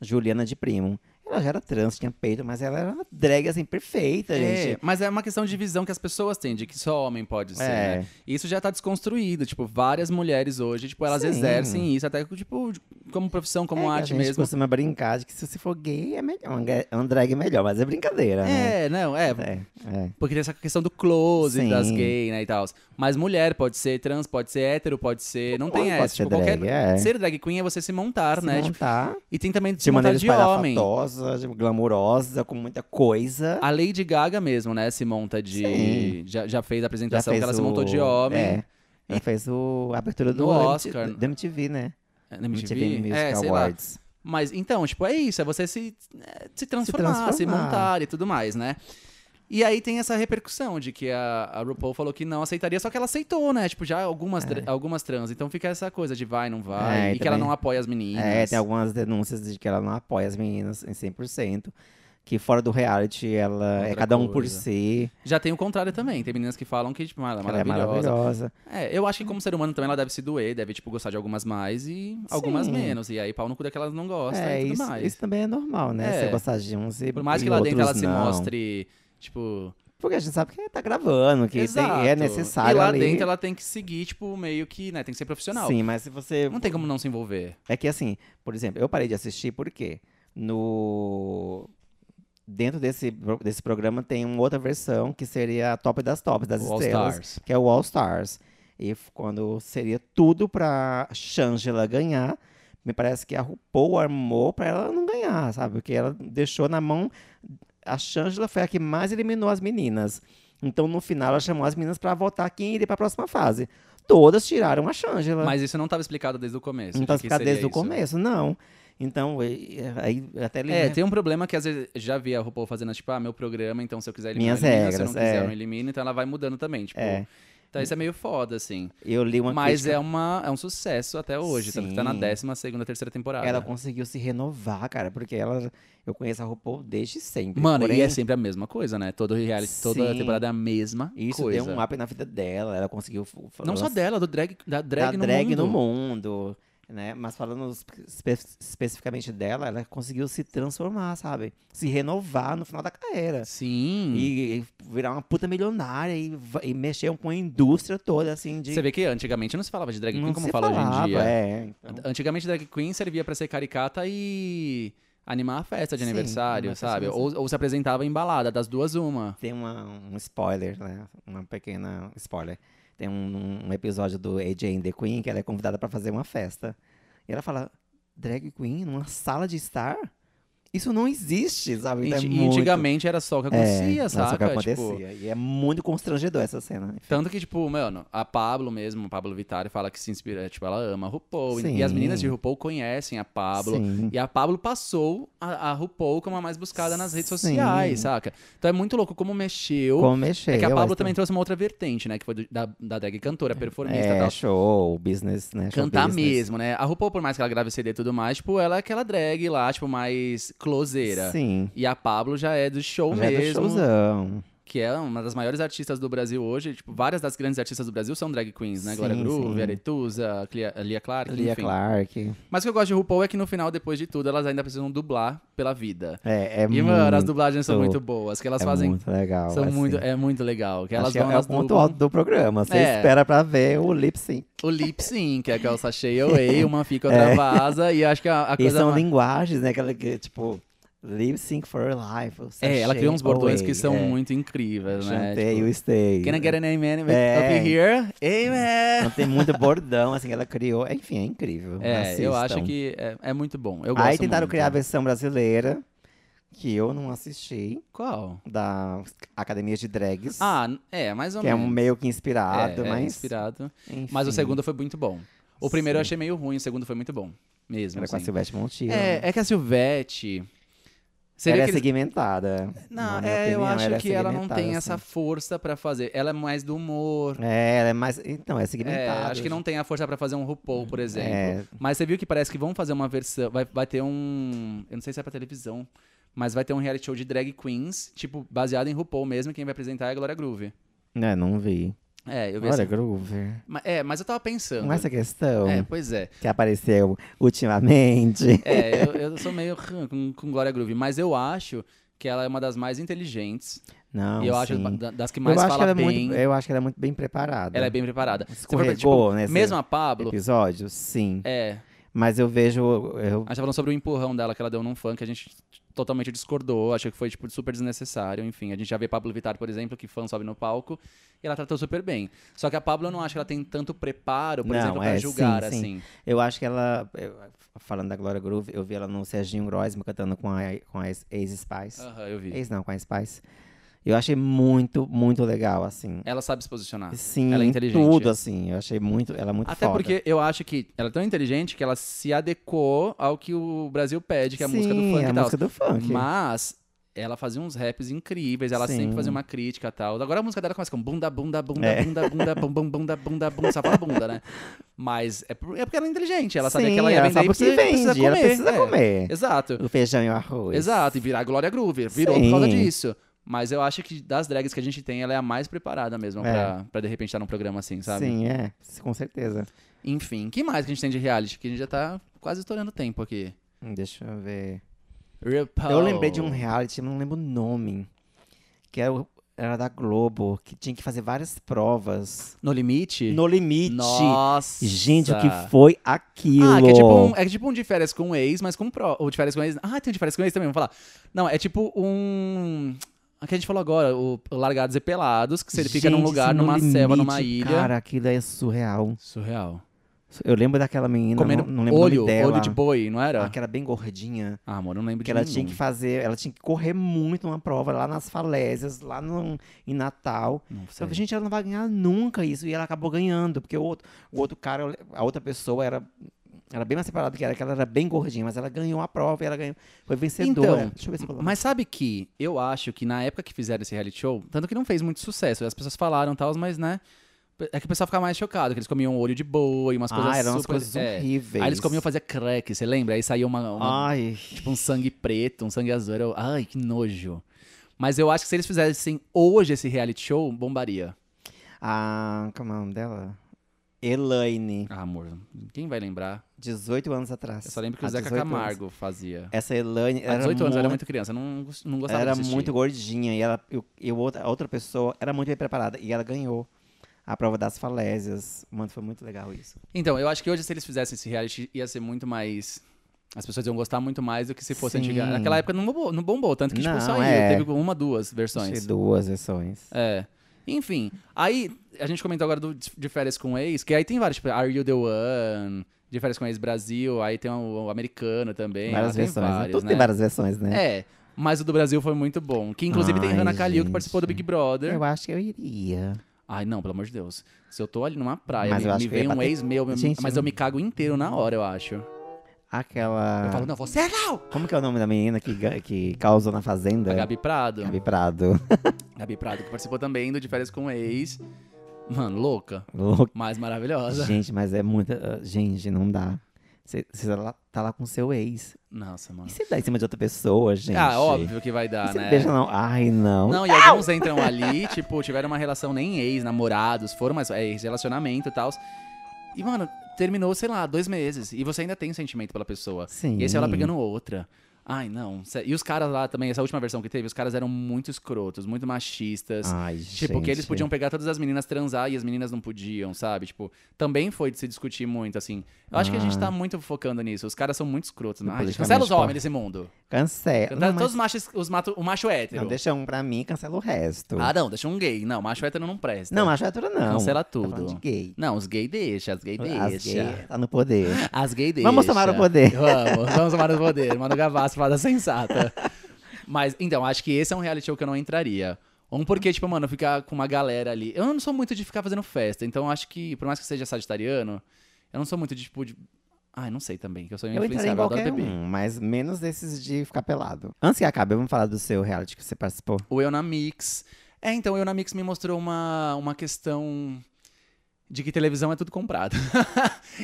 Speaker 1: Juliana de Primo. Ela já era trans, tinha peito, mas ela era uma drag, assim, perfeita,
Speaker 2: É,
Speaker 1: gente.
Speaker 2: mas é uma questão de visão que as pessoas têm, de que só homem pode ser,
Speaker 1: É.
Speaker 2: né? E isso já tá desconstruído, tipo, várias mulheres hoje, tipo, elas
Speaker 1: Sim.
Speaker 2: exercem isso até, tipo, como profissão, como
Speaker 1: é, que
Speaker 2: arte
Speaker 1: a gente
Speaker 2: mesmo.
Speaker 1: costuma brincar de que se você for gay, é melhor. um ga- Um drag é melhor, mas é brincadeira, né?
Speaker 2: É, não, é,
Speaker 1: É, é.
Speaker 2: porque tem essa questão do close,
Speaker 1: Sim.
Speaker 2: das gays, né, e tal. Mas mulher pode ser, trans pode ser, hétero pode ser, não tem
Speaker 1: Pode
Speaker 2: essa.
Speaker 1: ser
Speaker 2: Tipo,
Speaker 1: drag,
Speaker 2: qualquer...
Speaker 1: é.
Speaker 2: Ser drag queen é você se montar,
Speaker 1: Se tá,
Speaker 2: né? Tipo,
Speaker 1: montar,
Speaker 2: e tem também se
Speaker 1: de
Speaker 2: montar
Speaker 1: maneira
Speaker 2: de homem. Ah,
Speaker 1: espalhafatosa, de glamurosa, com muita coisa.
Speaker 2: A Lady Gaga mesmo, né, se monta de...
Speaker 1: Sim.
Speaker 2: Já, já fez a
Speaker 1: Já
Speaker 2: apresentação
Speaker 1: fez
Speaker 2: é que ela se
Speaker 1: o-
Speaker 2: montou de homem.
Speaker 1: É. Ela fez o, a abertura do
Speaker 2: No
Speaker 1: MT
Speaker 2: Oscar.
Speaker 1: do MTV, né?
Speaker 2: Na MTV?
Speaker 1: Music
Speaker 2: é, sei lá.
Speaker 1: Awards.
Speaker 2: Mas então, tipo, é isso, é você se, eh, se, transformar, se
Speaker 1: transformar.
Speaker 2: montar e tudo mais, né? E aí tem essa repercussão de que a, a RuPaul falou que não aceitaria, só que ela aceitou, né? Tipo, já algumas, tra- algumas trans. Então fica essa coisa de vai, não vai,
Speaker 1: É,
Speaker 2: e
Speaker 1: e
Speaker 2: que ela
Speaker 1: também-
Speaker 2: não apoia as meninas.
Speaker 1: É, tem algumas denúncias de que ela não apoia as meninas em 100%. Que fora do reality, ela é
Speaker 2: Outra
Speaker 1: cada um por
Speaker 2: coisa.
Speaker 1: si.
Speaker 2: Já tem o contrário também, tem meninas que falam que, tipo, ah, ela é
Speaker 1: Ela é
Speaker 2: maravilhosa.
Speaker 1: maravilhosa.
Speaker 2: É, eu acho que como ser humano também ela deve se doer, deve, tipo, gostar de algumas mais e algumas
Speaker 1: Sim.
Speaker 2: menos. E aí pau no cu daquelas que elas não gostam
Speaker 1: é,
Speaker 2: e tudo
Speaker 1: isso,
Speaker 2: mais.
Speaker 1: isso também é normal, né?
Speaker 2: É.
Speaker 1: Você gostar de uns e
Speaker 2: Por mais
Speaker 1: e
Speaker 2: que lá dentro ela
Speaker 1: outros
Speaker 2: se
Speaker 1: não.
Speaker 2: mostre, tipo,
Speaker 1: Porque a gente sabe que tá gravando, que tem, é
Speaker 2: Exato.
Speaker 1: necessário
Speaker 2: E lá
Speaker 1: ali.
Speaker 2: dentro é ela tem que seguir, tipo, meio que, né, tem que ser profissional.
Speaker 1: Sim, mas se você...
Speaker 2: Não tem como não se envolver.
Speaker 1: É que assim, por exemplo, eu parei de assistir porque no dentro desse, pro- desse programa tem uma outra versão que seria a top das tops das
Speaker 2: O All
Speaker 1: estrelas,
Speaker 2: Stars.
Speaker 1: que é o All Stars. E f- quando seria tudo pra Shangela ganhar, me parece que a RuPaul armou pra ela não ganhar, sabe? Porque ela deixou na mão a Shangela foi a que mais eliminou as meninas. Então no final ela chamou as meninas pra votar quem iria pra próxima fase. Todas tiraram a Shangela.
Speaker 2: Mas isso não estava explicado desde o começo.
Speaker 1: Não
Speaker 2: de
Speaker 1: tá
Speaker 2: que
Speaker 1: explicado
Speaker 2: seria
Speaker 1: desde o
Speaker 2: isso.
Speaker 1: começo, né? não. Então, e- e- aí até ele.
Speaker 2: É, tem um problema que às vezes já vi a RuPaul fazendo, tipo, ah, meu programa, então se eu quiser eliminar,
Speaker 1: Minhas
Speaker 2: elimina, se eu não
Speaker 1: regras,
Speaker 2: quiser,
Speaker 1: é.
Speaker 2: eu não elimino, então ela vai mudando também, tipo.
Speaker 1: É.
Speaker 2: Então isso é meio foda, assim.
Speaker 1: Eu li uma
Speaker 2: Mas
Speaker 1: crítica.
Speaker 2: é, uma, é um sucesso até hoje, tanto que tá na
Speaker 1: Sim.
Speaker 2: décima, segunda, terceira temporada.
Speaker 1: Ela conseguiu se renovar, cara, porque ela. Eu conheço a RuPaul desde sempre.
Speaker 2: Mano,
Speaker 1: porém,
Speaker 2: e é sempre a mesma coisa, né? Todo reality, toda
Speaker 1: Sim.
Speaker 2: temporada é a mesma
Speaker 1: Isso
Speaker 2: coisa.
Speaker 1: deu um up na vida dela. Ela conseguiu. f- f-
Speaker 2: Não só
Speaker 1: lançar-
Speaker 2: dela, do drag, da drag,
Speaker 1: da
Speaker 2: no,
Speaker 1: drag
Speaker 2: mundo.
Speaker 1: no mundo, né? Mas falando espe- espe- especificamente dela, ela conseguiu se transformar, sabe? Se renovar no final da carreira.
Speaker 2: Sim.
Speaker 1: E, e virar uma puta milionária e, va- e mexer com a indústria toda, assim, de.
Speaker 2: Você vê que antigamente não se falava de drag queen
Speaker 1: não
Speaker 2: como
Speaker 1: se
Speaker 2: fala hoje
Speaker 1: falava,
Speaker 2: em dia.
Speaker 1: É, então-
Speaker 2: Antigamente drag queen servia pra ser caricata e animar a festa de
Speaker 1: Sim,
Speaker 2: aniversário,
Speaker 1: animar a festa
Speaker 2: sabe?
Speaker 1: de
Speaker 2: Ou, ou se apresentava em balada, das duas uma.
Speaker 1: Tem uma, um spoiler, né? Uma pequena spoiler. Tem um, um episódio do AJ and the Queen que ela é convidada pra fazer uma festa. E ela fala, drag queen numa sala de estar? Isso não existe, sabe?
Speaker 2: E
Speaker 1: Então é
Speaker 2: anti- e
Speaker 1: muito-
Speaker 2: antigamente era só o que
Speaker 1: é,
Speaker 2: acontecia,
Speaker 1: nossa,
Speaker 2: saca?
Speaker 1: o que acontecia.
Speaker 2: Tipo,
Speaker 1: E é muito constrangedor essa cena. Enfim.
Speaker 2: tanto que, tipo, mano, a Pablo mesmo, a Pablo Vittar, fala que se inspira, tipo, ela ama a RuPaul. E- E
Speaker 1: Sim.
Speaker 2: as meninas de RuPaul conhecem a Pablo.
Speaker 1: Sim.
Speaker 2: E a Pablo passou a, a RuPaul como a mais buscada nas redes
Speaker 1: Sim.
Speaker 2: sociais, saca? Então é muito louco como mexeu.
Speaker 1: Como mexer.
Speaker 2: É que a Pablo também trouxe uma outra vertente, né? Que foi do- da, da drag cantora, performista e
Speaker 1: É,
Speaker 2: tal.
Speaker 1: show, business, né? Show
Speaker 2: tá? Cantar
Speaker 1: business.
Speaker 2: mesmo, né? A RuPaul, por mais que ela grave CD e tudo mais, tipo, ela é aquela drag lá, tipo, mais closeira.
Speaker 1: Sim.
Speaker 2: E a Pablo já é do show
Speaker 1: Já é do
Speaker 2: mesmo,
Speaker 1: showzão.
Speaker 2: que é uma das maiores artistas do Brasil hoje. Tipo, várias das grandes artistas do Brasil são drag queens, né?
Speaker 1: Sim,
Speaker 2: Glória Groove,
Speaker 1: sim.
Speaker 2: Aretusa, Clia- Lia Clark,
Speaker 1: Lia
Speaker 2: enfim.
Speaker 1: Clark.
Speaker 2: Mas o que eu gosto de RuPaul é que no final, depois de tudo, elas ainda precisam dublar pela vida.
Speaker 1: É, é
Speaker 2: e, mano, as dublagens são
Speaker 1: muito-
Speaker 2: muito boas, que elas
Speaker 1: é
Speaker 2: fazem...
Speaker 1: muito legal.
Speaker 2: são
Speaker 1: assim.
Speaker 2: muito, é muito legal. Que elas
Speaker 1: Acho que
Speaker 2: vão
Speaker 1: é, é o
Speaker 2: elas
Speaker 1: ponto
Speaker 2: dublam.
Speaker 1: alto do programa. Você
Speaker 2: É.
Speaker 1: espera pra ver o lip sync.
Speaker 2: O lip sync, é que é
Speaker 1: <laughs>
Speaker 2: o
Speaker 1: É.
Speaker 2: sachê away, uma fica, outra vaza, e acho que a, a
Speaker 1: E
Speaker 2: coisa.
Speaker 1: são
Speaker 2: ma-
Speaker 1: linguagens, né? Aquela que, tipo, Lip Sync for Your Life. o
Speaker 2: É, ela
Speaker 1: Sashay
Speaker 2: criou uns bordões
Speaker 1: Away,
Speaker 2: que são
Speaker 1: é.
Speaker 2: muito incríveis, <laughs> né?
Speaker 1: Chantei
Speaker 2: Tipo,
Speaker 1: o Stay.
Speaker 2: Can I get an amen up
Speaker 1: É.
Speaker 2: here? Amen!
Speaker 1: Não tem muito bordão, assim, que ela criou. Enfim, é incrível.
Speaker 2: É, eu acho
Speaker 1: Assistam.
Speaker 2: que é, é muito bom. Eu gosto
Speaker 1: Aí tentaram
Speaker 2: muito.
Speaker 1: criar a versão brasileira, que eu não assisti,
Speaker 2: Qual?
Speaker 1: da Academia de Drags.
Speaker 2: Ah, n- é, mais ou
Speaker 1: que é
Speaker 2: menos.
Speaker 1: um meio que inspirado,
Speaker 2: É, é
Speaker 1: mas.
Speaker 2: inspirado.
Speaker 1: enfim,
Speaker 2: Mas o segundo foi muito bom. O primeiro eu
Speaker 1: Sim.
Speaker 2: achei meio ruim, o segundo foi muito bom. Mesmo,
Speaker 1: Era com a
Speaker 2: assim.
Speaker 1: Silvestre Montilla.
Speaker 2: É, é que a Silvete.
Speaker 1: ela
Speaker 2: Seria
Speaker 1: é
Speaker 2: aqueles-
Speaker 1: segmentada.
Speaker 2: Não,
Speaker 1: na minha
Speaker 2: é, eu
Speaker 1: opinião,
Speaker 2: acho
Speaker 1: é
Speaker 2: que ela não tem
Speaker 1: segmentada,
Speaker 2: essa
Speaker 1: assim.
Speaker 2: força pra fazer. Ela é mais do humor.
Speaker 1: É, ela é mais. Então, é
Speaker 2: É,
Speaker 1: segmentada.
Speaker 2: acho que não tem a força pra fazer um RuPaul, por exemplo.
Speaker 1: É.
Speaker 2: Mas você viu que parece que vão fazer uma versão. Vai, vai ter um. Eu não sei se é pra televisão. Mas vai ter um reality show de drag queens, tipo, baseado em RuPaul mesmo. e Quem vai apresentar é a Glória Groove.
Speaker 1: É, não vi.
Speaker 2: É, eu vi
Speaker 1: Olha,
Speaker 2: assim.
Speaker 1: Groover.
Speaker 2: Ma- É, mas eu tava pensando.
Speaker 1: Com essa questão
Speaker 2: É, pois é.
Speaker 1: que apareceu
Speaker 2: <laughs>
Speaker 1: ultimamente.
Speaker 2: É, eu, eu sou meio <laughs> rã com, com Glória Groove, mas eu acho que ela é uma das mais inteligentes.
Speaker 1: Não,
Speaker 2: e eu acho
Speaker 1: Ah, sim.
Speaker 2: da- das que
Speaker 1: Eu
Speaker 2: mais
Speaker 1: acho que
Speaker 2: fala
Speaker 1: ela é
Speaker 2: bem.
Speaker 1: muito, eu acho que ela é muito bem preparada.
Speaker 2: Ela é bem preparada. Se for pra, tipo,
Speaker 1: Escorregou nesse
Speaker 2: mesmo a Pablo,
Speaker 1: episódio, sim.
Speaker 2: é.
Speaker 1: Mas eu vejo. Eu,
Speaker 2: A gente tá falando sobre o empurrão dela que ela deu num fã que a gente totalmente discordou, achou que foi tipo super desnecessário, enfim. A gente já vê Pablo Vittar, por exemplo, que fã sobe no palco e ela tratou super bem. Só que a Pablo eu não acho que ela tem tanto preparo, por
Speaker 1: Não,
Speaker 2: exemplo, pra
Speaker 1: é,
Speaker 2: julgar
Speaker 1: sim, sim.
Speaker 2: assim.
Speaker 1: eu acho que ela. eu- falando da Glória Groove, eu vi ela no Serginho Grosma cantando com a, com a ex- ex-Spice.
Speaker 2: Aham, eu vi.
Speaker 1: Ex não, com a Spice. Eu achei muito, muito legal, assim.
Speaker 2: Ela sabe se posicionar.
Speaker 1: Sim,
Speaker 2: ela é
Speaker 1: em
Speaker 2: inteligente.
Speaker 1: tudo, assim. Eu achei muito. Ela é muito
Speaker 2: Até
Speaker 1: foda.
Speaker 2: porque eu acho que ela é tão inteligente que ela se adequou ao que o Brasil pede, que é a
Speaker 1: Sim,
Speaker 2: música do funk
Speaker 1: é
Speaker 2: e
Speaker 1: a
Speaker 2: tal.
Speaker 1: música do funk.
Speaker 2: Mas ela fazia uns raps incríveis, ela
Speaker 1: Sim.
Speaker 2: sempre fazia uma crítica e tal. Agora a música dela começa com bunda, bunda, bunda,
Speaker 1: É.
Speaker 2: bunda, bunda, bum, bum, bunda, bunda, bunda, só fala bunda, né? Mas é, por- é porque ela é inteligente, ela sabia
Speaker 1: Sim,
Speaker 2: que ela ia
Speaker 1: ela
Speaker 2: vender
Speaker 1: sabe
Speaker 2: e
Speaker 1: o que
Speaker 2: precisa, precisa
Speaker 1: vende,
Speaker 2: comer.
Speaker 1: ela precisa
Speaker 2: é.
Speaker 1: comer.
Speaker 2: Exato,
Speaker 1: O feijão e o arroz.
Speaker 2: exato, e virar Glória Groove, virou por causa
Speaker 1: Sim.
Speaker 2: disso. Mas eu acho que das drags que a gente tem, ela é a mais preparada mesmo
Speaker 1: É.
Speaker 2: pra, pra de repente estar num programa assim, sabe?
Speaker 1: Sim, é. Com certeza.
Speaker 2: Enfim, que mais que a gente tem de reality? Que a gente já tá quase estourando tempo aqui.
Speaker 1: Hum, Deixa eu ver.
Speaker 2: RuPaul.
Speaker 1: Eu lembrei
Speaker 2: Oh.
Speaker 1: de um reality, eu não lembro o nome. Que era, o- era da Globo, que tinha que fazer várias provas.
Speaker 2: No Limite?
Speaker 1: No limite.
Speaker 2: Nossa!
Speaker 1: Gente, o que foi aquilo?
Speaker 2: Ah, que é tipo, um, é tipo um de férias com um ex, mas com pro. Ou de férias com ex. Ah, tem um de férias com ex também, vamos falar. Não, é tipo um. O que a gente falou agora, o Largados e Pelados, que você fica num
Speaker 1: Gente,
Speaker 2: lugar,
Speaker 1: isso no
Speaker 2: numa selva, numa
Speaker 1: limite,
Speaker 2: ilha.
Speaker 1: Cara, aquilo é surreal.
Speaker 2: Surreal.
Speaker 1: Eu lembro daquela menina,
Speaker 2: Comendo
Speaker 1: não, não lembro o
Speaker 2: olho,
Speaker 1: nome dela.
Speaker 2: olho de boi, não era?
Speaker 1: Aquela bem gordinha.
Speaker 2: Ah, amor, eu não lembro
Speaker 1: Porque
Speaker 2: de
Speaker 1: ela
Speaker 2: nenhum.
Speaker 1: tinha que fazer, ela tinha que correr muito numa prova lá nas falésias, lá no, em Natal.
Speaker 2: Não
Speaker 1: Eu
Speaker 2: sei.
Speaker 1: falei, gente, ela não vai ganhar nunca isso. E ela acabou ganhando, porque o outro, o outro cara, a outra pessoa era, era bem mais separada que ela, que ela era bem gordinha, mas ela ganhou a prova e ela ganhou. Foi vencedora.
Speaker 2: Então,
Speaker 1: Deixa eu ver se eu coloco.
Speaker 2: Mas sabe que eu acho que na época que fizeram esse reality show, tanto que não fez muito sucesso, as pessoas falaram e tal, mas né. É que o pessoal ficava mais chocado, que eles comiam um olho de boi, umas coisas
Speaker 1: ah, eram umas
Speaker 2: super-
Speaker 1: coisas
Speaker 2: é.
Speaker 1: horríveis.
Speaker 2: Aí eles comiam fazer crack, você lembra? Aí saiu uma, uma-
Speaker 1: Ai,
Speaker 2: tipo um sangue preto, um sangue azul. Eu- ai, que nojo. Mas eu acho que se eles fizessem hoje esse reality show, bombaria.
Speaker 1: a. Como é o nome dela? Elaine,
Speaker 2: Ah, amor, quem vai lembrar? 18
Speaker 1: 18 anos atrás.
Speaker 2: Eu só lembro que o
Speaker 1: Há
Speaker 2: Zeca
Speaker 1: 18 anos.
Speaker 2: Camargo fazia.
Speaker 1: Essa Elaine
Speaker 2: Há
Speaker 1: era
Speaker 2: 18 anos, eu
Speaker 1: muito
Speaker 2: era muito criança, eu não, gos- não
Speaker 1: Ela
Speaker 2: gostava
Speaker 1: era
Speaker 2: de assistir.
Speaker 1: muito gordinha e, ela, eu, eu outra, a outra pessoa era muito bem preparada e ela ganhou a prova das falésias. Mano, foi muito legal isso.
Speaker 2: Então, eu acho que hoje se eles fizessem esse reality, ia ser muito mais... As pessoas iam gostar muito mais do que se fosse
Speaker 1: Sim.
Speaker 2: antiga. Naquela época não bombou, não bombou tanto que tipo,
Speaker 1: Não,
Speaker 2: saiu.
Speaker 1: é.
Speaker 2: Teve uma, duas versões.
Speaker 1: Achei duas versões.
Speaker 2: É. Enfim, aí a gente comentou agora do, de férias com ex, que aí tem vários, tipo, Are You The One, de férias com ex Brasil, aí tem o, o americano também.
Speaker 1: várias
Speaker 2: ah, tem
Speaker 1: versões. né?
Speaker 2: vários,
Speaker 1: Tudo
Speaker 2: né?
Speaker 1: tem várias versões, né?
Speaker 2: É, mas o do Brasil foi muito bom. Que inclusive tem
Speaker 1: Ai,
Speaker 2: Hannah Kalil, que
Speaker 1: gente.
Speaker 2: participou do Big Brother.
Speaker 1: Eu acho que eu iria.
Speaker 2: Ai, não, pelo amor de Deus. Se eu tô ali numa praia,
Speaker 1: Mas
Speaker 2: me,
Speaker 1: eu acho
Speaker 2: me
Speaker 1: que eu ia
Speaker 2: vem um
Speaker 1: bater-
Speaker 2: ex meu,
Speaker 1: Gente,
Speaker 2: mas eu me cago inteiro na hora, eu acho.
Speaker 1: Aquela.
Speaker 2: Eu falo, não, você é não!
Speaker 1: Como que é o nome da menina que, ga- que causou na fazenda?
Speaker 2: A Gabi Prado.
Speaker 1: É. Gabi Prado. <laughs>
Speaker 2: Gabi Prado, que participou também do De Férias com Ex. Mano, louca,
Speaker 1: Louco.
Speaker 2: mas maravilhosa.
Speaker 1: Gente, mas é muita. Gente, não dá. Você tá lá com seu ex.
Speaker 2: Nossa, mano.
Speaker 1: E se dá em cima de outra pessoa, gente?
Speaker 2: Ah, óbvio que vai
Speaker 1: E
Speaker 2: dar,
Speaker 1: se
Speaker 2: né?
Speaker 1: beija, não. Ai, não.
Speaker 2: Não, e alguns entram
Speaker 1: <laughs>
Speaker 2: ali, tipo, tiveram uma relação nem ex, namorados, foram, mas é ex-relacionamento e tal. E, mano, terminou, sei lá, dois meses. E você ainda tem um sentimento pela pessoa.
Speaker 1: Sim.
Speaker 2: E é aí você vai lá pegando outra. Ai, não. sé- E os caras lá também, essa última versão que teve, os caras eram muito escrotos, muito machistas.
Speaker 1: Ai,
Speaker 2: Tipo, que eles podiam pegar todas as meninas transar e as meninas não podiam, sabe? Tipo, também foi de se discutir muito, assim. Eu acho que a gente
Speaker 1: Ah.
Speaker 2: tá muito focando nisso. Os caras são muito escrotos. Ai,
Speaker 1: Politicamente tipo,
Speaker 2: cancela os
Speaker 1: correto.
Speaker 2: homens desse mundo.
Speaker 1: Cancela.
Speaker 2: Cantar
Speaker 1: É, Não, mas-
Speaker 2: Tá, todos os machos, os mato, o macho é hétero.
Speaker 1: não, deixa um pra mim, cancela o resto.
Speaker 2: Ah, não, deixa um gay. Não, macho hétero não presta.
Speaker 1: não, acho hétero não.
Speaker 2: Cancela
Speaker 1: Tá falando de
Speaker 2: tudo.
Speaker 1: gay.
Speaker 2: Não, os gays deixa, as gays deixa.
Speaker 1: As gay tá no
Speaker 2: <laughs>
Speaker 1: poder.
Speaker 2: As gays deixa.
Speaker 1: Vamos tomar o poder. <laughs>
Speaker 2: Vamos, vamos tomar o poder. Mano Gavassi, fala da sensata. Mas, então, acho que esse é um reality show que eu não entraria. Um porque, tipo, mano, ficar com uma galera ali. Eu não sou muito de ficar fazendo festa, então acho que, por mais que eu seja sagitariano, eu não sou muito de, tipo, de... Ai, não sei também, que eu sou
Speaker 1: Eu entraria em
Speaker 2: influenciável, eu adoro
Speaker 1: qualquer
Speaker 2: beber.
Speaker 1: um, mas menos desses de ficar pelado. Antes que acabe, vamos falar do seu reality que você participou. <laughs>
Speaker 2: O Eu na Mix. É, então, o Eu na Mix me mostrou uma, uma questão de que televisão é tudo comprado. <laughs>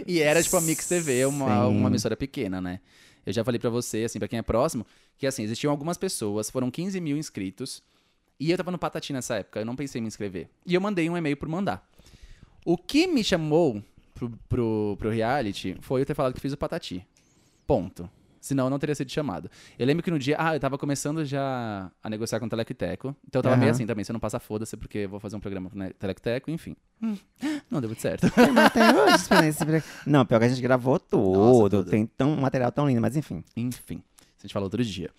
Speaker 2: e era, tipo, a Mix TV, uma,
Speaker 1: Sim.
Speaker 2: uma emissora pequena, né? Eu já falei pra você, assim, pra quem é próximo, que, assim, existiam algumas pessoas, foram 15 mil inscritos, e eu tava no Patati nessa época, eu não pensei em me inscrever. E eu mandei um e-mail por mandar. O que me chamou pro, pro, pro reality foi eu ter falado que fiz o Patati. Ponto. Senão eu não teria sido chamado. Eu lembro que no dia, ah, eu tava começando já a negociar com o Telecteco. Então eu tava
Speaker 1: Aham.
Speaker 2: meio assim também, se eu não passar, foda-se, porque eu vou fazer um programa com o Telecteco, enfim. Hum, Não deu muito certo. <laughs>
Speaker 1: Até hoje, falei esse pre- Não, pior que a gente gravou tudo.
Speaker 2: Nossa, tudo.
Speaker 1: Tem tão, um material tão lindo, mas enfim.
Speaker 2: Enfim, a gente falou outro dia.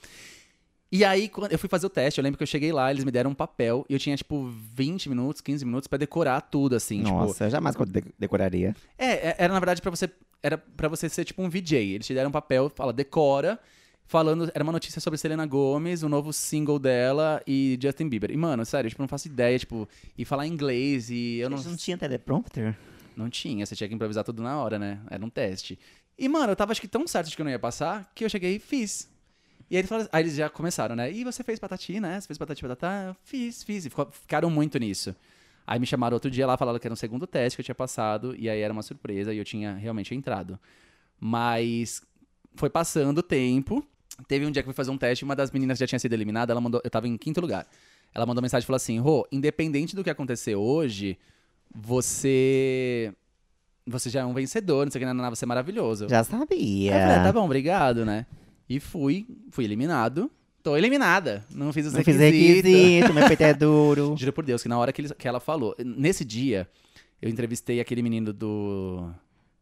Speaker 2: E aí, quando eu fui fazer o teste, eu lembro que eu cheguei lá, eles me deram um papel e eu tinha, tipo, 20 minutos, 15 minutos pra decorar tudo, assim.
Speaker 1: Nossa,
Speaker 2: Tipo,
Speaker 1: eu jamais de- decoraria.
Speaker 2: É, é- era na verdade pra você. Era para você ser tipo um VJ. Eles te deram um papel, fala, decora. Falando, era uma notícia sobre Selena Gomez, o novo single dela e Justin Bieber. E, mano, sério, tipo, não faço ideia, tipo, e falar inglês e eu não.
Speaker 1: Gente, tinha teleprompter?
Speaker 2: Não tinha, você tinha que improvisar tudo na hora, né? Era um teste. E, mano, eu tava acho que tão certo de que eu não ia passar que eu cheguei e fiz. E aí, eles falaram- aí eles já começaram, né? E você fez patati, né? Você fez patati patatá? Eu fiz, fiz. E ficou- ficaram muito nisso. Aí me chamaram outro dia lá, falaram que era um segundo teste que eu tinha passado. E aí era uma surpresa e eu tinha realmente entrado. Mas foi passando o tempo. Teve um dia que eu fui fazer um teste, uma das meninas já tinha sido eliminada, ela mandou, eu tava em quinto lugar. Ela mandou mensagem e falou assim: "Rô, independente do que acontecer hoje, você você já é um vencedor, não sei o que, nananá, você é maravilhoso".
Speaker 1: Já
Speaker 2: Aí eu falei, "Ah, tá
Speaker 1: sabia.
Speaker 2: bom, obrigado, né? E fui, fui eliminado. Tô eliminada. Não fiz os
Speaker 1: Não fiz
Speaker 2: requisitos.
Speaker 1: requisito, meu peito é
Speaker 2: <laughs>
Speaker 1: duro.
Speaker 2: Juro por Deus que na hora que, ele- que ela falou, nesse dia, eu entrevistei aquele menino do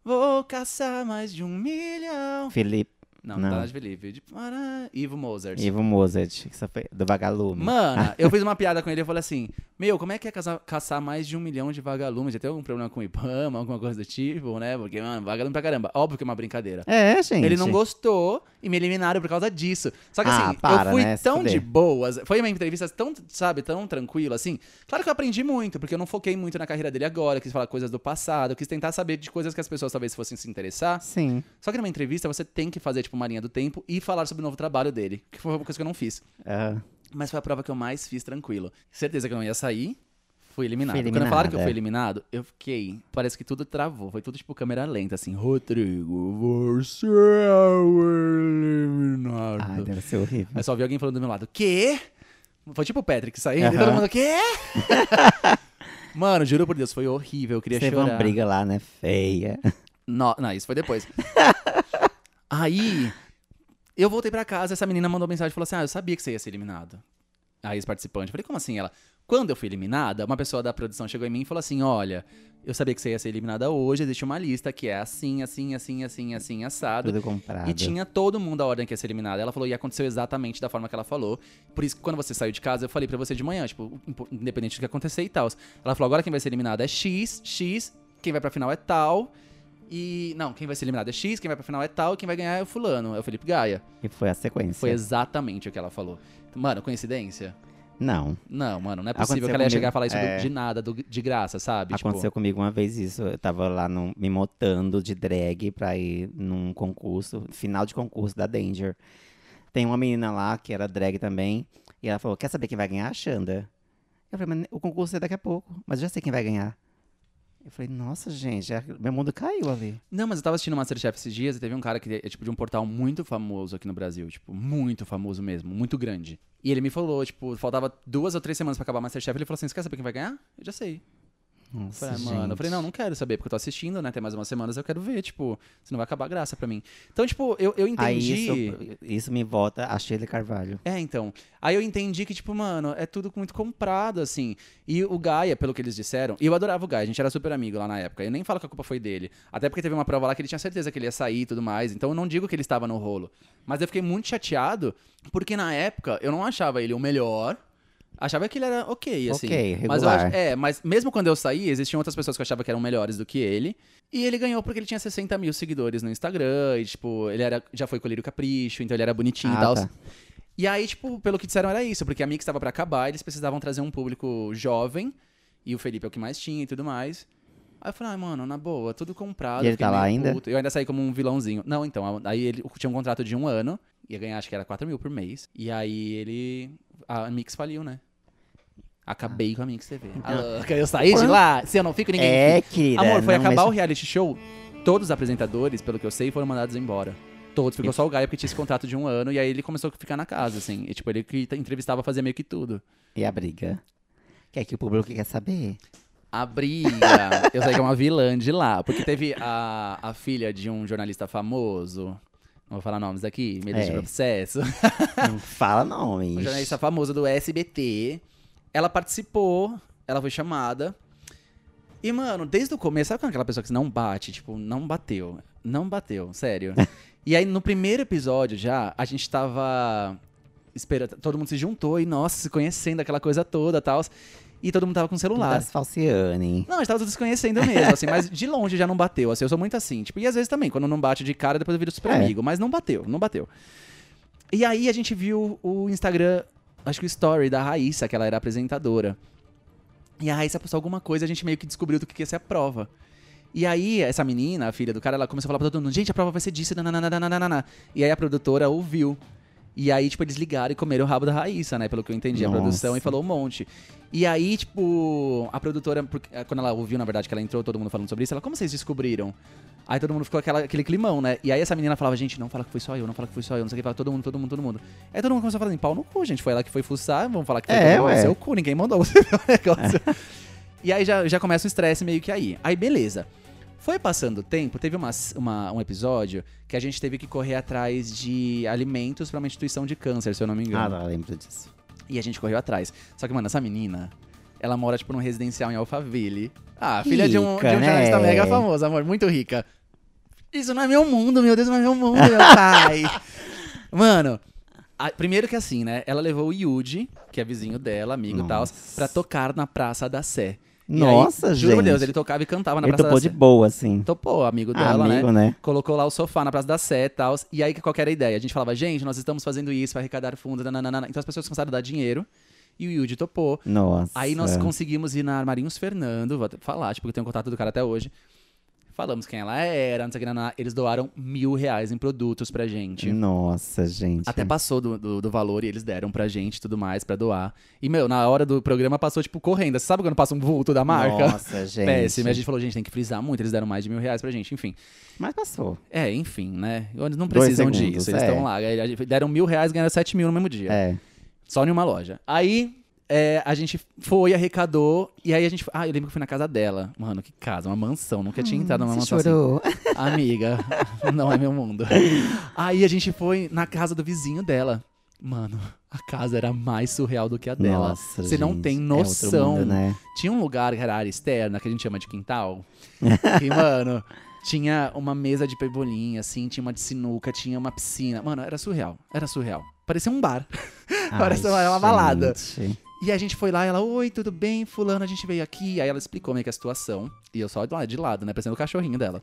Speaker 2: Vou caçar mais de um milhão.
Speaker 1: Felipe
Speaker 2: Não, não,
Speaker 1: Não.
Speaker 2: tá na de Believe. De... Pará, Ivo Mozart.
Speaker 1: Ivo Mozart, que só foi- do Vagalume.
Speaker 2: Mano, <laughs> eu fiz uma piada com ele e falei assim: Meu, como é que é casar- caçar mais de um milhão de vagalumes? Já tem algum problema com o Ibama, alguma coisa do tipo, né? Porque, mano, vagalume pra caramba. Óbvio que é uma brincadeira.
Speaker 1: É, gente.
Speaker 2: Ele não gostou e me eliminaram por causa disso. Só que
Speaker 1: Ah,
Speaker 2: assim,
Speaker 1: para,
Speaker 2: eu fui
Speaker 1: né? Se
Speaker 2: tão
Speaker 1: fuder.
Speaker 2: de boas, foi uma entrevista tão, sabe, tão tranquila assim. Claro que eu aprendi muito, porque eu não foquei muito na carreira dele agora, eu quis falar coisas do passado, eu quis tentar saber de coisas que as pessoas talvez fossem se interessar.
Speaker 1: Sim.
Speaker 2: Só que numa entrevista você tem que fazer tipo uma linha do tempo e falar sobre o novo trabalho dele, que foi uma coisa que eu não fiz.
Speaker 1: Ah,
Speaker 2: Mas foi a prova que eu mais fiz tranquilo. Certeza que eu não ia sair. Fui eliminado.
Speaker 1: Fui
Speaker 2: Quando falaram que eu
Speaker 1: eliminada.
Speaker 2: fui eliminado, eu fiquei. Parece que tudo travou. Foi tudo tipo câmera lenta, assim. Rodrigo, você é o eliminado.
Speaker 1: ai, deve ser horrível.
Speaker 2: Eu só vi alguém falando do meu lado, quê? Foi tipo o Patrick saindo
Speaker 1: Aham.
Speaker 2: e todo mundo,
Speaker 1: <laughs>
Speaker 2: quê? Mano, juro por Deus, foi horrível. Eu queria
Speaker 1: Teve
Speaker 2: chorar.
Speaker 1: uma briga lá, né?
Speaker 2: <laughs>
Speaker 1: Feia.
Speaker 2: No- não, isso foi depois. Aí, eu voltei pra casa, essa menina mandou mensagem e falou assim: Ah, eu sabia que você ia ser eliminado. Aí, esse participante, eu falei: Como assim? Ela, quando eu fui eliminada, uma pessoa da produção chegou em mim e falou assim: Olha, eu sabia que você ia ser eliminada hoje, existe uma lista que é assim, assim, assim, assim, assim, assado.
Speaker 1: Tudo comprado.
Speaker 2: E tinha todo mundo a ordem que ia ser eliminada. Ela falou e aconteceu exatamente da forma que ela falou. Por isso que quando você saiu de casa, eu falei pra você de manhã, tipo, impo- independente do que acontecer e tal. Ela falou: agora quem vai ser eliminado é X, X, quem vai pra final é tal. E. Não, quem vai ser eliminado é X, quem vai pra final é tal, quem vai ganhar é o Fulano, é o Felipe Gaia.
Speaker 1: E foi a sequência.
Speaker 2: Foi exatamente o que ela falou. Mano, coincidência?
Speaker 1: Não.
Speaker 2: Não, mano, não é possível
Speaker 1: Aconteceu
Speaker 2: que ela ia
Speaker 1: comigo,
Speaker 2: chegar a falar isso do-
Speaker 1: é.
Speaker 2: de nada, do- de graça, sabe? Tipo,
Speaker 1: Aconteceu comigo uma vez isso. Eu tava lá num- me motando de drag pra ir num concurso, final de concurso da Danger. Tem uma menina lá que era drag também. E ela falou: Quer saber quem vai ganhar? A Xanda. Eu falei: Mas o concurso é daqui a pouco, mas eu já sei quem vai ganhar. Eu falei: Nossa, gente, já- meu mundo caiu ali.
Speaker 2: Não, mas eu tava assistindo Masterchef esses dias e teve um cara que é tipo de um portal muito famoso aqui no Brasil, tipo, muito famoso mesmo, muito grande. E ele me falou, tipo, faltava duas ou três semanas pra acabar Masterchef, ele falou assim, você quer saber quem vai ganhar? Eu já sei.
Speaker 1: Nossa,
Speaker 2: Falei, ah, mano, eu
Speaker 1: gente.
Speaker 2: falei, não, não quero saber, porque eu tô assistindo, né? Tem mais umas semanas, eu quero ver, tipo, senão vai acabar a graça pra mim. Então, tipo, eu, eu entendi.
Speaker 1: Aí isso, isso me volta a Sheila Carvalho.
Speaker 2: É, então. Aí eu entendi que, tipo, mano, é tudo muito comprado, assim. E o Gaia, pelo que eles disseram, e eu adorava o Gaia, a gente era super amigo lá na época. Eu nem falo que a culpa foi dele. Até porque teve uma prova lá que ele tinha certeza que ele ia sair e tudo mais. Então eu não digo que ele estava no rolo. Mas eu fiquei muito chateado, porque na época eu não achava ele o melhor. Achava que ele era ok, assim.
Speaker 1: Ok,
Speaker 2: mas eu acho-
Speaker 1: regular.
Speaker 2: É, mas mesmo quando eu saí, existiam outras pessoas que eu achava que eram melhores do que ele. E ele ganhou porque ele tinha 60 mil seguidores no Instagram. E, tipo, ele era, já foi colírio capricho, então ele era bonitinho e
Speaker 1: Ah,
Speaker 2: tal.
Speaker 1: tá.
Speaker 2: E aí, tipo, pelo que disseram era isso, porque a Mix estava pra acabar, eles precisavam trazer um público jovem, e o Felipe é o que mais tinha e tudo mais. Aí eu falei, ai, mano, na boa, tudo comprado.
Speaker 1: E ele
Speaker 2: fiquei
Speaker 1: tá lá
Speaker 2: meio
Speaker 1: ainda?
Speaker 2: puto. Eu ainda saí como um vilãozinho. Não, então, aí ele tinha um contrato de um ano, ia ganhar acho que era 4 mil por mês, e aí ele... a Mix faliu, né? Acabei com a Mix TV. Ah, eu saí de lá, se eu não fico, ninguém
Speaker 1: Então, É, querida.
Speaker 2: Amor, foi
Speaker 1: não, mas-
Speaker 2: acabar o reality show, todos os apresentadores, pelo que eu sei, foram mandados embora. Todos, ficou só o Gaia porque tinha esse contrato de um ano e aí ele começou a ficar na casa, assim. E tipo, ele que t- entrevistava fazia meio que tudo.
Speaker 1: E a briga? Que é que o público quer saber?
Speaker 2: A briga. eu sei que é uma vilã de lá. Porque teve a, a filha de um jornalista famoso. Não vou falar nomes aqui, me deixa
Speaker 1: É.
Speaker 2: pro processo. <laughs>
Speaker 1: Não fala nomes.
Speaker 2: Um jornalista famoso do SBT. Ela participou, ela foi chamada. E, mano, desde o começo, sabe quando aquela pessoa que não bate? Tipo, não bateu. Não bateu, sério. e aí, no primeiro episódio já, a gente tava. Esperando, todo mundo se juntou e, nossa, se conhecendo, aquela coisa toda e tal. E todo mundo tava com o celular.
Speaker 1: Tá se falseane.
Speaker 2: Não, a gente tava desconhecendo mesmo, assim, mas de longe já não bateu, assim, eu sou muito assim, tipo, e às vezes também, quando não bate de cara, depois eu viro super
Speaker 1: É.
Speaker 2: amigo, mas não bateu, não bateu. E aí a gente viu o Instagram, acho que o story da Raíssa, que ela era apresentadora. E a Raíssa postou alguma coisa, a gente meio que descobriu do que que ia ser a prova. E aí, essa menina, a filha do cara, ela começou a falar pra todo mundo, gente, a prova vai ser disso, nananana. E aí a produtora ouviu. E aí, tipo, eles ligaram e comeram o rabo da Raíssa, né? Pelo que eu entendi, a
Speaker 1: Nossa.
Speaker 2: produção, e falou um monte. E aí, tipo, a produtora, porque, eh, quando ela ouviu, na verdade, que ela entrou, todo mundo falando sobre isso, ela, como vocês descobriram? Aí todo mundo ficou aquela- aquele climão, né? E aí essa menina falava, gente, não fala que foi só eu, não fala que foi só eu, não sei o que, fala todo mundo, todo mundo, todo mundo. Aí todo mundo começou a falar assim, pau no cu, gente, foi ela que foi fuçar, vamos falar que foi
Speaker 1: É,
Speaker 2: todo mundo,
Speaker 1: ué.
Speaker 2: seu cu, ninguém mandou você ver o <laughs> negócio. E aí já, já começa o estresse meio que aí. Aí beleza. Foi passando o tempo, teve uma, uma- um episódio que a gente teve que correr atrás de alimentos pra uma instituição de câncer, se eu não me engano.
Speaker 1: Ah, tá. não, eu lembro disso.
Speaker 2: E a gente correu atrás. Só que, mano, essa menina, ela mora, tipo, num residencial em Alphaville. Ah, filha de um, de
Speaker 1: Rica,
Speaker 2: um jornalista
Speaker 1: né?
Speaker 2: mega famoso, amor, muito rica. Isso não é meu mundo, meu Deus, não é meu mundo,
Speaker 1: <laughs>
Speaker 2: meu pai. mano, a- primeiro que assim, né? Ela levou o Yuji, que é vizinho dela, amigo e tal,
Speaker 1: Nossa.
Speaker 2: pra tocar na Praça da Sé. E
Speaker 1: Nossa,
Speaker 2: aí,
Speaker 1: gente.
Speaker 2: Juro por Deus, ele tocava e cantava na
Speaker 1: Ele
Speaker 2: Praça da
Speaker 1: topou
Speaker 2: Sé.
Speaker 1: de boa, assim.
Speaker 2: Topou, amigo
Speaker 1: Ah,
Speaker 2: dela, né?
Speaker 1: amigo, né?
Speaker 2: Colocou lá o sofá na Praça da Sé e tal. E aí, que qual que era a ideia? A gente falava, gente, nós estamos fazendo isso para arrecadar fundos. nananana. Então as pessoas começaram a dar dinheiro. E o Yuji topou.
Speaker 1: né? Nossa.
Speaker 2: Aí nós conseguimos ir na Armarinhos Fernando, vou até falar, tipo, eu tenho contato do cara até hoje. Falamos quem ela era, não sei o que, nananá. Eles doaram mil reais em produtos pra gente.
Speaker 1: Nossa, gente.
Speaker 2: Até passou do, do, do valor e eles deram pra gente e tudo mais pra doar. E, meu, na hora do programa passou, tipo, correndo. Você sabe quando passa um vulto da marca? <laughs>
Speaker 1: Nossa, gente.
Speaker 2: Péssimo. E a gente falou, gente, tem que frisar muito. Eles deram mais de mil reais pra gente, enfim.
Speaker 1: Mas passou.
Speaker 2: É, enfim, né? Eles não
Speaker 1: Dois
Speaker 2: precisam
Speaker 1: segundos,
Speaker 2: disso. Eles
Speaker 1: é.
Speaker 2: estão lá. Deram mil reais, ganharam sete mil no mesmo dia.
Speaker 1: É.
Speaker 2: Só em uma loja. Aí é, a gente foi, arrecadou, e aí a gente. Ah, eu lembro que eu fui na casa dela. Mano, que casa, uma mansão. Nunca tinha entrado numa
Speaker 1: Hum, Você
Speaker 2: mansão
Speaker 1: chorou.
Speaker 2: assim. <laughs> Amiga, não é meu mundo. Aí a gente foi na casa do vizinho dela. Mano, a casa era mais surreal do que a dela.
Speaker 1: Nossa,
Speaker 2: Você não
Speaker 1: gente,
Speaker 2: tem
Speaker 1: é outro
Speaker 2: noção.
Speaker 1: mundo, né?
Speaker 2: Tinha um lugar que era área externa, que a gente chama de quintal. que, mano, tinha uma mesa de pebolinha, assim, tinha uma de sinuca, tinha uma piscina. Mano, era surreal. Era surreal. Parecia um bar. <laughs> Parece uma- uma balada.
Speaker 1: gente.
Speaker 2: E a gente foi lá, ela, oi, tudo bem, fulano, a gente veio aqui. Aí ela explicou meio que a situação. E eu só de lado, de lado né? Parecendo o cachorrinho <laughs> dela.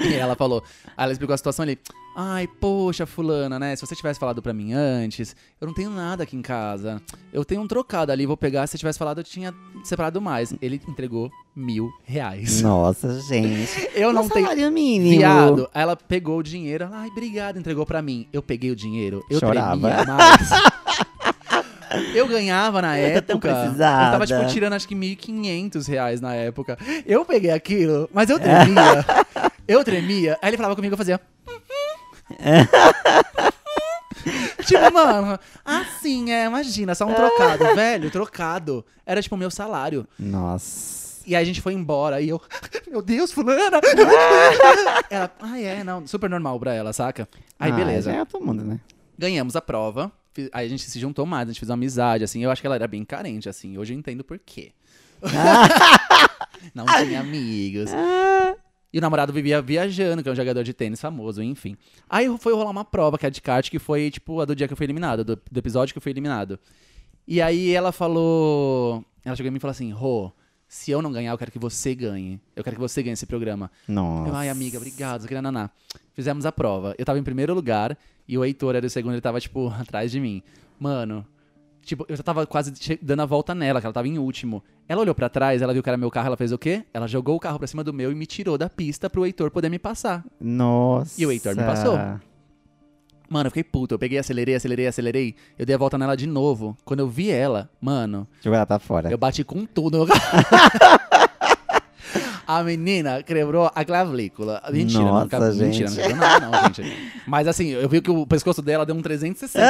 Speaker 2: e ela falou, aí ela explicou a situação ali. Ai, poxa, fulana, né? Se você tivesse falado pra mim antes, eu não tenho nada aqui em casa. Eu tenho um trocado ali, vou pegar. Se você tivesse falado, eu tinha separado mais. Ele entregou mil reais.
Speaker 1: Nossa, gente.
Speaker 2: <laughs> Eu não
Speaker 1: Um
Speaker 2: tenho.
Speaker 1: salário mínimo.
Speaker 2: Viado, aí ela pegou o dinheiro, ela, ai, obrigado, entregou pra mim. Eu peguei o dinheiro, eu
Speaker 1: Chorava. <laughs>
Speaker 2: tremia mais. Eu ganhava na
Speaker 1: Eu tô tão
Speaker 2: época. Eu
Speaker 1: precisada.
Speaker 2: tava, tipo, tirando acho que 1.500 reais na época. Eu peguei aquilo, mas
Speaker 1: <laughs>
Speaker 2: eu tremia. Eu tremia. Aí ele falava comigo, eu fazia. tipo, mano,
Speaker 1: É.
Speaker 2: assim, é, imagina, só um trocado, velho, trocado. Era tipo o meu salário.
Speaker 1: Nossa.
Speaker 2: E aí a gente foi embora. E eu, <laughs> meu Deus, fulana! ela, ah, é, não. Super normal pra ela, saca? Aí,
Speaker 1: Ah,
Speaker 2: beleza.
Speaker 1: É todo mundo, né?
Speaker 2: Ganhamos a prova. fi- Aí a gente se juntou mais, a gente fez uma amizade, assim. Eu acho que ela era bem carente, assim. Hoje eu entendo por quê. Não tinha amigos. E o namorado vivia viajando, que é um jogador de tênis famoso, enfim. Aí foi rolar uma prova, que é a de kart, que foi, tipo, a do dia que eu fui eliminado, do, do episódio que eu fui eliminado. E aí ela falou... Ela chegou em mim e falou assim, Rô, se eu não ganhar, eu quero que você ganhe. Eu quero que você ganhe esse programa. Eu,
Speaker 1: Nossa.
Speaker 2: Ai, amiga, obrigado. não sei o que, nananá. Fizemos a prova. Eu tava em primeiro lugar e o Heitor era o segundo, ele tava, tipo, <laughs> atrás de mim. Mano, tipo, eu já tava quase che- dando a volta nela, que ela tava em último. Ela olhou pra trás, ela viu que era meu carro, ela fez o quê? Ela jogou o carro pra cima do meu e me tirou da pista pro Heitor poder me passar.
Speaker 1: Nossa.
Speaker 2: E o Heitor me passou. Mano, eu fiquei puto. Eu peguei, acelerei, acelerei, acelerei. Eu dei a volta nela de novo. Quando eu vi ela, tá mano,
Speaker 1: Jogou ela pra fora.
Speaker 2: <laughs> eu bati com tudo no carro. A menina quebrou a clavícula. Mentira, não,
Speaker 1: Nossa,
Speaker 2: quebrou- mentira, não
Speaker 1: gente.
Speaker 2: quebrou nada, não, gente. Mas assim, eu vi que o pescoço dela deu
Speaker 1: <laughs>
Speaker 2: um 360.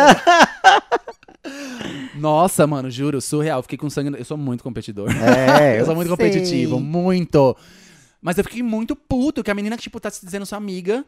Speaker 2: Nossa, mano, juro, surreal. Fiquei com sangue. no- Eu sou muito competidor.
Speaker 1: É,
Speaker 2: eu sou muito competitivo,
Speaker 1: sei.
Speaker 2: muito. Mas eu fiquei muito puto que a menina que, tipo, tá se dizendo sua amiga.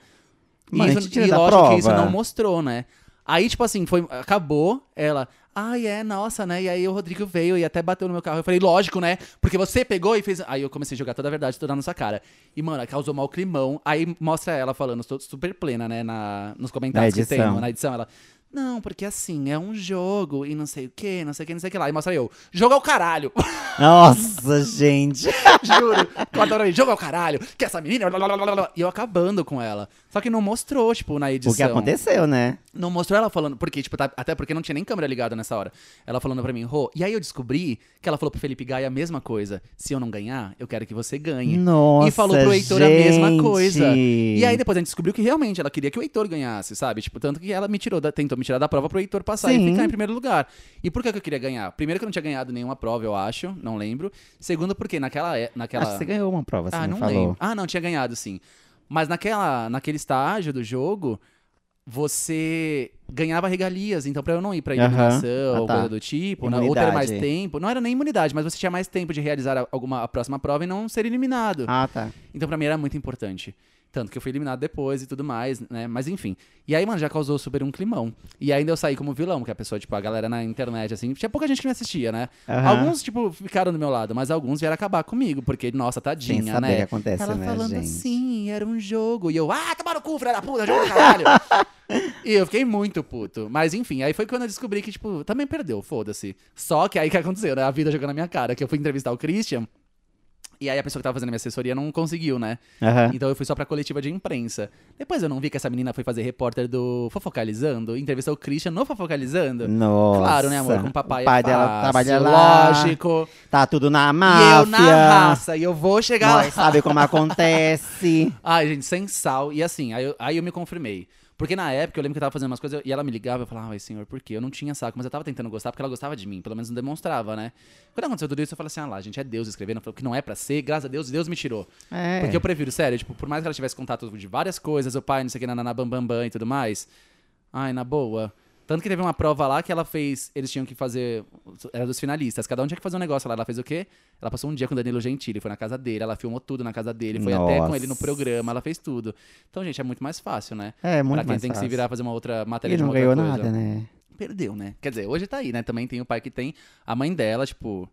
Speaker 1: Mano,
Speaker 2: e
Speaker 1: a
Speaker 2: isso,
Speaker 1: gente tira
Speaker 2: e
Speaker 1: da
Speaker 2: lógico que isso
Speaker 1: prova.
Speaker 2: não mostrou, né? Aí, tipo assim, foi, acabou, ela. Ai, é, nossa, né? E aí o Rodrigo veio e até bateu no meu carro. Eu falei, lógico, né? Porque você pegou e fez. Aí eu comecei a jogar toda a verdade, toda na sua cara. E, mano, causou mal climão. Aí mostra ela falando, tô super plena, né? Na, nos comentários
Speaker 1: Na
Speaker 2: que tem,
Speaker 1: edição.
Speaker 2: na edição. Ela. Não, porque assim, é um jogo e não sei o que, não sei o que, não sei o que lá. E mostra eu, jogo ao caralho!
Speaker 1: Nossa, gente.
Speaker 2: Juro. Corta pra mim, jogo ao caralho, que essa menina. blá, blá, blá, blá, blá. E eu acabando com ela. Só que não mostrou, tipo, na edição.
Speaker 1: O que aconteceu, né?
Speaker 2: Não mostrou ela falando, porque, tipo, tá- até porque não tinha nem câmera ligada nessa hora. Ela falando pra mim, Rô. E aí eu descobri que ela falou pro Felipe Gaia a mesma coisa. Se eu não ganhar, eu quero que você ganhe.
Speaker 1: Nossa,
Speaker 2: e falou pro Heitor a
Speaker 1: gente.
Speaker 2: mesma coisa. E aí depois a gente descobriu que realmente ela queria que o Heitor ganhasse, sabe? Tipo, tanto que ela me tirou da- tentou me tirar da prova pro Heitor passar e
Speaker 1: Sim.
Speaker 2: ficar em primeiro lugar. E por que, que eu queria ganhar? Primeiro que eu não tinha ganhado nenhuma prova, eu acho, não lembro. Segundo, porque naquela. é- naquela...
Speaker 1: Acho que você ganhou uma prova, você
Speaker 2: Ah,
Speaker 1: me
Speaker 2: não
Speaker 1: Tipo assim, falou.
Speaker 2: lembro. Ah, não, tinha ganhado, sim. Mas naquela, naquele estágio do jogo, você ganhava regalias. Então, pra eu não ir pra
Speaker 1: Aham.
Speaker 2: eliminação
Speaker 1: Ah,
Speaker 2: ou
Speaker 1: tá.
Speaker 2: coisa do tipo, né, ou ter
Speaker 1: Imunidade.
Speaker 2: mais tempo. Não era nem imunidade, mas você tinha mais tempo de realizar a- alguma, a próxima prova e não ser eliminado.
Speaker 1: Ah, tá.
Speaker 2: Então, pra mim era muito importante. Tanto que eu fui eliminado depois e tudo mais, né? Mas enfim. E aí, mano, já causou super um climão. E ainda eu saí como vilão, que a pessoa, tipo, a galera na internet, assim, tinha pouca gente que me assistia, né?
Speaker 1: Aham.
Speaker 2: Alguns, tipo, ficaram do meu lado, mas alguns vieram acabar comigo, porque, nossa, tadinha,
Speaker 1: Sem saber o
Speaker 2: né?
Speaker 1: que acontece,
Speaker 2: Ela
Speaker 1: né,
Speaker 2: falando
Speaker 1: gente?
Speaker 2: assim, era um jogo. E eu, ah, tomar no cu, filha da puta, jogo do
Speaker 1: <laughs>
Speaker 2: caralho. e eu fiquei muito puto. Mas enfim, aí foi quando eu descobri que, tipo, também perdeu, foda-se. Só que aí que aconteceu, né? A vida jogando na minha cara, que eu fui entrevistar o Christian. E aí a pessoa que tava fazendo minha assessoria não conseguiu, né?
Speaker 1: Aham.
Speaker 2: Então eu fui só pra coletiva de imprensa. Depois eu não vi que essa menina foi fazer repórter do Fofocalizando, entrevistou o Christian no Fofocalizando.
Speaker 1: Nossa.
Speaker 2: Claro, né, amor? Com o papai
Speaker 1: O pai
Speaker 2: é
Speaker 1: dela
Speaker 2: fácil,
Speaker 1: trabalha lá.
Speaker 2: Lógico.
Speaker 1: Tá tudo na
Speaker 2: E eu
Speaker 1: máfia.
Speaker 2: na raça, e eu vou chegar lá.
Speaker 1: Nós sabe como
Speaker 2: <laughs>
Speaker 1: acontece.
Speaker 2: Ai, gente, sem sal. E assim, aí eu, aí eu me confirmei. Porque na época eu lembro que eu tava fazendo umas coisas e ela me ligava e eu falava, ai senhor, por quê? Eu não tinha saco, mas eu tava tentando gostar porque ela gostava de mim, pelo menos não demonstrava, né? Quando aconteceu tudo isso, eu falei assim, ah lá, gente, é Deus escrevendo, o que não é pra ser, graças a Deus, Deus me tirou.
Speaker 1: É.
Speaker 2: Porque eu prefiro, sério, tipo, por mais que ela tivesse contato de várias coisas, o pai, não sei o que, na bam, bam, bam e tudo mais. Ai, na boa. Tanto que teve uma prova lá que ela fez. Eles tinham que fazer. Era dos finalistas. Cada um tinha que fazer um negócio lá. Ela fez o quê? Ela passou um dia com o Danilo Gentili. Foi na casa dele. Ela filmou tudo na casa dele. Foi até com ele no
Speaker 1: Nossa.
Speaker 2: programa. Ela fez tudo. Então, gente, é muito mais fácil, né?
Speaker 1: É, muito
Speaker 2: pra quem
Speaker 1: mais
Speaker 2: tem que se
Speaker 1: fácil.
Speaker 2: virar fazer uma outra matéria
Speaker 1: E
Speaker 2: de
Speaker 1: não
Speaker 2: uma outra
Speaker 1: ganhou
Speaker 2: coisa.
Speaker 1: nada, né?
Speaker 2: Perdeu, né? Quer dizer, hoje tá aí, né? Também tem o pai que tem a mãe dela, tipo.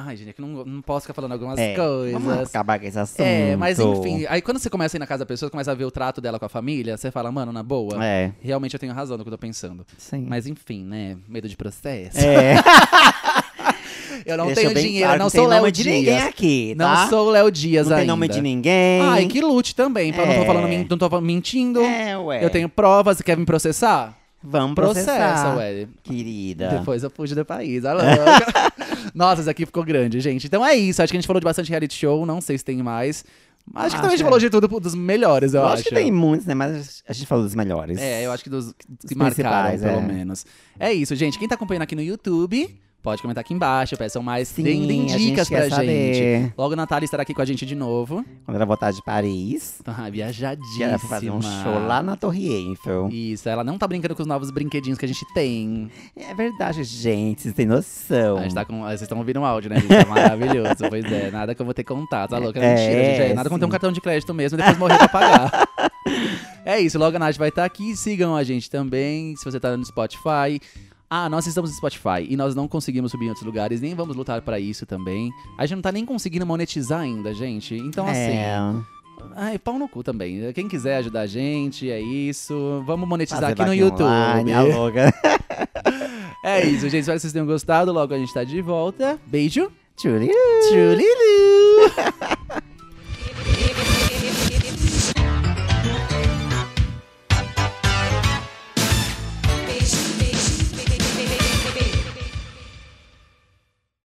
Speaker 2: Ai, gente, é que não, não posso ficar falando algumas
Speaker 1: É, Vamos
Speaker 2: coisas.
Speaker 1: acabar com esse assunto.
Speaker 2: É, mas enfim, aí quando você começa a ir na casa da pessoa, começa a ver o trato dela com a família, você fala, mano, na boa,
Speaker 1: É,
Speaker 2: realmente eu tenho razão no que eu tô pensando.
Speaker 1: sim.
Speaker 2: Mas enfim, né? Medo de processo.
Speaker 1: É, <laughs>
Speaker 2: Eu não
Speaker 1: deixa
Speaker 2: tenho
Speaker 1: bem
Speaker 2: dinheiro,
Speaker 1: claro
Speaker 2: não
Speaker 1: que tem
Speaker 2: sou Léo
Speaker 1: nome de ninguém
Speaker 2: Dias.
Speaker 1: aqui, tá?
Speaker 2: Não sou Léo Dias
Speaker 1: Não
Speaker 2: ainda.
Speaker 1: tem nome de ninguém.
Speaker 2: Ai, que lute também, pra eu não tô
Speaker 1: É.
Speaker 2: falando, min- não tô falando mentindo.
Speaker 1: É, ué.
Speaker 2: Eu tenho provas, quer me processar?
Speaker 1: Vamos
Speaker 2: Processa,
Speaker 1: processar, Tá.
Speaker 2: ué.
Speaker 1: querida.
Speaker 2: Depois eu fujo do país,
Speaker 1: <laughs>
Speaker 2: a louca. Nossa, isso aqui ficou grande, gente. Então é isso, acho que a gente falou de bastante reality show, não sei se tem mais. Mas acho que também a gente
Speaker 1: Acho.
Speaker 2: falou de tudo, dos melhores, eu
Speaker 1: Ah, é. Eu
Speaker 2: acho.
Speaker 1: acho que tem muitos, né? Mas a gente falou dos melhores.
Speaker 2: É, eu acho que dos
Speaker 1: Os
Speaker 2: que marcaram,
Speaker 1: principais,
Speaker 2: pelo
Speaker 1: é.
Speaker 2: menos. É isso, gente. Quem tá acompanhando aqui no YouTube, Pode comentar aqui embaixo, peçam mais.
Speaker 1: Sim,
Speaker 2: deem, deem
Speaker 1: a gente
Speaker 2: dicas
Speaker 1: quer
Speaker 2: pra gente.
Speaker 1: saber.
Speaker 2: Logo, a Natália estará aqui com a gente de novo. <laughs>
Speaker 1: Quando ela voltar de Paris,
Speaker 2: Ah,
Speaker 1: que
Speaker 2: viajadíssima.
Speaker 1: ela vai fazer um show lá na Torre Eiffel.
Speaker 2: Isso, ela não tá brincando com os novos brinquedinhos que a gente tem.
Speaker 1: É verdade, gente, vocês têm noção.
Speaker 2: A gente tá com... Vocês estão ouvindo o áudio, né, gente?
Speaker 1: <laughs>
Speaker 2: É maravilhoso. pois é, nada que eu vou ter contato. Tá louca?
Speaker 1: É,
Speaker 2: Mentira, gente. É, nada como ter um
Speaker 1: sim.
Speaker 2: cartão de crédito mesmo e depois morrer
Speaker 1: <laughs>
Speaker 2: pra pagar. É isso, logo a Nath vai estar aqui. Sigam a gente também, se você tá no Spotify. Ah, nós estamos no Spotify e nós não conseguimos subir em outros lugares, nem vamos lutar pra isso também. A gente não tá nem conseguindo monetizar ainda, gente. Então, assim.
Speaker 1: É,
Speaker 2: Ai, pau no cu também. Quem quiser ajudar a gente, é isso. Vamos monetizar
Speaker 1: fazer
Speaker 2: aqui no
Speaker 1: vaquinha
Speaker 2: YouTube.
Speaker 1: online, a <laughs> louca.
Speaker 2: É isso, gente. Espero que vocês tenham gostado. Logo a gente tá de volta. Beijo.
Speaker 1: Tchuriri.
Speaker 2: Tchulilu.